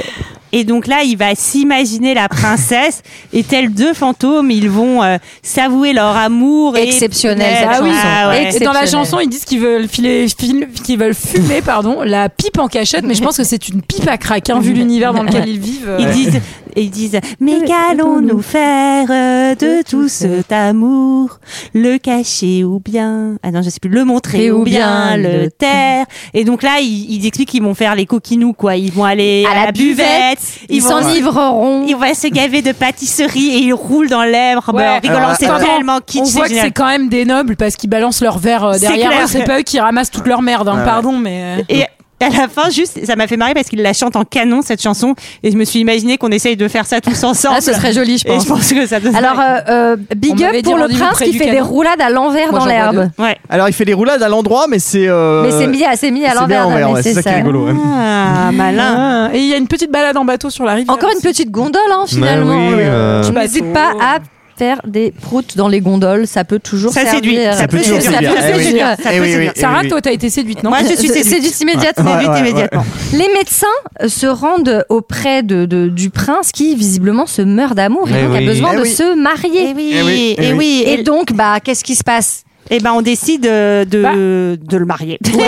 [SPEAKER 11] Et donc là, il va s'imaginer la princesse et tels deux fantômes, ils vont euh, s'avouer leur amour. et-
[SPEAKER 1] Exceptionnel, cette
[SPEAKER 11] Ah oui.
[SPEAKER 1] chanson.
[SPEAKER 11] Ah ouais.
[SPEAKER 1] Ex-
[SPEAKER 6] Et dans la
[SPEAKER 1] Exceptionnel.
[SPEAKER 6] chanson, ils disent qu'ils veulent filer, fil- qu'ils veulent fumer, pardon, la pipe en cachette. Mais je pense que c'est une pipe à craquer, vu l'univers hein, dans lequel ils vivent.
[SPEAKER 11] Ils disent, et ils disent Mais qu'allons-nous faire euh, de tout cet amour Le cacher ou bien. Ah non, je sais plus, le montrer
[SPEAKER 1] Et
[SPEAKER 11] ou bien, le taire. Et donc là, ils, ils expliquent qu'ils vont faire les coquinous, quoi. Ils vont aller à, la buvette,
[SPEAKER 1] Ils
[SPEAKER 11] vont-
[SPEAKER 1] s'enivreront.
[SPEAKER 11] Ils vont se gaver de pâtisseries et ils roulent dans l'herbe
[SPEAKER 6] Ouais.
[SPEAKER 11] en rigolant. C'est
[SPEAKER 6] Quand on-
[SPEAKER 11] tellement kitsch.
[SPEAKER 6] bah, On voit que
[SPEAKER 11] génial.
[SPEAKER 6] c'est quand même des nobles parce qu'ils balancent leur verre euh,
[SPEAKER 11] C'est
[SPEAKER 6] derrière.
[SPEAKER 11] clair.
[SPEAKER 6] eux. C'est pas eux qui ramassent toute leur merde, hein,
[SPEAKER 11] Ouais.
[SPEAKER 6] pardon, mais. euh,
[SPEAKER 11] Et à la fin, juste, ça m'a fait marrer parce qu'il la chante en canon, cette chanson. Et je me suis imaginé qu'on essaye de faire ça tous ensemble.
[SPEAKER 1] Ah, ce serait joli, je
[SPEAKER 11] Et
[SPEAKER 1] pense.
[SPEAKER 11] je pense que ça donnerait-
[SPEAKER 1] Alors, euh, euh,
[SPEAKER 11] On
[SPEAKER 1] big
[SPEAKER 11] m'avait
[SPEAKER 1] up
[SPEAKER 11] dit
[SPEAKER 1] pour le
[SPEAKER 11] rendez-vous
[SPEAKER 1] prince
[SPEAKER 11] près
[SPEAKER 1] qui
[SPEAKER 11] du
[SPEAKER 1] fait des
[SPEAKER 11] canon.
[SPEAKER 1] roulades à l'envers
[SPEAKER 11] Moi,
[SPEAKER 1] dans
[SPEAKER 11] j'en vois
[SPEAKER 1] l'herbe.
[SPEAKER 7] Alors il fait des roulades à l'endroit, mais c'est. euh,
[SPEAKER 1] Mais c'est mis à- c'est mis à
[SPEAKER 7] c'est
[SPEAKER 1] l'envers,
[SPEAKER 7] bien
[SPEAKER 1] non, mais
[SPEAKER 7] ouais,
[SPEAKER 1] c'est
[SPEAKER 7] C'est ça qui est
[SPEAKER 1] ça.
[SPEAKER 7] rigolo. ouais.
[SPEAKER 11] Ah,
[SPEAKER 6] malin. Mmh. Et il y a une petite balade en bateau sur la rivière.
[SPEAKER 1] Encore une petite gondole, hein, finalement.
[SPEAKER 7] Mais oui, euh,
[SPEAKER 1] Tu
[SPEAKER 7] Petit
[SPEAKER 1] n'hésites pas à faire des proutes dans les gondoles, ça peut toujours
[SPEAKER 11] Ça
[SPEAKER 1] servir.
[SPEAKER 11] séduit, ça Ça peut peut toujours séduire, séduire, ça eh peut oui. séduire, ça Eh peut oui, séduire. oui, eh
[SPEAKER 6] Sarah,
[SPEAKER 11] oui.
[SPEAKER 6] toi, t'as été séduite, non
[SPEAKER 11] Moi, je suis séduite.
[SPEAKER 1] séduite immédiatement.
[SPEAKER 11] Ouais, Séduite ouais, ouais. immédiatement.
[SPEAKER 1] Les médecins euh, se rendent auprès de, de- du prince qui, visiblement, se meurt d'amour et
[SPEAKER 11] Eh
[SPEAKER 1] donc a
[SPEAKER 11] oui.
[SPEAKER 1] besoin
[SPEAKER 11] Eh
[SPEAKER 1] de
[SPEAKER 11] oui.
[SPEAKER 1] se marier.
[SPEAKER 11] Eh oui, Eh oui, eh eh oui. oui.
[SPEAKER 1] Et donc, bah, qu'est-ce qui se passe
[SPEAKER 11] Eh ben, on décide euh, de,
[SPEAKER 6] Bah.
[SPEAKER 11] de le marier.
[SPEAKER 1] Oui, non, mais-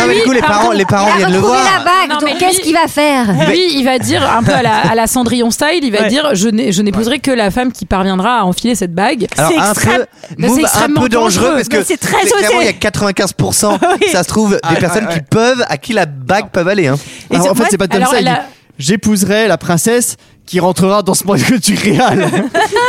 [SPEAKER 10] Non, mais du coup, les parents- les
[SPEAKER 11] Ah,
[SPEAKER 10] parents
[SPEAKER 1] Ah il a
[SPEAKER 10] viennent le
[SPEAKER 1] retrouvé
[SPEAKER 10] voir.
[SPEAKER 1] la bague,
[SPEAKER 6] Non, mais
[SPEAKER 1] donc qu'est-ce
[SPEAKER 6] lui-
[SPEAKER 1] qu'il va faire
[SPEAKER 6] Lui, il va dire un peu à la, à la Cendrillon style, il va
[SPEAKER 10] Ouais.
[SPEAKER 6] dire je n'ai- je n'épouserai que la femme qui parviendra à enfiler cette bague.
[SPEAKER 10] Alors, un peu,
[SPEAKER 6] Mais
[SPEAKER 10] move
[SPEAKER 6] c'est
[SPEAKER 10] un
[SPEAKER 6] extrêmement
[SPEAKER 10] peu dangereux parce que
[SPEAKER 6] Mais c'est très
[SPEAKER 10] clairement, il y a
[SPEAKER 6] osé.
[SPEAKER 10] 95%, ça se trouve, des
[SPEAKER 7] Ah,
[SPEAKER 10] personnes
[SPEAKER 7] ouais,
[SPEAKER 10] qui
[SPEAKER 7] ouais.
[SPEAKER 10] peuvent, à qui la bague peut avaler. Hein.
[SPEAKER 7] Alors, en fait, c'est pas comme ça. il dit, J'épouserai la princesse qui rentrera dans ce monde que tu réal.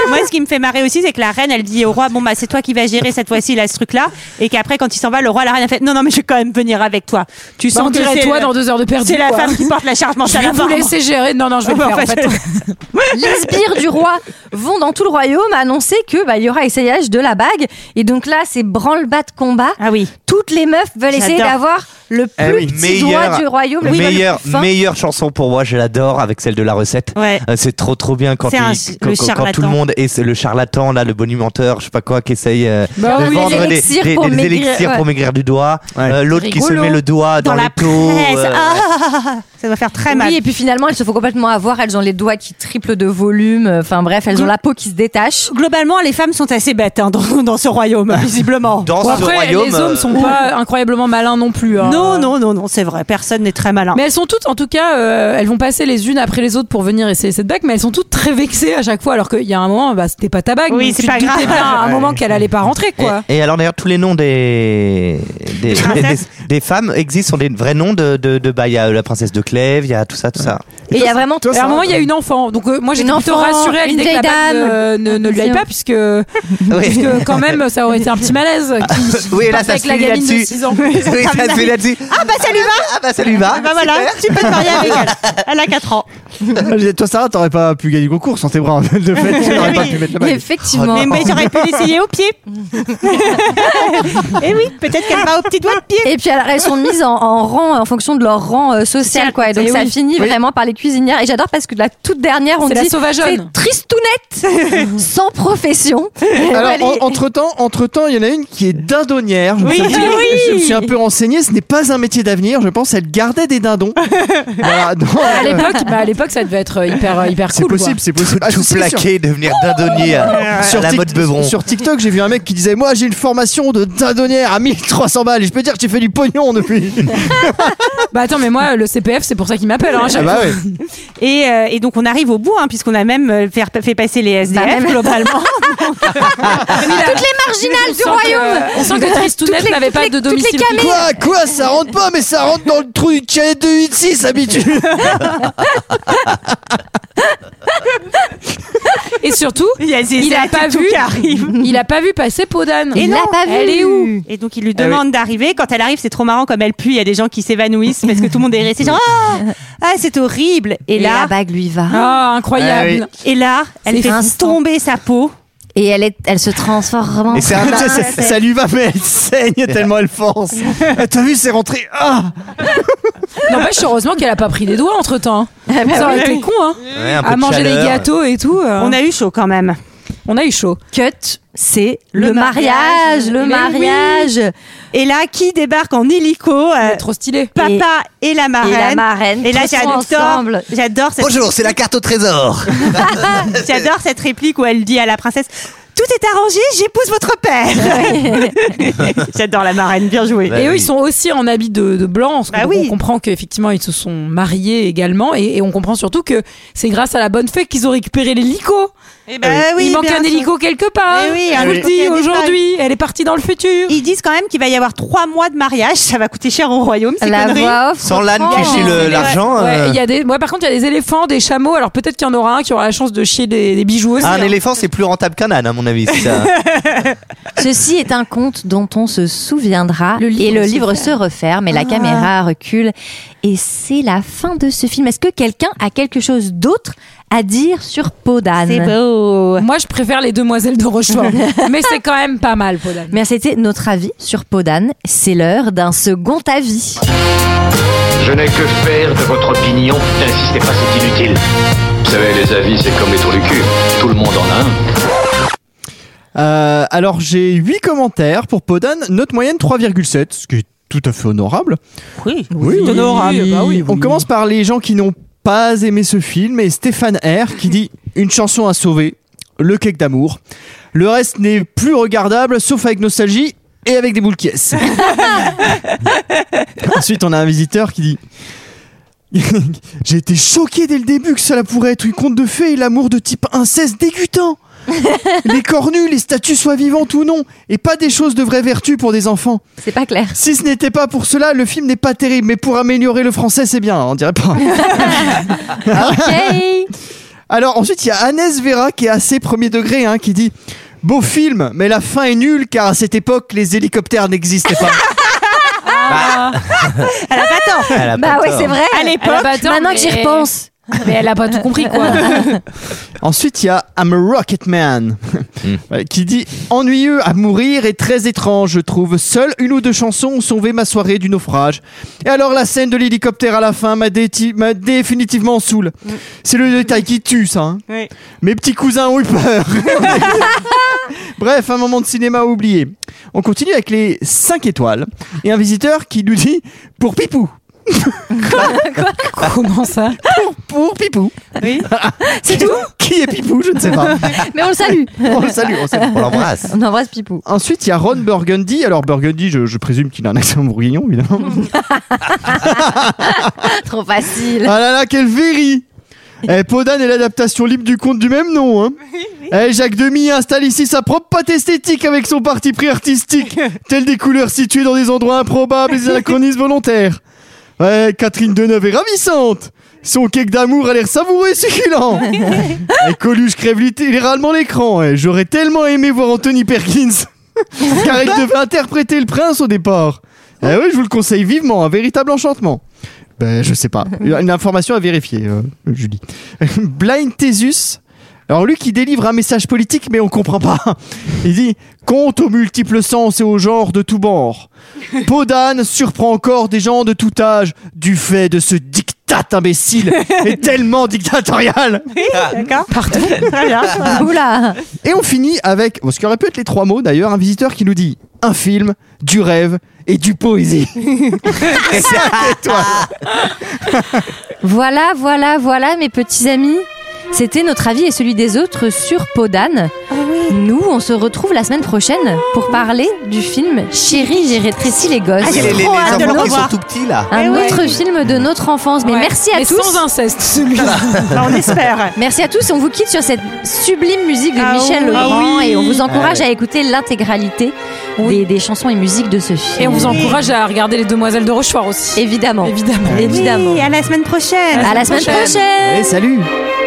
[SPEAKER 11] Moi, ce qui me fait marrer aussi, c'est que la reine, elle dit au roi, bon, bah, c'est toi qui vas gérer cette fois-ci, là, ce truc-là. Et qu'après, quand il s'en va, le roi, la reine, a fait, non, non, mais je vais quand même venir avec toi. Tu
[SPEAKER 6] Bah,
[SPEAKER 11] sens
[SPEAKER 6] on
[SPEAKER 11] que
[SPEAKER 6] dirait
[SPEAKER 11] c'est
[SPEAKER 6] toi
[SPEAKER 11] le-
[SPEAKER 6] dans deux heures de perdu,
[SPEAKER 11] C'est la
[SPEAKER 6] quoi.
[SPEAKER 11] femme qui porte la charge
[SPEAKER 6] Je
[SPEAKER 11] mentale.
[SPEAKER 6] vais vous laisser gérer. Non, non, je vais le faire, en fait.
[SPEAKER 1] Les sbires du roi vont dans tout le royaume annoncer que bah, il y aura essayage de la bague et donc là c'est branle-bas de combat.
[SPEAKER 11] Ah oui.
[SPEAKER 1] Toutes les meufs veulent essayer
[SPEAKER 11] J'adore.
[SPEAKER 1] d'avoir le plus
[SPEAKER 10] Eh oui,
[SPEAKER 1] petit doigt du royaume, le
[SPEAKER 10] meilleure,
[SPEAKER 1] plus fin.
[SPEAKER 10] meilleure chanson pour moi, je l'adore avec celle de la recette.
[SPEAKER 11] Ouais.
[SPEAKER 10] Euh, C'est trop trop bien quand,
[SPEAKER 11] C'est
[SPEAKER 10] il-
[SPEAKER 11] un-
[SPEAKER 10] quand,
[SPEAKER 11] le
[SPEAKER 10] quand- quand
[SPEAKER 11] charlatan.
[SPEAKER 10] tout le monde est le charlatan là, le bonimenteur, je sais pas quoi, qui essaye euh,
[SPEAKER 11] Bah
[SPEAKER 10] de
[SPEAKER 11] oui,
[SPEAKER 10] vendre
[SPEAKER 11] les
[SPEAKER 10] des-
[SPEAKER 11] élixirs
[SPEAKER 10] des-
[SPEAKER 11] pour
[SPEAKER 10] des
[SPEAKER 11] maigrir,
[SPEAKER 10] élixirs
[SPEAKER 11] ouais.
[SPEAKER 10] pour maigrir du doigt, Euh, l'autre qui se
[SPEAKER 1] Rigolo.
[SPEAKER 10] met le doigt dans,
[SPEAKER 1] Dans la
[SPEAKER 10] les taux.
[SPEAKER 1] presse.
[SPEAKER 10] euh,
[SPEAKER 11] Ah, ça doit faire très mal.
[SPEAKER 1] Oui, et puis finalement, elles se font complètement avoir. Elles ont les doigts qui triplent de volume. Enfin bref, elles ont la peau qui se détache.
[SPEAKER 11] Globalement, les femmes sont assez bêtes hein, dans, dans ce royaume, visiblement.
[SPEAKER 10] Dans
[SPEAKER 6] Bon, après, les hommes sont
[SPEAKER 11] euh,
[SPEAKER 6] pas incroyablement malins non plus. hein.
[SPEAKER 11] Non, non, non, non, c'est vrai, personne n'est très malin.
[SPEAKER 6] Mais elles sont toutes, en tout cas, euh, elles vont passer les unes après les autres pour venir essayer cette bague, mais elles sont toutes très vexées à chaque fois, alors qu'il y a un moment, bah, c'était pas ta bague.
[SPEAKER 11] Oui,
[SPEAKER 6] donc
[SPEAKER 11] c'est
[SPEAKER 6] tu te
[SPEAKER 11] pas
[SPEAKER 6] doutais
[SPEAKER 11] grave.
[SPEAKER 6] bien à un moment qu'elle allait pas rentrer, quoi.
[SPEAKER 10] Et alors d'ailleurs tous les noms des des, des, des- des femmes existent sont des vrais noms de de, de bah, il y a la princesse de Clèves, il y a tout ça tout ça.
[SPEAKER 1] Et il y a vraiment.
[SPEAKER 6] Et à un moment, il y a une enfant. Donc, euh, moi, j'étais
[SPEAKER 1] Une
[SPEAKER 6] plutôt
[SPEAKER 1] enfant,
[SPEAKER 6] rassurée à
[SPEAKER 1] une
[SPEAKER 6] l'idée que
[SPEAKER 1] vieille
[SPEAKER 6] la bague
[SPEAKER 1] dame.
[SPEAKER 6] euh, ne, ne lui aille pas, puisque, puisque quand même, ça aurait été un petit malaise. qui-
[SPEAKER 10] Oui, là,
[SPEAKER 6] partait
[SPEAKER 10] ça
[SPEAKER 6] avec
[SPEAKER 10] se
[SPEAKER 6] la
[SPEAKER 10] finit
[SPEAKER 6] gamine de
[SPEAKER 10] là-dessus.
[SPEAKER 6] 6 ans.
[SPEAKER 10] Oui, ça se finit là-dessus.
[SPEAKER 11] Ah bah ça lui va
[SPEAKER 10] Ah bah ça lui va.
[SPEAKER 6] Eh
[SPEAKER 11] Bah
[SPEAKER 6] ben,
[SPEAKER 11] voilà, tu peux te marier avec elle. Elle a 4 ans.
[SPEAKER 7] Je disais, Toi, Sarah, t'aurais pas pu gagner le concours sans tes bras. De fait, tu n'aurais pas pu mettre la bague.
[SPEAKER 6] Oh.
[SPEAKER 1] Effectivement.
[SPEAKER 11] Mais, mais j'aurais pu l'essayer au pied. Et oui, peut-être qu'elle va au petit doigt de pied.
[SPEAKER 1] Et puis alors, elles sont mises en, en rang en fonction de leur rang euh, social quoi. Et donc
[SPEAKER 6] Eh
[SPEAKER 1] ça
[SPEAKER 6] oui.
[SPEAKER 1] finit
[SPEAKER 6] Oui.
[SPEAKER 1] vraiment par les cuisinières. Et j'adore parce que la toute dernière on
[SPEAKER 6] C'est la
[SPEAKER 1] dit
[SPEAKER 6] sauvageonne.
[SPEAKER 1] c'est tristounette sans profession.
[SPEAKER 7] Alors,
[SPEAKER 1] Allez.
[SPEAKER 7] en- entre-temps, entre-temps, il y en a une qui est dindonnière. Je me,
[SPEAKER 1] Oui,
[SPEAKER 7] suis, un petit-
[SPEAKER 1] ah oui.
[SPEAKER 7] je me suis un peu renseigné, ce n'est pas un métier d'avenir, je pense. Elle gardait des dindons. Voilà, donc,
[SPEAKER 6] Ah, À
[SPEAKER 7] euh,
[SPEAKER 6] l'époque, bah, à l'époque, ça devait être hyper, euh, hyper cool.
[SPEAKER 7] c'est possible,
[SPEAKER 6] quoi.
[SPEAKER 7] c'est possible. Ah,
[SPEAKER 10] Tout
[SPEAKER 7] c'est sûr.
[SPEAKER 10] plaqué, devenir dindonnier à
[SPEAKER 7] Sur,
[SPEAKER 10] la
[SPEAKER 7] Tik-
[SPEAKER 10] mode beuvron.
[SPEAKER 7] sur TikTok, j'ai vu un mec qui disait Moi, j'ai une formation de dindonnière à 1300 balles. Et je peux dire que j'ai fait du pognon depuis.
[SPEAKER 6] Bah, attends, mais moi, le CPF, c'est pour ça qu'il m'appelle. Hein, à chaque
[SPEAKER 7] Ah bah
[SPEAKER 6] fois.
[SPEAKER 7] ouais.
[SPEAKER 11] Et, euh, et donc on arrive au bout, hein, puisqu'on a même euh, faire- fait passer les SDF
[SPEAKER 1] Bah, même.
[SPEAKER 11] globalement.
[SPEAKER 1] Toutes les marginales
[SPEAKER 6] On
[SPEAKER 1] du
[SPEAKER 6] sent que-
[SPEAKER 1] royaume.
[SPEAKER 6] on sent que Tristounette
[SPEAKER 1] Toutes les-
[SPEAKER 6] n'avait pas
[SPEAKER 1] toutes
[SPEAKER 6] de
[SPEAKER 1] les- toutes les
[SPEAKER 6] domicile
[SPEAKER 1] camées.
[SPEAKER 6] fixe.
[SPEAKER 7] Quoi Quoi Ça rentre pas, mais ça rentre dans le trou du cahier de 8-6 habitude.
[SPEAKER 6] Et surtout,
[SPEAKER 11] Il y a ces
[SPEAKER 6] il a
[SPEAKER 11] Asiatiques
[SPEAKER 6] pas
[SPEAKER 11] tout
[SPEAKER 6] vu,
[SPEAKER 11] qui arrivent.
[SPEAKER 6] il a pas vu passer Podane.
[SPEAKER 11] Et non,
[SPEAKER 1] pas
[SPEAKER 6] elle
[SPEAKER 1] vu.
[SPEAKER 6] est où
[SPEAKER 11] Et donc il lui
[SPEAKER 10] Ah
[SPEAKER 11] demande d'arriver. Quand elle arrive, c'est trop marrant comme elle pue. Il y a des gens qui s'évanouissent parce que tout le monde est resté genre ah, ah, c'est horrible. Et,
[SPEAKER 1] Et la
[SPEAKER 11] là,
[SPEAKER 1] bague lui va.
[SPEAKER 6] Ah, incroyable.
[SPEAKER 11] et là, elle
[SPEAKER 1] C'est
[SPEAKER 11] fait
[SPEAKER 1] instant.
[SPEAKER 11] tomber sa peau.
[SPEAKER 1] Et elle, est, elle se transforme en
[SPEAKER 7] Et c'est un- ça, ça- ça lui va, mais elle saigne tellement elle force. Ah, T'as vu, c'est rentré. Ah
[SPEAKER 6] N'empêche, heureusement qu'elle a pas pris des doigts entre temps. ça aurait été con, hein.
[SPEAKER 10] Ouais, un peu
[SPEAKER 6] À
[SPEAKER 10] de
[SPEAKER 6] manger des
[SPEAKER 10] chaleur.
[SPEAKER 6] gâteaux et tout. euh,
[SPEAKER 11] Ah On a eu chaud quand même.
[SPEAKER 6] on a eu chaud.
[SPEAKER 1] cut, c'est le,
[SPEAKER 11] Le
[SPEAKER 1] mariage,
[SPEAKER 11] mariage.
[SPEAKER 1] le
[SPEAKER 11] Mais
[SPEAKER 1] mariage.
[SPEAKER 11] Et là, qui débarque en hélico euh,
[SPEAKER 6] Trop stylé.
[SPEAKER 11] Papa et, la
[SPEAKER 1] Et
[SPEAKER 11] marraine.
[SPEAKER 1] la marraine.
[SPEAKER 11] Et là,
[SPEAKER 1] qui sont
[SPEAKER 11] j'adore,
[SPEAKER 1] ensemble.
[SPEAKER 11] j'adore cette,
[SPEAKER 10] Bonjour, c'est la carte au trésor.
[SPEAKER 11] j'adore cette réplique où elle dit à la princesse
[SPEAKER 18] Tout est arrangé, j'épouse votre père. J'adore la marraine, bien joué. Bah
[SPEAKER 6] et eux, ils sont aussi en habit de, de blanc. parce que donc, On comprend qu'effectivement, ils se sont mariés également. Et, et on comprend surtout que c'est grâce à la bonne fée qu'ils ont récupéré l'hélico. Euh,
[SPEAKER 18] Eh ben oui,
[SPEAKER 6] il manque
[SPEAKER 18] bien
[SPEAKER 6] un
[SPEAKER 18] sûr.
[SPEAKER 6] hélico quelque part.
[SPEAKER 18] Eh oui,
[SPEAKER 6] Je
[SPEAKER 18] un
[SPEAKER 6] vous le
[SPEAKER 18] hélico
[SPEAKER 6] dis
[SPEAKER 18] qui a
[SPEAKER 6] aujourd'hui, elle est partie dans le futur.
[SPEAKER 18] Ils disent quand même qu'il va y avoir trois mois de mariage, ça va coûter cher au royaume. ces
[SPEAKER 6] La
[SPEAKER 18] conneries.
[SPEAKER 6] voix off
[SPEAKER 19] Sans l'âne qui chie le- l'argent.
[SPEAKER 6] Oh, Ouais,
[SPEAKER 19] euh,
[SPEAKER 6] il y a des... ouais, par contre, il y a des éléphants, des chameaux. Alors peut-être qu'il y en aura un qui aura la chance de chier des, des bijoux aussi.
[SPEAKER 7] Ah,
[SPEAKER 19] Un
[SPEAKER 6] hein.
[SPEAKER 19] éléphant, c'est plus rentable qu'un âne, à mon avis. c'est ça.
[SPEAKER 1] Ceci est un conte dont on se souviendra et le
[SPEAKER 20] se
[SPEAKER 1] livre
[SPEAKER 20] referme.
[SPEAKER 1] se referme et la
[SPEAKER 20] Ah.
[SPEAKER 1] caméra recule et c'est la fin de ce film. Est-ce que quelqu'un a quelque chose d'autre à dire sur Podane
[SPEAKER 6] C'est beau. Moi, je préfère les demoiselles de Rochefort. mais c'est quand même pas mal, Podane.
[SPEAKER 1] Mais c'était notre avis sur Podane. C'est l'heure d'un second avis.
[SPEAKER 21] Je n'ai que faire de votre opinion. N'insistez pas, c'est inutile. Vous savez, les avis, c'est comme les trous du cul. Tout le monde en a un.
[SPEAKER 7] Euh, alors j'ai 8 commentaires pour Podan, note moyenne 3,7, ce qui est tout à fait honorable.
[SPEAKER 18] Oui,
[SPEAKER 6] c'est honorable. Bah oui,
[SPEAKER 7] On commence par les gens qui n'ont pas aimé ce film et Stéphane R qui dit une chanson à sauver, le cake d'amour. Le reste n'est plus regardable sauf avec nostalgie et avec des boules qui aissent. Ensuite, on a un visiteur qui dit J'ai été choqué dès le début que cela pourrait être une conte de fées et l'amour de type inceste dégutant. les cornus, les statues soient vivantes ou non, et pas des choses de vraie vertu pour des enfants.
[SPEAKER 1] C'est pas clair.
[SPEAKER 7] Si ce n'était pas pour cela, le film n'est pas terrible, mais pour améliorer le français, c'est bien, on dirait pas. Alors ensuite, il y a Agnès Vera qui est assez premier degré, hein, qui dit Beau film, mais la fin est nulle car à cette époque, les hélicoptères n'existaient pas.
[SPEAKER 19] Bah.
[SPEAKER 18] Elle a pas tort.
[SPEAKER 7] Elle a pas Bah ouais, tort. c'est vrai.
[SPEAKER 18] À
[SPEAKER 6] Elle
[SPEAKER 18] l'époque,
[SPEAKER 6] a pas tort,
[SPEAKER 18] maintenant
[SPEAKER 6] mais-
[SPEAKER 18] que j'y repense.
[SPEAKER 6] Mais elle a pas tout compris, quoi.
[SPEAKER 7] Ensuite, il y a I'm a Rocket Man Ouais, qui dit Ennuyeux à mourir et très étrange, je trouve. Seules une ou deux chansons ont sauvé ma soirée du naufrage. Et alors, la scène de l'hélicoptère à la fin m'a déti- m'a définitivement saoule. C'est le détail qui tue, ça. hein.
[SPEAKER 18] Oui.
[SPEAKER 7] Mes petits cousins ont eu peur. Bref, un moment de cinéma oublié. On continue avec les 5 étoiles et un visiteur qui nous dit Pour Pipou.
[SPEAKER 6] Comment ça
[SPEAKER 7] pour, pour Pipou.
[SPEAKER 18] Oui.
[SPEAKER 7] C'est tout Qui est Pipou Je ne sais pas.
[SPEAKER 1] Mais on le salue.
[SPEAKER 7] on le salue, on, le salue.
[SPEAKER 1] On embrasse Pipou.
[SPEAKER 7] Ensuite, il y a Ron Burgundy. Alors, Burgundy, je, je présume qu'il a un accent bourguignon, évidemment.
[SPEAKER 1] Trop facile.
[SPEAKER 7] ah là là, quelle verrie Eh, Podan est l'adaptation libre du conte du même nom, hein Eh, Jacques Demy installe ici sa propre pâte esthétique avec son parti pris artistique, telles des couleurs situées dans des endroits improbables et des anachronismes volontaires. Ouais, Catherine Deneuve est ravissante Son cake d'amour a l'air savoureux et succulent Et Coluche crève littéralement l'écran, eh. j'aurais tellement aimé voir Anthony Perkins car il devait interpréter le prince au départ. Eh oui, je vous le conseille vivement, un véritable enchantement. Ben, je sais pas. Une information à vérifier, euh, Julie. Blind Thesus. Alors, lui qui délivre un message politique, mais on comprend pas. Il dit Compte aux multiples sens et aux genres de tout bord. Podane surprend encore des gens de tout âge du fait de ce diktat imbécile et tellement dictatorial.
[SPEAKER 18] Oui, d'accord.
[SPEAKER 6] Partout.
[SPEAKER 18] Très bien.
[SPEAKER 1] Oula.
[SPEAKER 7] Et on finit avec, bon, ce qui aurait pu être les trois mots d'ailleurs, un visiteur qui nous dit un film, du rêve et du poésie. Cinq étoiles.
[SPEAKER 1] Voilà, voilà, voilà, mes petits amis. C'était notre avis et celui des autres sur Podane. Nous, on se retrouve la semaine prochaine pour parler du film Chérie, j'ai rétréci les gosses.
[SPEAKER 19] les, les- les enfants qui sont tout petits là.
[SPEAKER 1] Un autre film de notre enfance. Mais
[SPEAKER 6] Ouais.
[SPEAKER 1] merci à
[SPEAKER 6] Mais
[SPEAKER 1] tous. Bah,
[SPEAKER 6] sans inceste, celui-là.
[SPEAKER 18] on espère.
[SPEAKER 1] Merci à tous. On vous quitte sur cette sublime musique de
[SPEAKER 6] Ah
[SPEAKER 1] Michel
[SPEAKER 6] oui.
[SPEAKER 1] Legrand
[SPEAKER 6] Ah oui.
[SPEAKER 1] et on vous encourage
[SPEAKER 6] Ah
[SPEAKER 1] à
[SPEAKER 6] ouais.
[SPEAKER 1] écouter l'intégralité des, des chansons et musiques de ce film.
[SPEAKER 6] Et on vous encourage à regarder Les Demoiselles de Rochefort aussi.
[SPEAKER 1] Évidemment.
[SPEAKER 6] Évidemment.
[SPEAKER 18] Oui, Eh à la semaine prochaine.
[SPEAKER 1] À la semaine prochaine.
[SPEAKER 7] Allez, Eh, salut.
[SPEAKER 18] Salut.